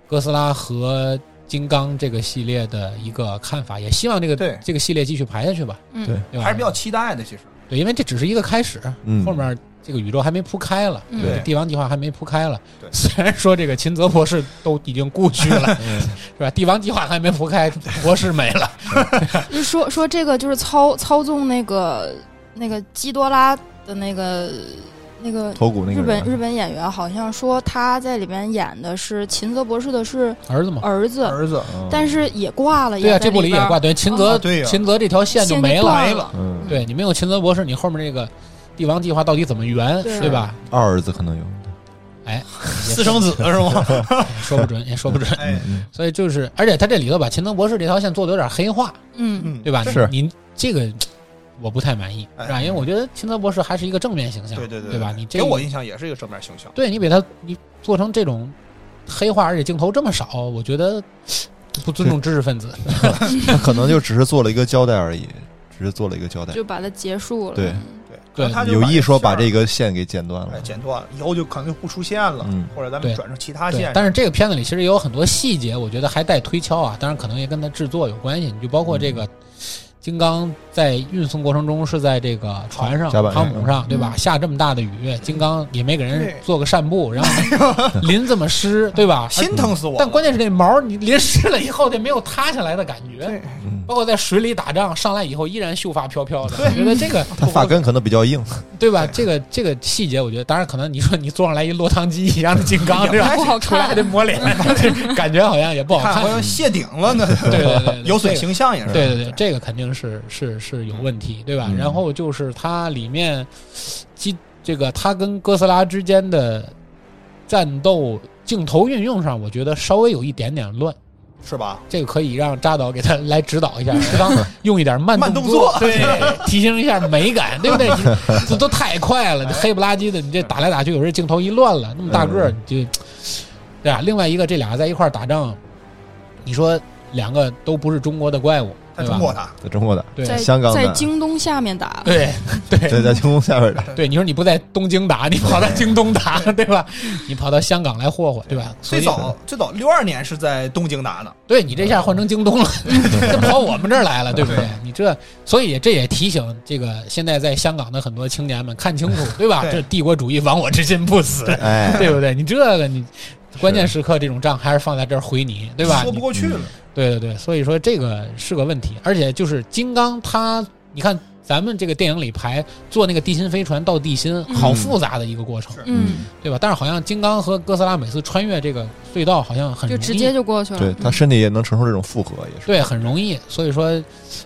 A: 哥斯拉和金刚这个系列的一个看法，也希望这个
C: 对
A: 这个系列继续排下去吧，
D: 嗯
B: 对
A: 对吧？
C: 还是比较期待的，其实。
A: 对，因为这只是一个开始，
B: 嗯
A: 后面这个宇宙还没铺开了，
D: 嗯
B: 对
A: 帝王计划还没铺开了
C: 对。
A: 虽然说这个秦泽博士都已经故 去了，
C: 嗯
A: 是吧？帝王计划还没铺开，博士没了。
D: 就说说这个就是操操纵那个那个基多拉的那个那个
B: 头骨那
D: 日
B: 个
D: 本
B: 人，
D: 日本演员，好像说他在里边演的是秦泽博士的是
A: 哦儿子嘛，
D: 儿子，
C: 儿子，
B: 嗯
D: 但是也挂了，
A: 对啊，
D: 哦也在
A: 这部里
D: 边
A: 也挂，等于秦泽
C: 啊对呀
A: 秦泽这条线
D: 线
A: 就没了。
D: 断了，
B: 嗯，
A: 对你没有秦泽博士，你后面这个帝王计划到底怎么圆，
D: 对
A: 对吧？
B: 二儿子可能有，
A: 哎，也
C: 私生子是吗？
A: 说不准，也说不准。
C: 哎，
B: 嗯
A: 所以就是，而且他这里头把秦泽博士这条线做的有点黑化，
D: 嗯，
C: 嗯
A: 对吧？
B: 是
A: 您这个我不太满意，是吧？因为我觉得秦泽博士还是一个正面形象，
C: 哎对
A: 对
C: 对
A: 吧？你这
C: 给我印象也是一个正面形象。
A: 对你给他你做成这种黑化，而且镜头这么少，我觉得不尊重知识分子。
B: 嗯他可能就只是做了一个交代而已，只是做了一个交代，
D: 就把它结束了。
B: 对
C: 对，
A: 对
C: 可能他就
B: 有意说把这
C: 个
B: 个线给剪断
C: 线儿哎
B: 了，
C: 剪断了，以后就可能就不出现了，
B: 嗯
C: 或者咱
A: 对
C: 们转成其他
A: 对
C: 线，。
A: 但是这个片子里其实也有很多细节，我觉得还带推敲啊。当然，可能也跟它制作有关系。你就包括这
C: 嗯
A: 个金刚在运送过程中是在这个船上
B: 甲板上
A: 航母上，对吧？
D: 嗯
A: 下这么大的雨，金刚也没给人
C: 对哎
A: 做个散步，然 后淋这么湿，对吧？
C: 心疼死我了！
A: 但关键是那毛儿你淋湿了以后，这没有塌下来的感觉。
C: 对
B: 嗯，
A: 包括在水里打仗，上来以后依然秀发飘飘的。我觉得这个
B: 他发根可能比较硬，
A: 对吧？这个这个细节，我觉得，当然可能你说你坐上来一落汤鸡一样的金刚，对吧？
D: 不好
A: 出来还
D: 看
A: 得，抹脸， 感觉好像也不好
C: 看
A: 看
C: 好。像谢顶了呢，
A: 对对嗯对，对
C: 有损。形象也
A: 这个
C: 是。
A: 对对对，这个肯定是是是有问题，对吧？
B: 嗯
A: 然后就是它里面，基这个它跟哥斯拉之间的战斗镜头运用上，我觉得稍微有一点点乱。
C: 是吧？
A: 这个可以让扎导给他来指导一 下，适当用一点慢
C: 慢
A: 动
C: 动
A: 作
C: 作，
A: 对， 提升一下美感，对不对？你这都太快了，
C: 哎
A: 黑不拉几的，你这打来打去，有时候镜头一乱了，那么大个
C: 嗯
A: 儿，你就对啊吧？另外一个，这俩在一块儿打仗，你说两个都不是中国的怪物，
C: 在
A: 对
C: 中
A: 吧？
C: 国打，
B: 在中国的，
A: 对
D: 在
B: 香港的
D: 在京东下面打，
A: 对
B: 对，在天空下边的，
A: 对，你说你不在东京打，你跑到京东 打，对吧？你跑到香港来霍霍，对吧？所
C: 最
A: 以
C: 早最早六二年是在东京打的，
A: 对你这下换成京东 了，这跑我们这儿来了，对不对？你这，所以这也提醒这个现在在香港的很多青年们看清楚，对吧？
C: 对
A: 这帝国主义亡我之心不死，
B: 哎，
A: 对不对？你这个你关键时刻这种仗还是放在这儿回你，对吧？
C: 说不
A: 你
C: 过去了。
A: 对对对，所以说这个是个问题，而且就是金刚他，你看咱们这个电影里排坐那个地心飞船到地心，好
B: 嗯
A: 复杂的一个过程，
C: 是
D: 嗯，
A: 对吧？但是好像金刚和哥斯拉每次穿越这个隧道，好像很
D: 就
A: 容
D: 直
A: 易
D: 接就过去了。
B: 对他身体也能承受这种负荷，也是，
A: 对，很容易。所以说，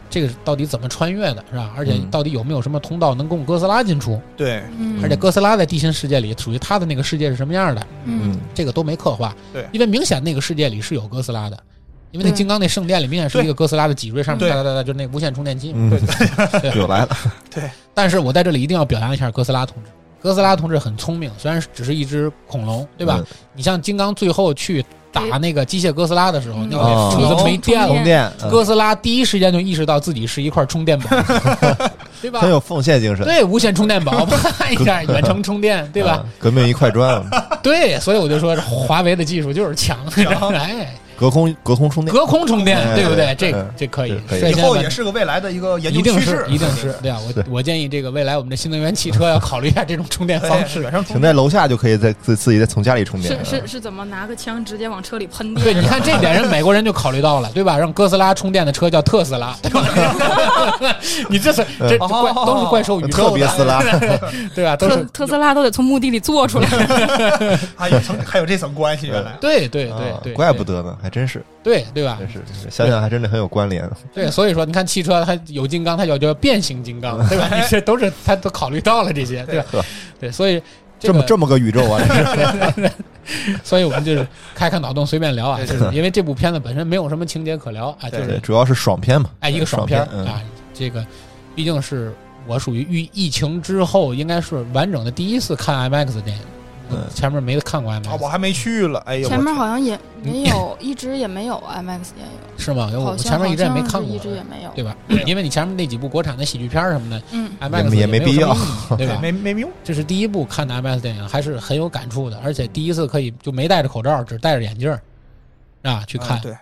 A: 这个到底怎么穿越的，是吧？而且
B: 嗯
A: 到底有没有什么通道能供哥斯拉进出？
C: 对，
D: 嗯
A: 而且哥斯拉在地心世界里属于他的那个世界是什么样的，
D: 嗯
B: 嗯，
A: 这个都没刻画。
C: 对
A: 因为明显那个世界里是有哥斯拉的。因为那
D: 对
A: 金刚那圣殿里明显是一个哥斯拉的脊椎，上面
C: 对
A: 哒哒哒哒，就那无线充电器嘛。
B: 嗯
C: 对，
B: 又来了，
A: 但是我在这里一定要表扬一下哥斯拉同志，哥斯拉同志很聪明，虽然是只是一只恐龙，对
B: 嗯
A: 吧？你像金刚最后去打
D: 对
A: 那个机械哥斯拉的时候，
D: 嗯
A: 那个
C: 哦
A: 锤子没电了，
B: 嗯？充电，嗯
A: 哥斯拉第一时间就意识到自己是一块充电 宝，对吧
B: 很？有奉献精神，
A: 对，无线充电 宝， 啪一下远程充电，对吧
B: 啊？？革命一块砖，
A: 对，所以我就说华为的技术就是强， 哎，
B: 隔空隔空充电，
A: 隔空充电，
B: 哎
A: 对不对？
B: 哎
A: 这
B: 哎
A: 这可以
B: 对，可以
A: 率
C: 以
A: 先
C: 后
A: 完
C: 也是个未来的一个研
A: 一
C: 究
A: 定
C: 趋
A: 是
C: 势，
A: 一定 是，对啊，我我建议这个未来我们的新能源汽车要考虑一下这种充电方式。
C: 远程
B: 停在楼下就可以在自自己再从家里充电
D: 是，是是怎么拿个枪直接往车里 喷
A: 对，
D: 电？
A: 你看这点，人美国人就考虑到了，对吧？让哥斯拉充电的车叫特斯拉，对 吧？你这是这这怪都是怪兽宇宙
B: 嗯特别
A: 的，
B: 斯拉，嗯
A: 对吧？都
D: 特
A: 是
D: 特斯拉都得从墓地里坐出来。
C: 还 有层还有这层关系，原来
A: 对对对
B: 啊
A: 对，
B: 怪不得呢，还真是，
A: 对对吧？
B: 真是真是想想还真的很有关联，
A: 对，所以说你看汽车它有金刚，它有叫变形金 刚，对吧？你这都是它都考虑到了这些，对吧？
B: 呵
A: 对，所以
B: 这么这么个宇宙啊，这 是，
A: 么，所以我们就是开开脑洞随便聊啊，
C: 对
A: 就是因为这部片子本身没有什么情节可聊啊，就
B: 对，
A: 是
B: 主要是爽片嘛，
A: 哎一个爽片儿
B: 爽片嗯
A: 啊，这个毕竟是我属于疫疫情之后应该是完整的第一次看 IMAX 的电影，我
B: 嗯
A: 前面没看过
C: 啊，我
A: IMAX
C: 还没去了，哎呦，
D: 前面
C: 我去
D: 好像也没有，一直也没有啊 IMAX 电影，
A: 是吗？因为嗯
D: 好
A: 我
D: 像
A: 前面一直也没看
D: 好像是
A: 过
D: 一，直也没有。
A: 对吧？因为你前面那几部国产的喜剧片儿什么的
D: 嗯，
A: ，IMAX
B: 也也
A: 没
B: 没
A: 有什么
B: 必要
A: 意义对吧？
C: 哎没没用，
A: 这是第一部看的 IMAX 电影，还是很有感触的，而且第一次可以就没戴着口罩，只戴着眼镜儿啊去看，
C: 嗯对，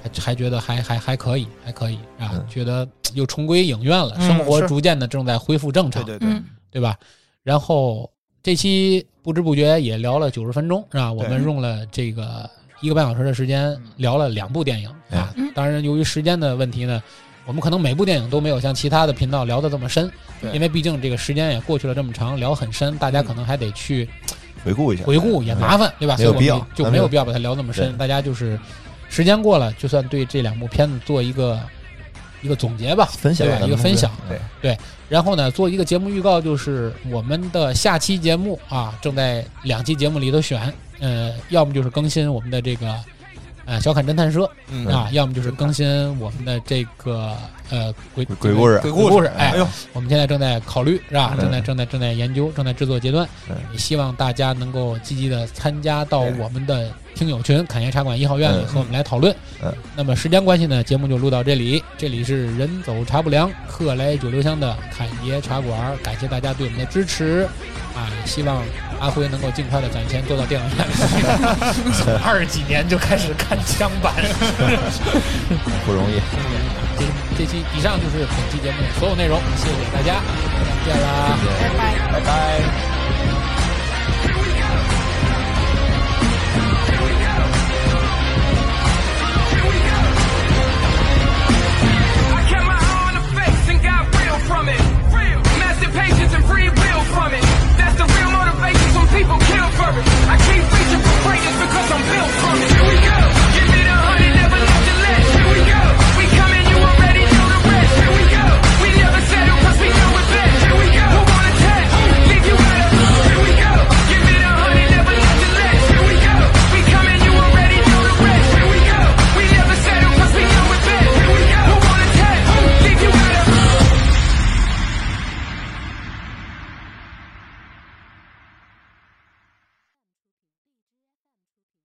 A: 还还觉得还还还可以，还可以啊，
B: 嗯
A: 觉得又重归影院了，
C: 嗯
A: 生活
C: 是
A: 逐渐的正在恢复正常，
C: 对对对，嗯
D: 嗯，
A: 对吧？然后这期不知不觉也聊了九十分钟，是吧？我
B: 对嗯
A: 们用了这个一个半小时的时间聊了两部电影
B: 哎
A: 啊
D: 嗯。
A: 当然，由于时间的问题呢，我们可能每部电影都没有像其他的频道聊的这么深，
C: 对
A: 因为毕竟这个时间也过去了这么长，聊很深，大家可能还得去
B: 回顾一下，
A: 回顾也麻烦，对吧？
B: 嗯没
A: 所
B: 有
A: 以我们
B: 必要
A: 就
B: 咱们
A: 没有必要把它聊那么深。
B: 对
A: 大家就是时间过了，就算对这两部片子做一个一个总结吧，
B: 分享
A: 对
B: 咱们
A: 一个分享
B: 啊对
A: 然后呢，做一个节目预告，就是我们的下期节目啊，正在两期节目里头选，呃，要么就是更新我们的这个呃小侃侦探社
C: 嗯
A: 啊，要么就是更新我们的这个呃鬼
B: 鬼鬼故事
A: 鬼
C: 鬼故
A: 事。
C: 事
A: 哎
C: 哎，呦，
A: 我们现在正在考虑是吧？
B: 嗯
A: 正在正在正在研究，正在制作阶段
B: 嗯，
A: 也希望大家能够积极的参加到
C: 对
A: 我们的听友群“侃爷茶馆一号院”里
B: 嗯
A: 和我们来讨论
B: 嗯。
A: 那么时间关系呢，节目就录到这里。这里是人走茶不凉，客来酒留香的侃爷茶馆，感谢大家对我们的支持啊！希望阿辉能够尽快的攒钱做到电影院。从二几年就开始看枪版。
B: 不容易。
A: 这这期以上就是本期节目的所有内容，谢谢大家，再见啦。
D: 拜拜。
C: 拜拜。